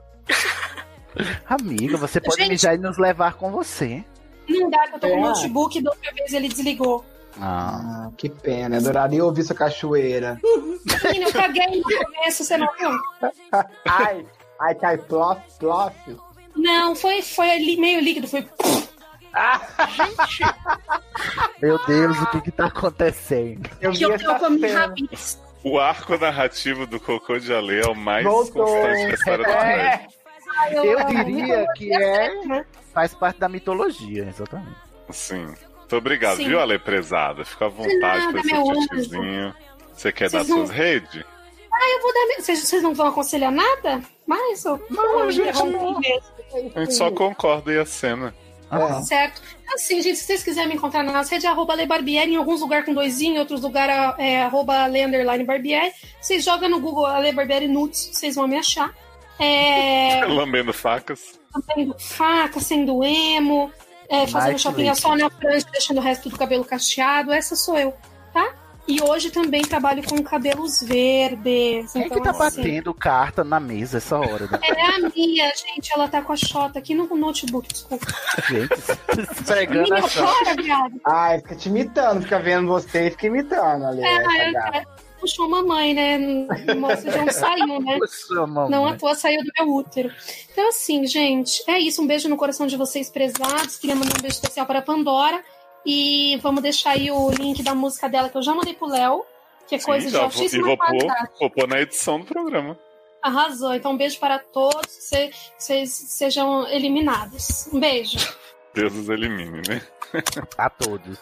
D: Amiga, você pode
C: Gente.
D: mijar e nos levar com você.
C: Não dá, que eu tô com o
E: É.
C: notebook e da outra vez ele desligou.
E: Ah, que pena. Adoraria ouvir sua cachoeira.
C: Menina, eu caguei no começo, você não viu?
E: Ai, ai, cai plof, plof.
C: Não, foi, foi ali meio líquido, foi.
D: Meu Deus, o que que tá acontecendo?
E: Eu
C: que eu, eu comi rabis.
B: O arco narrativo do Cocô de Alê é o mais
D: Voltou.
B: constante da história do
D: É.
B: mundo.
C: Ai,
D: Eu
C: tá, amo.
D: diria que é. Faz parte da mitologia, exatamente.
B: Sim. Muito obrigado,
C: Sim.
B: viu, Alê Prezada? Fica à vontade
C: nada,
B: pra
C: meu anjo.
B: esse tiozinho. Você quer
C: Vocês
B: dar
C: não-
B: suas redes?
C: Ah, eu vou dar. minha- Vocês, vocês não vão aconselhar nada? Mas eu. Não,
B: gente, não. A gente só concorda e acena.
D: É.
C: Certo. Assim, gente, se vocês quiserem me encontrar nas redes, arroba Le Barbieri, em alguns lugares com doisinho, em outros lugares é, arroba Le Underline Barbieri. Vocês jogam no Google Le Barbieri Nudes, vocês vão me achar. É,
B: Lambendo facas.
C: sendo faca, sendo emo, é, fazendo
B: Mike
C: chapinha
B: Leite.
C: só na franja, deixando o resto do cabelo cacheado. Essa sou eu, tá? E hoje também trabalho com cabelos verdes.
D: Quem é
C: então,
D: que tá
C: assim,
D: batendo carta na mesa essa hora? Né?
C: É a minha, gente. Ela tá com a Xota aqui no notebook, desculpa.
D: Gente,
E: Pregando
C: Menino, fora, viado.
E: Ai, fica te imitando, fica vendo você e fica imitando ali.
C: É,
E: essa
C: eu-
E: tá gata.
C: é, puxou a mamãe, né? Moça de onde saiu, né?
D: Puxou a mamãe.
C: Não à toa saiu do meu útero. Então, assim, gente, é isso. Um beijo no coração de vocês, prezados. Queria mandar um beijo especial para a Pandora. E vamos deixar aí o link da música dela que eu já mandei pro Léo, que é coisa
B: Sim,
C: de
B: já vou, e
C: altíssima
B: vou pôr,
C: qualidade.
B: vou pôr na edição do programa.
C: Arrasou. Então, um beijo para todos. Que cê- que vocês sejam eliminados. Um beijo.
B: Deus os elimine, né?
D: A todos.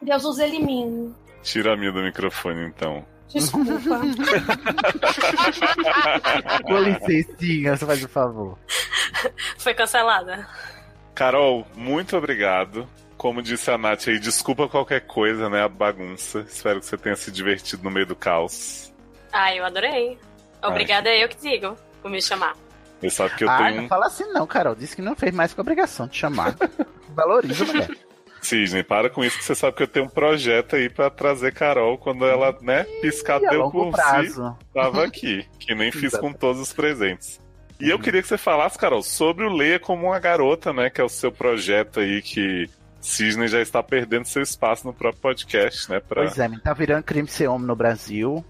C: Deus os elimine.
B: Tira a minha do microfone, então.
C: Desculpa. Ah,
D: Com licencinha, você faz o favor.
F: Foi cancelada.
B: Carol, muito obrigado. Como disse a Nath aí, desculpa qualquer coisa, né? A bagunça. Espero que você tenha se divertido no meio do caos.
F: Ah, eu adorei. Obrigada, eu que digo, por me chamar.
B: Você sabe que eu
D: ah,
B: tenho um-
D: não fala assim não, Carol. Disse que não fez mais que obrigação de chamar. Valoriza, mulher.
B: Cisne, para com isso que você sabe que eu tenho um projeto aí pra trazer Carol quando ela, né, piscar
D: Ih, a
B: deu
D: longo
B: por
D: prazo.
B: si, tava aqui, que nem fiz com todos os presentes. E
D: Uhum.
B: eu queria que você falasse, Carol, sobre o Leia como uma garota, né, que é o seu projeto aí que Cisne já está perdendo seu espaço no próprio podcast, né, pra...
D: Pois é, menina, tá virando crime ser homem no Brasil.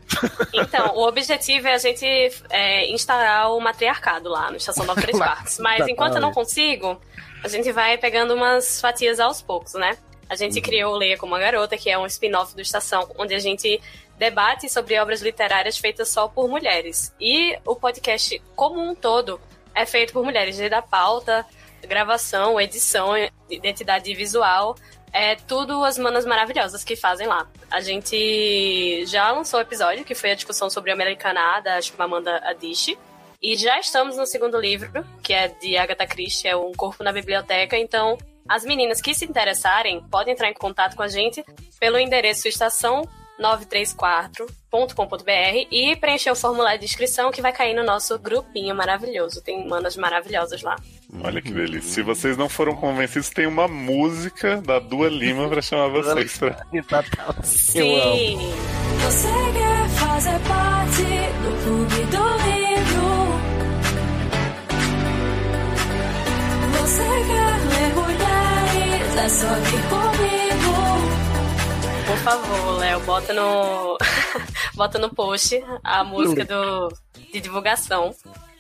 F: Então, o objetivo é a gente é, instalar o matriarcado lá no Estação 9 Três
D: Lá,
F: Quartos. Mas
D: exatamente.
F: enquanto eu não consigo, a gente vai pegando umas fatias aos poucos, né? A gente criou o Leia como uma Garota, que é um spin-off do Estação, onde a gente debate sobre obras literárias feitas só por mulheres. E o podcast como um todo é feito por mulheres, desde a pauta, gravação, edição, identidade visual, é tudo as manas maravilhosas que fazem lá. A gente já lançou o episódio, que foi a discussão sobre a Americanada, acho que Amanda Adichie. E já estamos no segundo livro, que é de Agatha Christie, é Um Corpo na Biblioteca. Então, as meninas que se interessarem podem entrar em contato com a gente pelo endereço estação934.com.br e preencher o formulário de inscrição que vai cair no nosso grupinho maravilhoso. Tem manas maravilhosas lá.
B: Olha que delícia. Se vocês não foram convencidos, tem uma música da Dua Lima pra chamar vocês pra...
F: Sim!
O: Você quer fazer parte do clube do livro? Você quer mergulhar e é só vir comigo?
F: Por favor, Léo, bota no. bota no post a música do... de divulgação,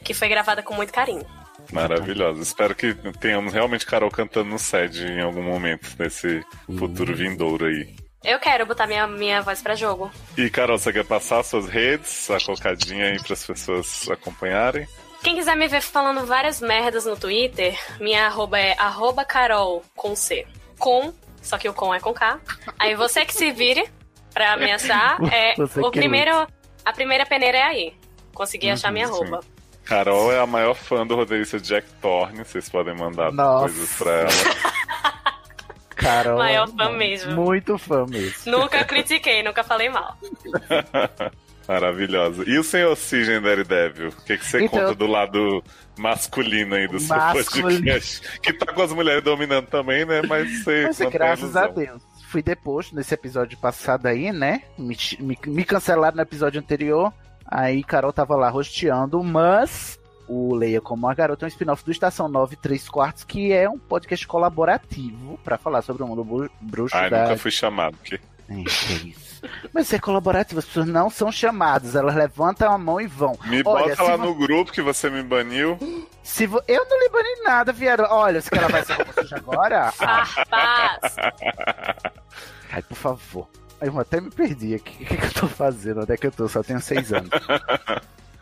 F: que foi gravada com muito carinho.
B: Maravilhosa. Espero que tenhamos realmente Carol cantando no SED em algum momento nesse futuro vindouro aí.
F: Eu quero botar minha, minha voz pra jogo.
B: E Carol, você quer passar suas redes, a colocadinha aí para as pessoas acompanharem?
F: Quem quiser me ver falando várias merdas no Twitter, minha arroba é arroba carol com C. Com, só que o com é com K. Aí você que se vire pra me achar, é,
B: Você
F: o
B: que
F: primeiro, a primeira peneira é aí. Consegui
B: Uhum,
F: achar minha
B: sim.
F: arroba.
B: Carol é a maior fã do roteirista Jack Thorne, vocês podem mandar
D: Nossa.
B: coisas pra ela.
D: Carol.
F: Maior
D: é
F: fã mesmo.
D: Muito fã mesmo.
F: Nunca critiquei, nunca falei mal.
B: Maravilhosa. E o senhor Cisne Daredevil? O que, que você
F: Então-
B: conta do lado masculino aí do seu
D: Masculino.
B: podcast? Que tá com as mulheres dominando também, né? Mas você.
D: Mas é
B: mantém
D: graças a
B: ilusão.
D: Deus. Fui deposto nesse episódio passado aí, né? Me, chi- me, me cancelaram no episódio anterior. Aí Carol tava lá rosteando, mas o Leia como uma Garota é um spin-off do Estação 9 3 Quartos, que é um podcast colaborativo pra falar sobre o mundo bru- bruxo
B: Ai,
D: da
B: nunca fui chamado. Que...
D: Mas é colaborativo, as pessoas não são chamadas, elas levantam a mão e vão.
B: Me
D: Olha,
B: bota
D: se
B: lá
D: vo-
B: no grupo que você me baniu.
D: se vo- Eu não lhe bani nada, vieram. Olha, você quer lavar essa roupa suja agora? Ah, ai, por favor. Eu até me perdi aqui. O que, que eu tô fazendo? Onde é que eu tô? Só tenho seis anos.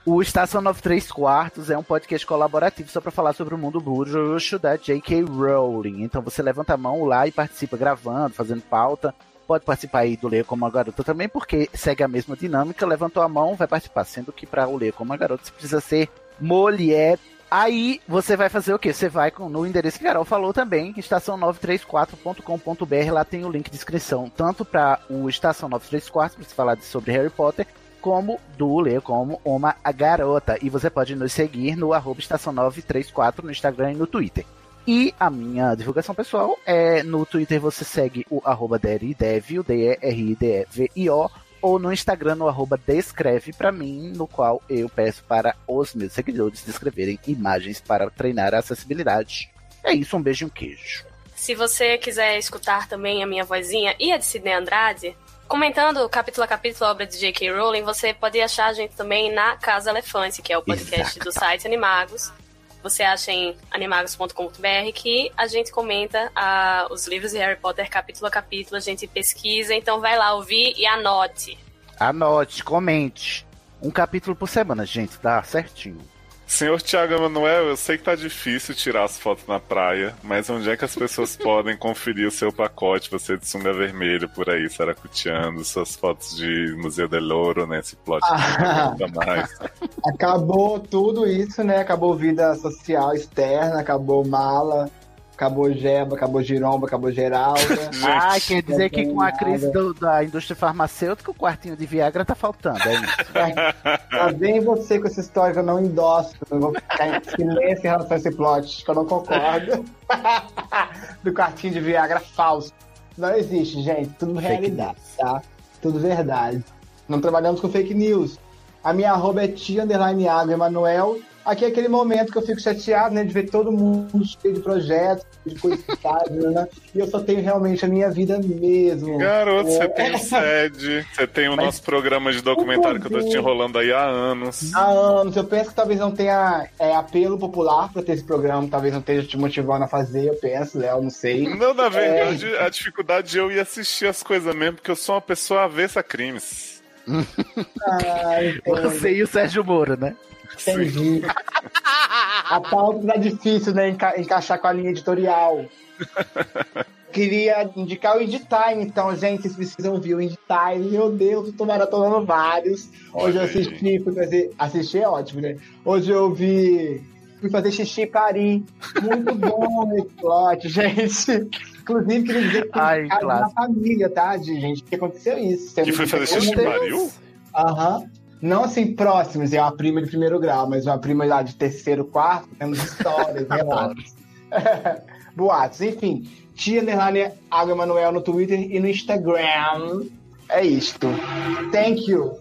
D: O Estação 93 Quartos é um podcast colaborativo só pra falar sobre o mundo bruxo da J.K. Rowling. Então você levanta a mão lá e participa gravando, fazendo pauta. Pode participar aí do Leia Como uma Garota também, porque segue a mesma dinâmica. Levantou a mão, vai participar. Sendo que pra o Leia Como uma Garota você precisa ser mulher. Aí você vai fazer o quê? Você vai com- no endereço que Carol falou também, estação934.com.br. Lá tem o link de inscrição, tanto pra o Estação 934, pra você falar de- sobre Harry Potter, como do Lê como uma garota. E você pode nos seguir no arroba estação 934 no Instagram e no Twitter. E a minha divulgação pessoal é no Twitter você segue o arroba Deridevio, D-E-R-I-D-E-V-I-O, ou no Instagram, no arroba Descreve para mim, no qual eu peço para os meus seguidores descreverem imagens para treinar a acessibilidade. É isso, um beijo e um queijo.
M: Se você quiser escutar também a minha vozinha e a de Sidney Andrade, comentando capítulo a capítulo a obra de J.K. Rowling, você pode achar a gente também na Casa Elefante, que é o podcast do site Animagos. Você acha em animagos.com.br que a gente comenta ah, os livros de Harry Potter capítulo a capítulo, a gente pesquisa, então vai lá ouvir e anote.
D: Anote, comente. Um capítulo por semana, gente, tá certinho.
B: Senhor Tiago Emanuel, eu sei que tá difícil tirar as fotos na praia, mas onde é que as pessoas podem conferir o seu pacote, você é de sunga vermelha por aí, saracuteando, suas fotos de Museu del Ouro, né? Esse plot
E: Ah.
B: que não aguenta mais.
E: Acabou tudo isso, né? Acabou vida social externa, acabou mala, acabou Jeba, acabou Giromba, acabou né? Geralda.
D: Ah, quer dizer que com a crise do- da indústria farmacêutica, o quartinho de Viagra tá faltando, é isso.
E: Lá vem você com essa história que eu não endosso. Eu vou ficar em silêncio em relação a esse plot, que eu não concordo. Do quartinho de Viagra falso. Não existe, gente. Tudo realidade, tá? Tudo verdade. Não trabalhamos com fake news. A minha arroba é tia, underline água, Emanuel. Aqui é aquele momento que eu fico chateado, né? De ver todo mundo cheio de projetos, de coisas que faz, né? E eu só tenho realmente a minha vida mesmo.
B: Garoto, você
E: É.
B: tem o SED, você tem o nosso programa de documentário que eu tô te enrolando aí há anos.
E: Há Ah, anos. Eu penso que talvez não tenha é, apelo popular pra ter esse programa, talvez não esteja te motivando a fazer, eu penso, Léo, não sei.
B: Não, na verdade, a dificuldade de eu ir assistir as coisas mesmo, porque eu sou uma pessoa avessa a crimes.
E: É.
D: Você e o Sérgio Moro, né?
E: Entendi.
G: Ah,
E: A pauta tá difícil, né? enca- encaixar com a linha editorial. Queria indicar o Indie Time, então, gente, vocês precisam ver o Indie Time. Meu Deus, eu tô maratonando vários. Hoje
P: Olha
E: eu
P: aí.
E: assisti, fui fazer. Assistir é ótimo, né? Hoje eu vi. Fui fazer xixi em Paris. Muito bom esse plot, gente. Inclusive, queria dizer que tem caso na família, tá, de gente? Que aconteceu isso.
B: Que foi fazer xixi em
E: Meu Deus.
B: Paris?
E: Aham. Não assim próximos, é uma prima de primeiro grau, mas uma prima lá de terceiro, quarto, temos histórias, relatos. Boatos, enfim. Tia Nerlane Água Manuel no Twitter e no Instagram. É isto. Thank you.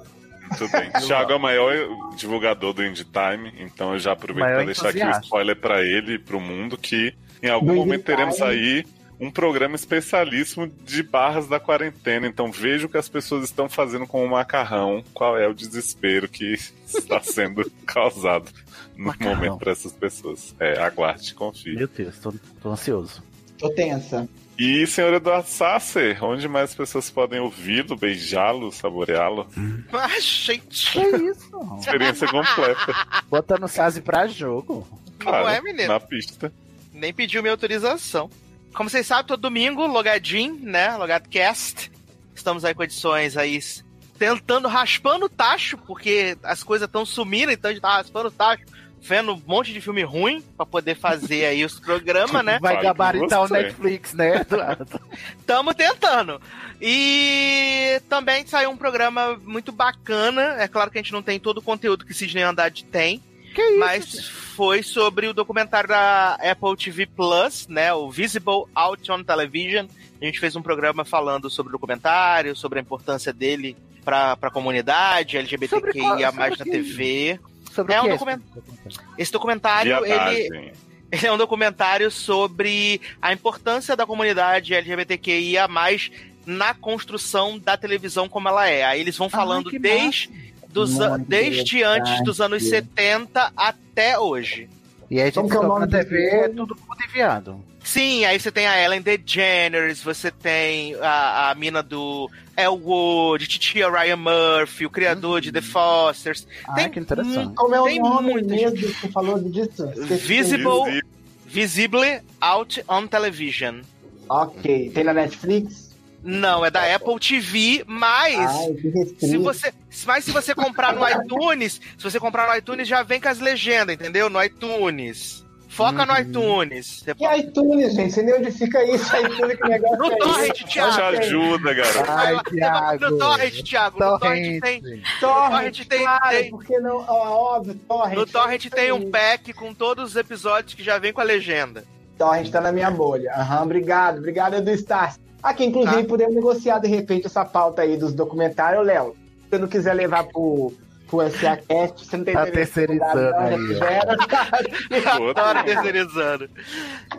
B: Muito bem. Thiago é o maior divulgador do Indie Time, então eu já aproveito
E: Maior
B: para deixar aqui o
E: entusiasta.
B: spoiler para ele e para o mundo que em algum
E: Do
B: momento
E: Indie
B: teremos
E: Time.
B: aí um programa especialíssimo de barras da quarentena. Então veja o que as pessoas estão fazendo com o macarrão, qual é o desespero que está sendo causado no momento para essas pessoas. É, aguarde, confie.
D: Meu Deus, tô, tô ansioso.
E: Tô tensa.
B: E senhor Eduardo Sasser, onde mais as pessoas podem ouvi-lo, beijá-lo, saboreá-lo?
G: Ah, gente.
D: Que isso?
B: Experiência completa.
D: Bota no Sazi pra jogo.
G: Não é, menino?
B: Na pista.
G: Nem pediu minha autorização. Como vocês sabem, todo domingo, logadinho, né? Logadcast. Estamos aí com edições aí s- tentando, raspando o tacho, porque as coisas estão sumindo, então a gente tá raspando o tacho, vendo um monte de filme ruim pra poder fazer aí os programas,
E: É.
G: né?
D: Vai gabaritar o Netflix, né, Eduardo?
G: Tamo tentando. E também saiu um programa muito bacana. É claro que a gente não tem todo o conteúdo que Sidney Andrade tem. mas foi sobre o documentário da Apple TV Plus, né? O Visible Out on Television. A gente fez um programa falando sobre o documentário, sobre a importância dele pra, pra comunidade,
D: qual-
G: LGBTQIA+,
D: sobre
G: na
D: quem?
G: TV.
D: Sobre
G: é
D: o que
G: um
D: é
G: documentário. Esse documentário, ele,
B: Viadagem.
G: ele é um documentário sobre a importância da comunidade LGBTQIA+, na construção da televisão como ela é. Aí eles vão falando
Q: que
G: desde, dos an-
D: Muito
G: desde antes dos anos
D: verdade.
G: 70 até hoje.
D: E aí a
G: Como
D: gente
G: que é
D: toca
G: o nome
D: na
G: do
D: TV, é tudo mundo enviado.
G: Sim, aí você tem a Ellen DeGeneres, você tem a, a mina do Elwood, Titia Ryan Murphy, o criador de The Fosters. tem um
D: que
G: interessante.
E: Como é o
G: Tem
E: nome mesmo que você falou disso? Esqueci.
G: Visible, Visible Out on Television.
E: Ok. Tem na Netflix?
G: Não, é da Apple TV, mas
E: Ai, que restrito.
G: É se você, mas se você comprar no iTunes, se você comprar no iTunes já vem com as legendas, entendeu? No iTunes. Foca no iTunes. Você
E: Que iTunes, gente? Você nem onde fica isso, iTunes, que negócio
G: No
E: é
G: torrent,
E: esse?
G: Thiago.
E: Ok.
G: Vai lá, vai lá, No torrent, Thiago. No torrent um tem.
E: Torrent,
G: no torrent tem,
E: claro,
G: tem-
E: porque não, ó, óbvio, torrent.
G: no torrent tem um pack com todos os episódios que já vem com a legenda.
E: Torrent tá na minha bolha. Aham, obrigado, obrigado, Edu Stars. Aqui, inclusive,
G: Tá.
E: podemos negociar de repente essa pauta aí dos documentários, Léo. Se você não quiser levar pro, pro SACast, você não tem
D: Tá
E: interesse em né,
D: terceirizando
E: mudar, não, já
D: aí, ó.
E: fizeram.
G: Adoro terceirizando.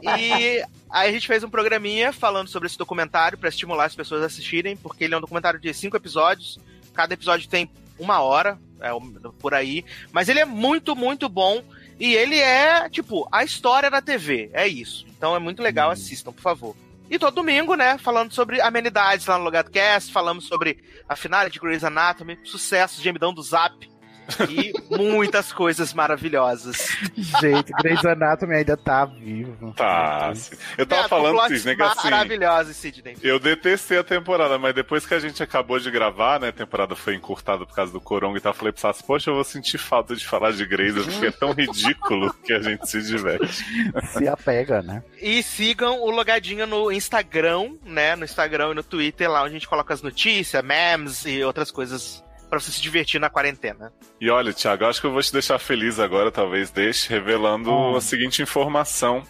G: E aí a gente fez um programinha falando sobre esse documentário pra estimular as pessoas a assistirem, porque ele é um documentário de cinco episódios. Cada episódio tem uma hora, é, um- por aí. Mas ele é muito, muito bom. E ele é, tipo, a história da TV. É isso. Então é muito legal, assistam, por favor. E todo domingo, né, falando sobre amenidades lá no Logado Cast, falamos sobre a finale de Grey's Anatomy, sucessos de Gemidão do Zap e muitas coisas maravilhosas.
D: Gente, Grey's Anatomy ainda tá vivo.
B: Tá. sim. Eu tava falando, Cisne, que assim.
G: Maravilhosa, Sidney.
B: Eu detestei a temporada, mas depois que a gente acabou de gravar, né? A temporada foi encurtada por causa do Coronga e tal. eu Falei pro Sassi, poxa, eu vou sentir falta de falar de Grey's, porque é tão ridículo que a gente se diverte.
D: Se apega, né?
G: E sigam o Logadinho no Instagram, né? No Instagram e no Twitter, lá onde a gente coloca as notícias, memes e outras coisas pra você se divertir na quarentena.
B: E olha, Thiago, eu acho que eu vou te deixar feliz agora, talvez deixe, revelando a seguinte informação.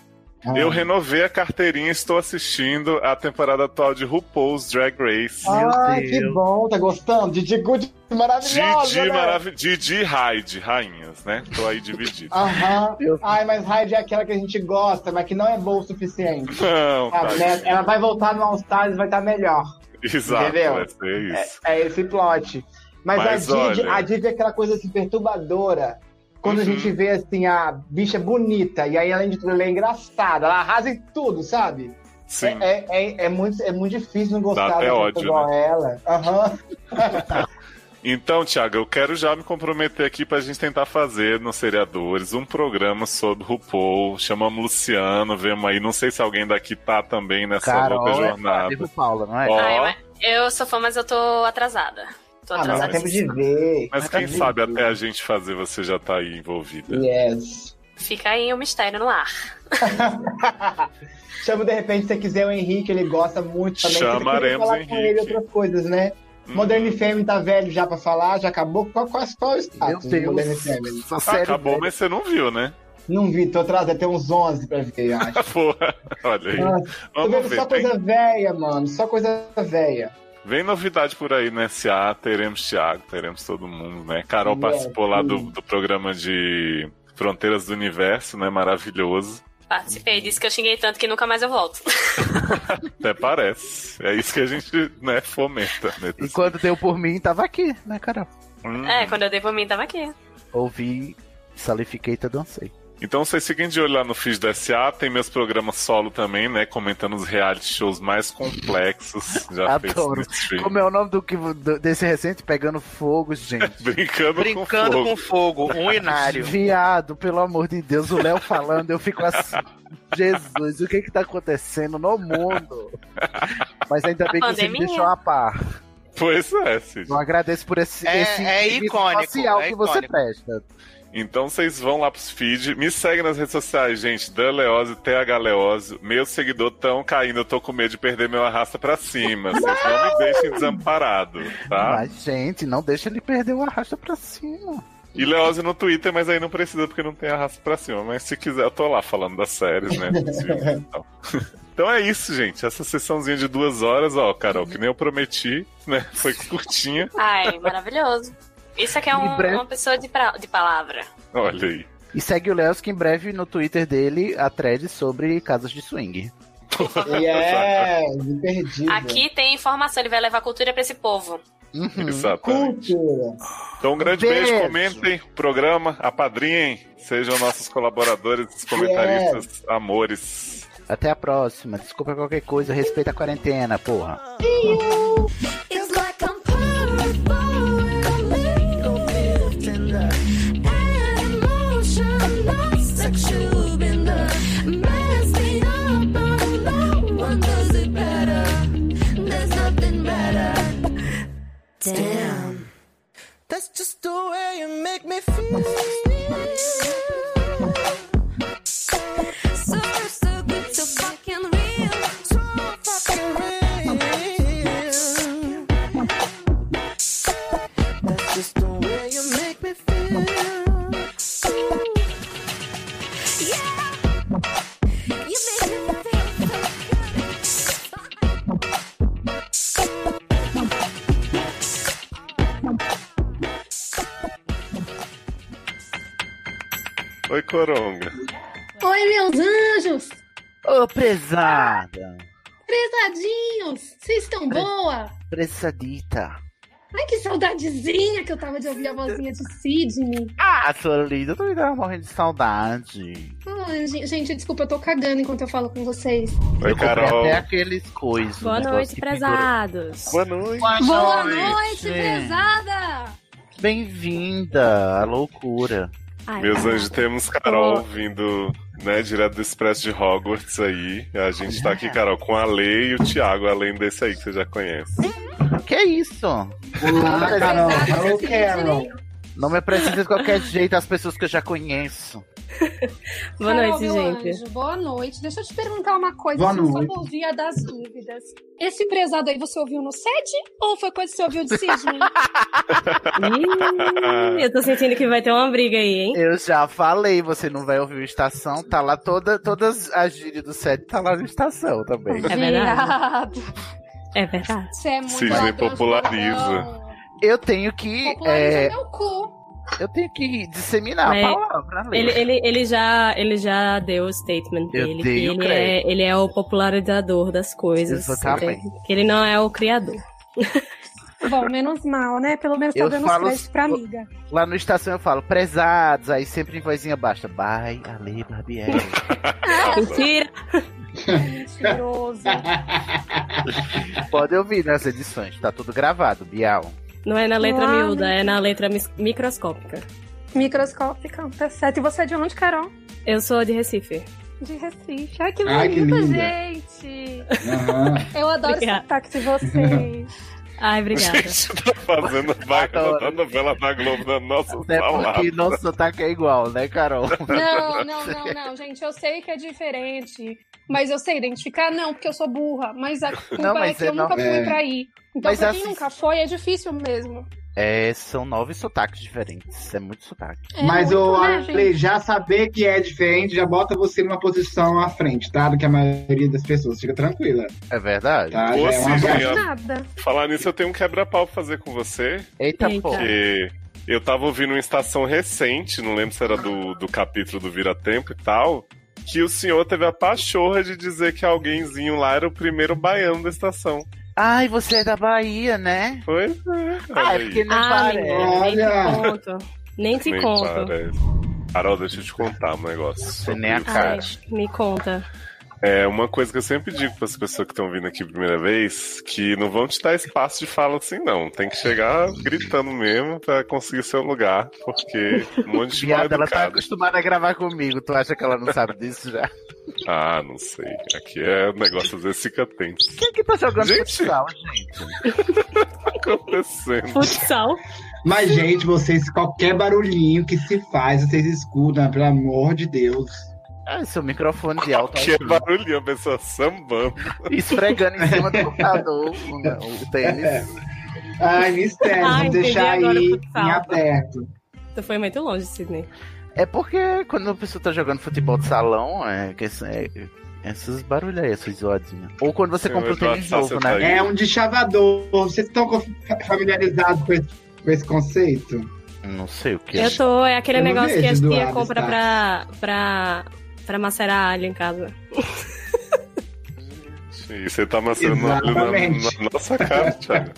B: Eu renovei a carteirinha e estou assistindo a temporada atual de RuPaul's Drag Race.
E: Ai, que bom, tá gostando? Didi Good maravilhosa,
B: Didi,
E: né?
B: marav... Didi e Hyde, rainhas, né? Tô aí dividido.
E: Ah, Aham. Ai, mas Raid é aquela que a gente gosta, mas que não é boa o suficiente.
B: Não,
E: Ah,
B: tá.
E: né? Ela vai voltar no All Stars e vai estar melhor.
B: Exato,
E: Entendeu?
B: vai ser isso.
E: É esse plot. Mas,
B: Mas
E: a, Didi,
B: olha- Uhum.
E: a Didi é aquela coisa assim, perturbadora. Quando a gente vê assim, a bicha bonita, e aí além de tudo, ela é engraçada, ela arrasa em tudo, sabe?
B: Sim.
E: É, é, é- é muito, é muito difícil não gostar
B: Dá até
E: de uma
B: ódio,
E: pessoa igual
B: né?
E: a ela. Aham.
B: Então, Thiago, eu quero já me comprometer aqui pra gente tentar fazer nos seriadores um programa sobre RuPaul. Chamamos Luciano, vemos aí. Não sei se alguém daqui tá também nessa louca
D: Carol, é
B: jornada.
D: Fábio Paula, não é?
B: Ó.
M: Ai, mas Ah, eu sou fã, mas eu tô atrasada. Tô
F: Tá
B: Ah, mas
M: atrasada.
B: dá tempo de
E: ver.
B: Mas quem sabe até a gente fazer você já tá aí envolvida.
E: Yes.
M: Fica aí o mistério no ar.
E: Chama de repente, se quiser, o Henrique, ele gosta muito também. Você
B: Chamaremos
E: queria falar com
B: Henrique. Uhum.
E: ele outras coisas, né? Modern Family tá velho já pra falar, já acabou. Qual, qual, qual é o status do Modern Family?
B: Ah, acabou, mas você não viu, né?
E: Não vi, tô atrás, até uns 11 pra ver, eu acho.
B: Porra, olha aí.
E: Nossa, Ah, tô
B: Vamos
E: vendo
B: ver.
E: só
B: tem-
E: coisa velha, mano. Só coisa velha.
B: Vem novidade por aí no SA, teremos Thiago, teremos todo mundo, né? Carol
E: Yes,
B: participou lá do,
E: sim.
B: do programa de Fronteiras do Universo, né? Maravilhoso. Uhum.
M: Participei, disse que eu xinguei tanto que nunca mais eu volto.
B: Até parece. É isso que a gente né, fomenta. Né?
D: E quando deu por mim, tava aqui, né, Carol?
B: Uhum.
M: É, quando eu dei por mim, tava aqui.
D: Ouvi, salifiquei, até dancei.
B: Então vocês fiquem de olho lá no feed da SA, tem meus programas solo também, né? Comentando os reality shows mais complexos. Já
D: Adoro.
B: fez no stream.
D: Como é o nome do que do- desse recente? Pegando fogo, gente.
B: Brincando,
G: Brincando
B: com
G: com fogo, um inário.
D: Viado, pelo amor de Deus, o Léo falando, eu fico assim. Jesus, o que que tá acontecendo no mundo? Mas ainda bem que você me
G: Pandemia.
D: deixou a par.
B: Pois é, Cid.
D: Eu agradeço por esse,
G: É-
D: esse
G: é
D: serviço
G: icônico,
D: social
G: é
D: que você
G: icônico.
D: presta.
B: Então vocês vão lá pros feed, me segue nas redes sociais, gente, Dan Leose, TH Leose, meus seguidores tão caindo, eu tô com medo de perder meu arrasta pra cima, vocês não me deixem desamparado, tá?
D: Mas, gente, não deixa ele perder o arrasta pra cima.
B: E Leose no Twitter, mas aí não precisa porque não tem arrasta pra cima, mas se quiser eu tô lá falando das séries, né? dos filmes e tal. Então é isso, gente, essa sessãozinha de duas horas, ó, Carol, que nem eu prometi, né, foi curtinha,
M: Ai, maravilhoso. Isso aqui é um-
D: Em breve-
M: uma pessoa de, pra- de palavra.
B: olha aí.
D: E segue o Léo, que em breve no Twitter dele a thread sobre casas de swing.
E: Yes, me perdi.
M: Aqui tem informação, ele vai levar cultura pra esse povo.
B: Exatamente. Então, um grande beijo,
M: Beijo.
B: comentem o programa, apadrinhem, sejam nossos colaboradores, comentaristas, amores.
D: Até a próxima. Desculpa qualquer coisa, respeita a quarentena, porra.
A: It's like I'm perfect for a little bit tender and emotional, sex you've been the messed it up, but no one does it better. There's nothing better. Damn,
K: That's just the way you make me feel.
A: so so good, so fucking real, so fucking real.
K: That's just the way you make me feel.
A: Yeah, you make me feel so good.
B: Oi, Coronga.
C: Oi, meus anjos!
D: Ô, prezada.
C: Prezadinhos! Vocês estão boa?
D: Prezadita.
C: Ai, que saudadezinha que eu tava de ouvir a vozinha de Sidney.
D: Ah, sua linda, eu também tava morrendo de saudade.
C: Ai, gen- gente, desculpa, eu tô cagando enquanto eu falo com vocês.
D: Oi, eu comprei
B: Carol.
D: até aqueles coisas.
C: Boa
D: negócio
C: noite,
D: que
C: prezados.
D: pendura. Boa noite.
C: Boa noite, prezada!
D: Bem-vinda à loucura.
B: Meus anjos, temos Carol vindo, né, direto do Expresso de Hogwarts aí. A gente tá aqui, Carol, com a Lei e o Thiago, além desse aí que você já conhece.
D: Que é isso?
E: Olá, Carol. Alô, Carol.
D: Não me apresenta de qualquer jeito as pessoas que eu já conheço.
F: Boa
C: Carol,
F: noite,
C: meu
F: gente.
C: anjo, boa noite. Deixa eu te perguntar uma coisa,
D: Boa
C: assim, só
D: noite.
C: pra ouvir a das dúvidas. Esse prezado aí você ouviu no SED ou foi coisa que você ouviu de Sidney?
B: Ah,
F: Ih, eu tô sentindo que vai ter uma briga aí, hein?
D: Eu já falei, você não vai ouvir o Estação, tá lá toda, todas as gírias do set tá lá no Estação também.
F: É verdade. É verdade.
C: Você é muito
D: Sidney
C: ladrão,
D: populariza. Eu tenho que.
C: Populariza
D: é,
C: meu cu.
D: eu tenho que disseminar
F: É,
D: a palavra.
F: ele,
D: Ele,
F: ele, ele, já, ele já deu o statement dele. que
D: dei o
F: ele,
D: crédito.
F: é, ele é o popularizador das coisas.
D: Exatamente.
F: entende? Que ele não é o criador.
C: Bom, menos mal, né? Pelo menos tá
D: Eu
C: dando os
D: falo-
C: créditos pra amiga.
D: Lá no Estação eu falo, prezados, aí sempre em vozinha baixa. Bye, Ale Barbieri.
F: Mentira!
C: Mentiroso.
D: Pode ouvir nas edições, tá tudo gravado, Bial.
F: Não é na letra
C: Uau,
F: miúda, é na letra mis- microscópica.
C: Microscópica, tá certo. E você é de onde, Carol?
F: Eu sou de Recife.
C: De Recife. Ai, que bonita,
F: Ai, que linda.
C: gente! Eu adoro
F: Obrigada.
C: esse sotaque de vocês.
F: Ai, obrigada.
B: Gente, tá fazendo vai, da novela da Globo na nossa
D: Até Né, porque
B: palavra.
D: nosso sotaque é igual, né, Carol?
C: Não, não, não, não, gente. Eu sei que é diferente. Mas eu sei identificar, não, porque eu sou burra. Mas a culpa
D: Não, mas
C: é que
D: é
C: eu nunca
D: não-
C: fui
D: é.
C: pra aí. Então,
D: Mas
C: pra quem
D: assim-
C: nunca foi, é difícil mesmo.
D: É, são nove sotaques diferentes. É muito sotaque.
C: É
E: Mas
C: muito,
E: eu
C: né,
E: falei,
C: gente?
E: já saber que é diferente já bota você numa posição à frente, tá? Do que a maioria das pessoas. Fica tranquila.
D: É verdade.
E: Tá,
B: Ô,
E: já é uma
B: Sidney,
E: boa.
C: Nada.
B: Falar nisso, eu tenho um quebra-pau pra fazer com você.
D: Eita,
B: pô. Eu tava ouvindo uma estação recente, não lembro se era do, do capítulo do Vira Tempo e tal, que o senhor teve a pachorra de dizer que alguémzinho lá era o primeiro baiano da estação.
D: Ai, você é da Bahia, né?
B: Pois é.
D: Ah, é
B: olha
D: porque
B: aí.
D: não parece.
F: nem te conto. Nem te
B: Nem
F: conto.
B: parece. Carol, deixa eu te contar um negócio. sobre
D: nem a
B: isso.
F: Ai, me conta.
B: É uma coisa que eu sempre digo para as pessoas que estão vindo aqui a primeira vez, que não vão te dar espaço de fala assim, não. Tem que chegar gritando mesmo para conseguir seu lugar, porque um monte de mal
D: Viada, ela tá
B: educado.
D: acostumada a gravar comigo. Tu acha que ela não sabe disso já?
B: Ah, não sei. Aqui é um negócio às vezes fica tenso.
D: Quem que tá jogando
B: Gente.
D: futsal, gente?
B: acontecendo.
F: Futsal.
E: Mas, gente, vocês, qualquer barulhinho que se faz, vocês escutam, pelo amor de Deus.
D: Ah, seu microfone de alto.
B: Que é barulhinho, a pessoa sambando.
D: Esfregando em cima do computador o, o tênis.
E: Ai, mistério,
F: Ah,
E: vamos
F: entendi
E: deixar
F: agora
E: aí
F: o futsal.
E: em aberto.
F: Tu foi muito longe, Sidney.
D: É porque quando a pessoa tá jogando futebol de salão, é que esse- é- esses barulhos aí, essas zoadinhas. Ou quando você compra o tênis novo, né?
E: É um deschavador. Vocês estão co- familiarizados com esse, com esse conceito?
D: Não sei o que.
F: Eu tô, é aquele
E: Eu não
F: negócio que
E: vejo
F: a tia
E: Eduardo
F: compra pra, pra, pra macerar alho em casa.
B: E você tá amassando na, na,
E: Exatamente.
B: na nossa cara, Thiago.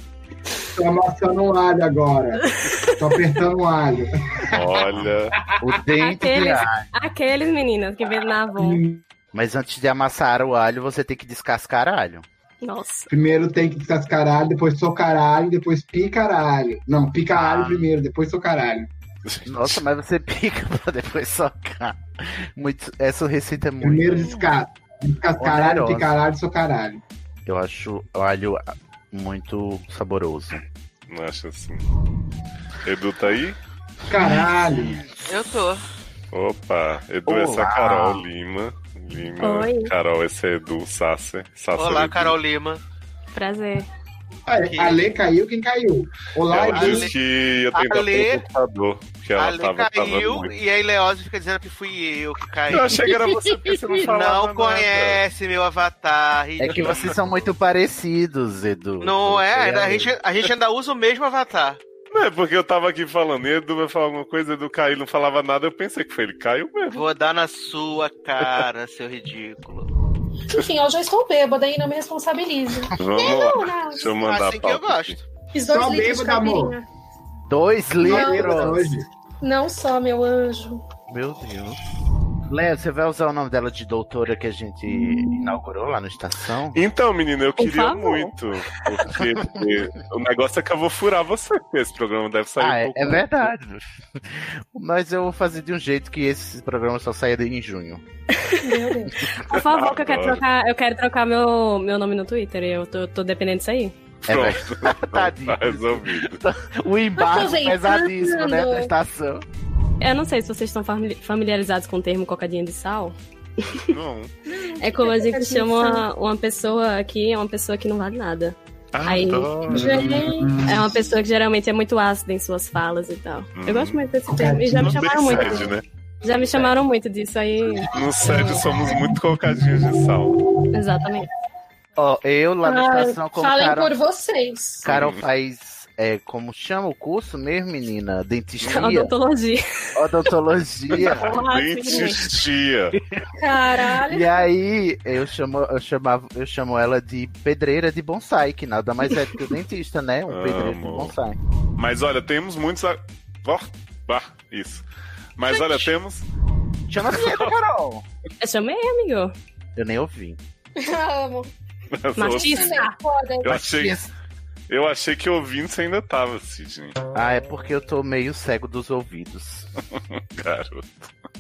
E: Tô amassando um alho agora. Tô apertando um alho.
B: Olha.
D: O dente de
F: Aqueles,
D: alho.
F: aqueles meninas que vendem na Avon.
D: Mas antes de amassar o alho, você tem que descascar alho.
F: Nossa.
E: Primeiro tem que descascaralho, depois socaralho, depois picaralho. Não, picaralho primeiro, depois socaralho.
D: Nossa, mas você pica pra depois socar. Muito, essa receita é muito.
E: Primeiro descasca. Descascaralho,
D: Onerosa.
E: picaralho, socaralho.
D: Eu acho o alho muito saboroso.
B: Não acho assim. Edu tá aí?
E: Caralho.
G: Eu tô.
B: Opa, Edu,
G: Olá.
B: essa é a Carol Lima. Lima.
G: Oi.
B: Carol, esse é Edu Sasser. Sasser
G: Olá,
B: Edu.
G: Carol Lima.
F: Prazer.
E: Olha, A Lê caiu quem caiu. Olá,
D: É
B: Ela
E: Edu.
B: disse que ia tentar
G: Ale-
B: pelo computador, porque ela
G: Ale
B: tava, tava
G: caiu
B: muito.
G: e aí Leózio fica dizendo que fui eu que caí.
B: Eu achei que era você, porque você não falava
G: Não
B: nada.
G: conhece meu avatar.
D: É que
G: ridículo.
D: vocês são muito parecidos, Edu.
G: Não é?
D: Você
G: Ainda- A é
D: Ale.
G: gente, a gente ainda usa o mesmo avatar.
B: É, porque eu tava aqui falando, e Edu vai falar alguma coisa, Edu caiu, não falava nada, eu pensei que foi ele, caiu mesmo.
G: Vou dar na sua cara, seu ridículo.
C: Enfim, eu já estou bêbada e não me responsabilizo.
B: Vamos
C: Não,
B: lá.
C: não.
B: Deixa Assim eu mandar
G: Assim
B: a pauta aqui.
C: Fiz dois
P: Só
C: litros de
P: bêbada, amor.
C: caipirinha.
D: Dois
F: é
D: litros.
C: Não só, meu anjo.
D: Meu Deus. Léo, você vai usar o nome dela de doutora que a gente inaugurou lá na estação?
B: Então, menina, eu
D: Por
B: queria
D: favor.
B: muito. Porque eh, o negócio é que eu vou furar você. Esse programa deve sair
D: Ah,
B: um
D: é,
B: pouco.
D: é verdade. Mas eu vou fazer de um jeito que esse programa só saia em junho.
F: Meu Deus. Por favor, que eu quero
D: Adoro.
F: trocar, eu quero trocar meu, meu nome no Twitter. Eu tô, tô dependendo disso aí.
B: Pronto. Tá resolvido.
D: É O embargo
F: Aproveitando.
D: pesadíssimo, né, da estação.
F: Eu não sei se vocês estão famili- familiarizados com o termo cocadinha de sal.
B: Não.
F: É como a gente
C: Cocadinha de
F: chama uma,
C: sal.
F: uma pessoa que é uma pessoa que não vale nada. Aí,
C: Adoro. Gente.
F: é uma pessoa que geralmente é muito ácida em suas falas e tal. Eu gosto muito desse termo. E já me
B: Não
F: chamaram
B: tem
F: muito.
B: sede, né?
F: Já me chamaram muito disso aí.
B: No sede somos muito colocadinhos de sal.
F: Exatamente.
D: Ó, eu lá na
C: Ah,
D: estação como
C: falem
D: Carol,
C: por vocês.
D: Carol faz, é, como chama o curso mesmo, menina? Dentistia?
F: Odontologia.
D: Odontologia.
F: Ah, sim.
B: Dentistia.
C: Caralho.
D: E aí, eu chamo, eu, chamava, eu chamo ela de pedreira de bonsai, que nada mais é do que o dentista, né? Um pedreiro de
B: Amo.
D: bonsai.
B: Mas olha, temos muitos. a- Ó, bah, isso. Mas olha, temos.
D: Chama assim, a vinheta, Carol.
F: Eu chamei, amigo.
D: Eu nem ouvi.
C: Amo.
F: Machista.
C: Foda.
B: Eu achei, eu achei que ouvindo você ainda tava, assim, Sidney.
D: Ah, é porque eu tô meio cego dos ouvidos.
B: Garoto.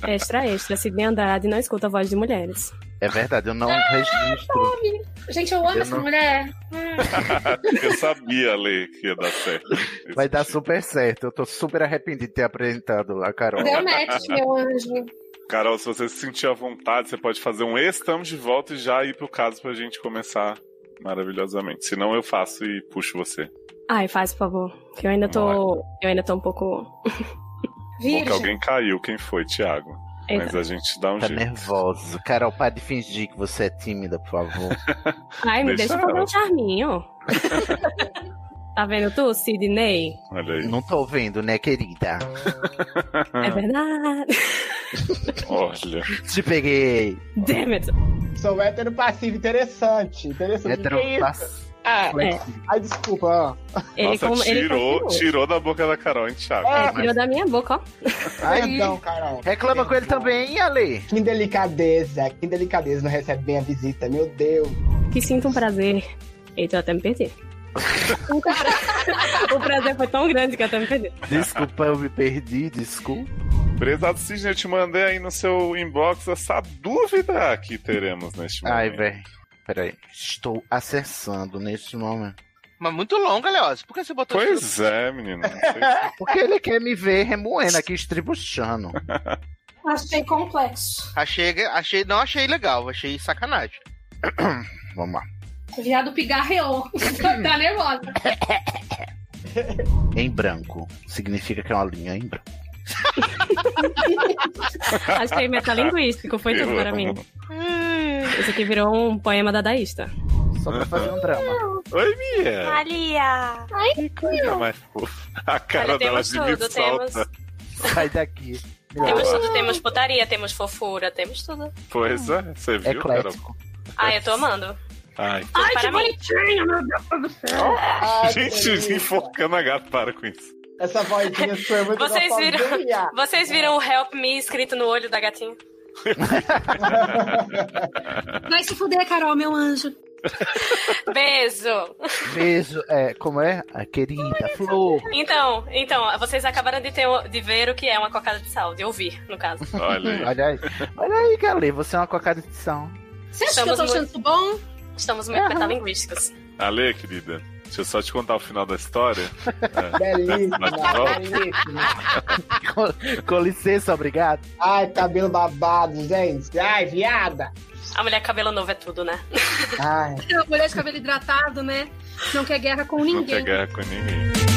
B: Ah.
F: Extra, extra. Sidney Andrade não escuta a voz de mulheres.
D: É verdade, eu não
C: Ah,
D: registro.
C: Sabe? Gente, eu amo
D: Eu
C: essa
D: não-
C: mulher. Hum.
B: eu sabia, Lê, que ia dar certo.
D: Vai dar super certo. Eu tô super arrependido de ter apresentado a Carol.
C: Deu match, meu anjo.
B: Carol, se você se sentir à vontade, você pode fazer um estamos de volta e já ir pro caso pra gente começar maravilhosamente. Senão eu faço e puxo você.
F: Ai, faz, por favor. Que eu ainda tô. Eu ainda tô um pouco.
B: Porque alguém caiu, quem foi, Thiago?
F: Eita.
B: Mas a gente dá um
D: Tá
B: jeito.
D: nervoso. Carol, para de fingir que você é tímida, por favor.
F: Ai, me deixa,
D: Deixa
F: fazer
D: ela.
F: um charminho. tá vendo tu, Sidney?
B: Olha aí.
D: Não tô vendo, né, querida?
B: Ah.
F: É verdade.
B: Olha.
D: Te peguei.
F: Damn it.
E: Sou hétero passivo, interessante. Interessante.
D: Hétero
E: Que isso?
D: passivo.
E: Ah,
F: É.
E: Ai, desculpa. ó.
B: Nossa, tirou, tirou da boca da Carol, hein, Thiago?
F: É, tirou da minha boca, ó.
D: Aí,
E: Perdão, Carol.
D: reclama com ele também, hein, Ale.
E: Que delicadeza, que delicadeza. Não recebe bem a visita, meu Deus.
F: Que sinta um prazer. Eita, eu até me perdi. o prazer foi tão grande que eu até me perdi.
D: Desculpa, eu me perdi, desculpa.
B: Prezado Cisne, eu te mandei aí no seu inbox essa dúvida que teremos neste momento.
D: Ai, velho. Peraí. Estou acessando neste momento.
G: Mas muito longa, Leoz. Por que você botou
B: Pois é, menino.
D: Porque ele quer me ver remoendo aqui, estribuchando.
C: Achei complexo.
G: Achei, achei, não achei legal, achei sacanagem.
D: Vamos lá.
C: Viado pigarreou. tá nervosa.
D: Em branco. Significa que é uma linha em branco.
F: Achei metalinguístico, foi tudo
D: Eu
F: para mim.
D: amo.
F: Esse aqui virou um poema dadaísta.
D: Só pra fazer um drama.
B: Oi, Mia!
F: Maria! Ai, que
B: Fica mais fofa. A cara
F: Olha,
B: dela
F: temos
B: de me
F: tudo, temos-
B: solta.
D: Sai daqui.
F: Temos tudo, temos putaria, temos fofura, temos tudo.
B: Pois é, você viu, Carol?
F: Ai, eu tô amando.
B: Ai,
F: Ai, que bonitinho, meu Deus do céu.
B: gente, enfocando a gata, para com isso.
E: Essa vozinha foi muito
F: Vocês
E: gostosa.
F: viram, vocês viram o Help Me escrito no olho da gatinha?
C: Vai se fuder, Carol, meu anjo.
F: Beijo!
D: Beijo, é, como é? A querida Flor.
F: Então, então, vocês acabaram de, ter, de ver o que é uma cocada de sal, de ouvir, no caso.
D: Olha aí. Olha aí, Galê, você é uma cocada de sal.
F: Você
C: acha que eu tô achando isso bom?
F: Estamos muito metalinguísticos.
B: Ale, querida, deixa eu só te contar o final da história. É.
E: Belíssima,
B: Mas volta.
E: belíssima.
D: com, com licença, obrigado.
E: Ai, cabelo babado, gente. Ai, viada.
F: A mulher com cabelo novo é tudo, né?
E: Ai.
C: É Mulher de cabelo hidratado, né? Não quer guerra com
B: Não quer
C: ninguém.
B: guerra com ninguém.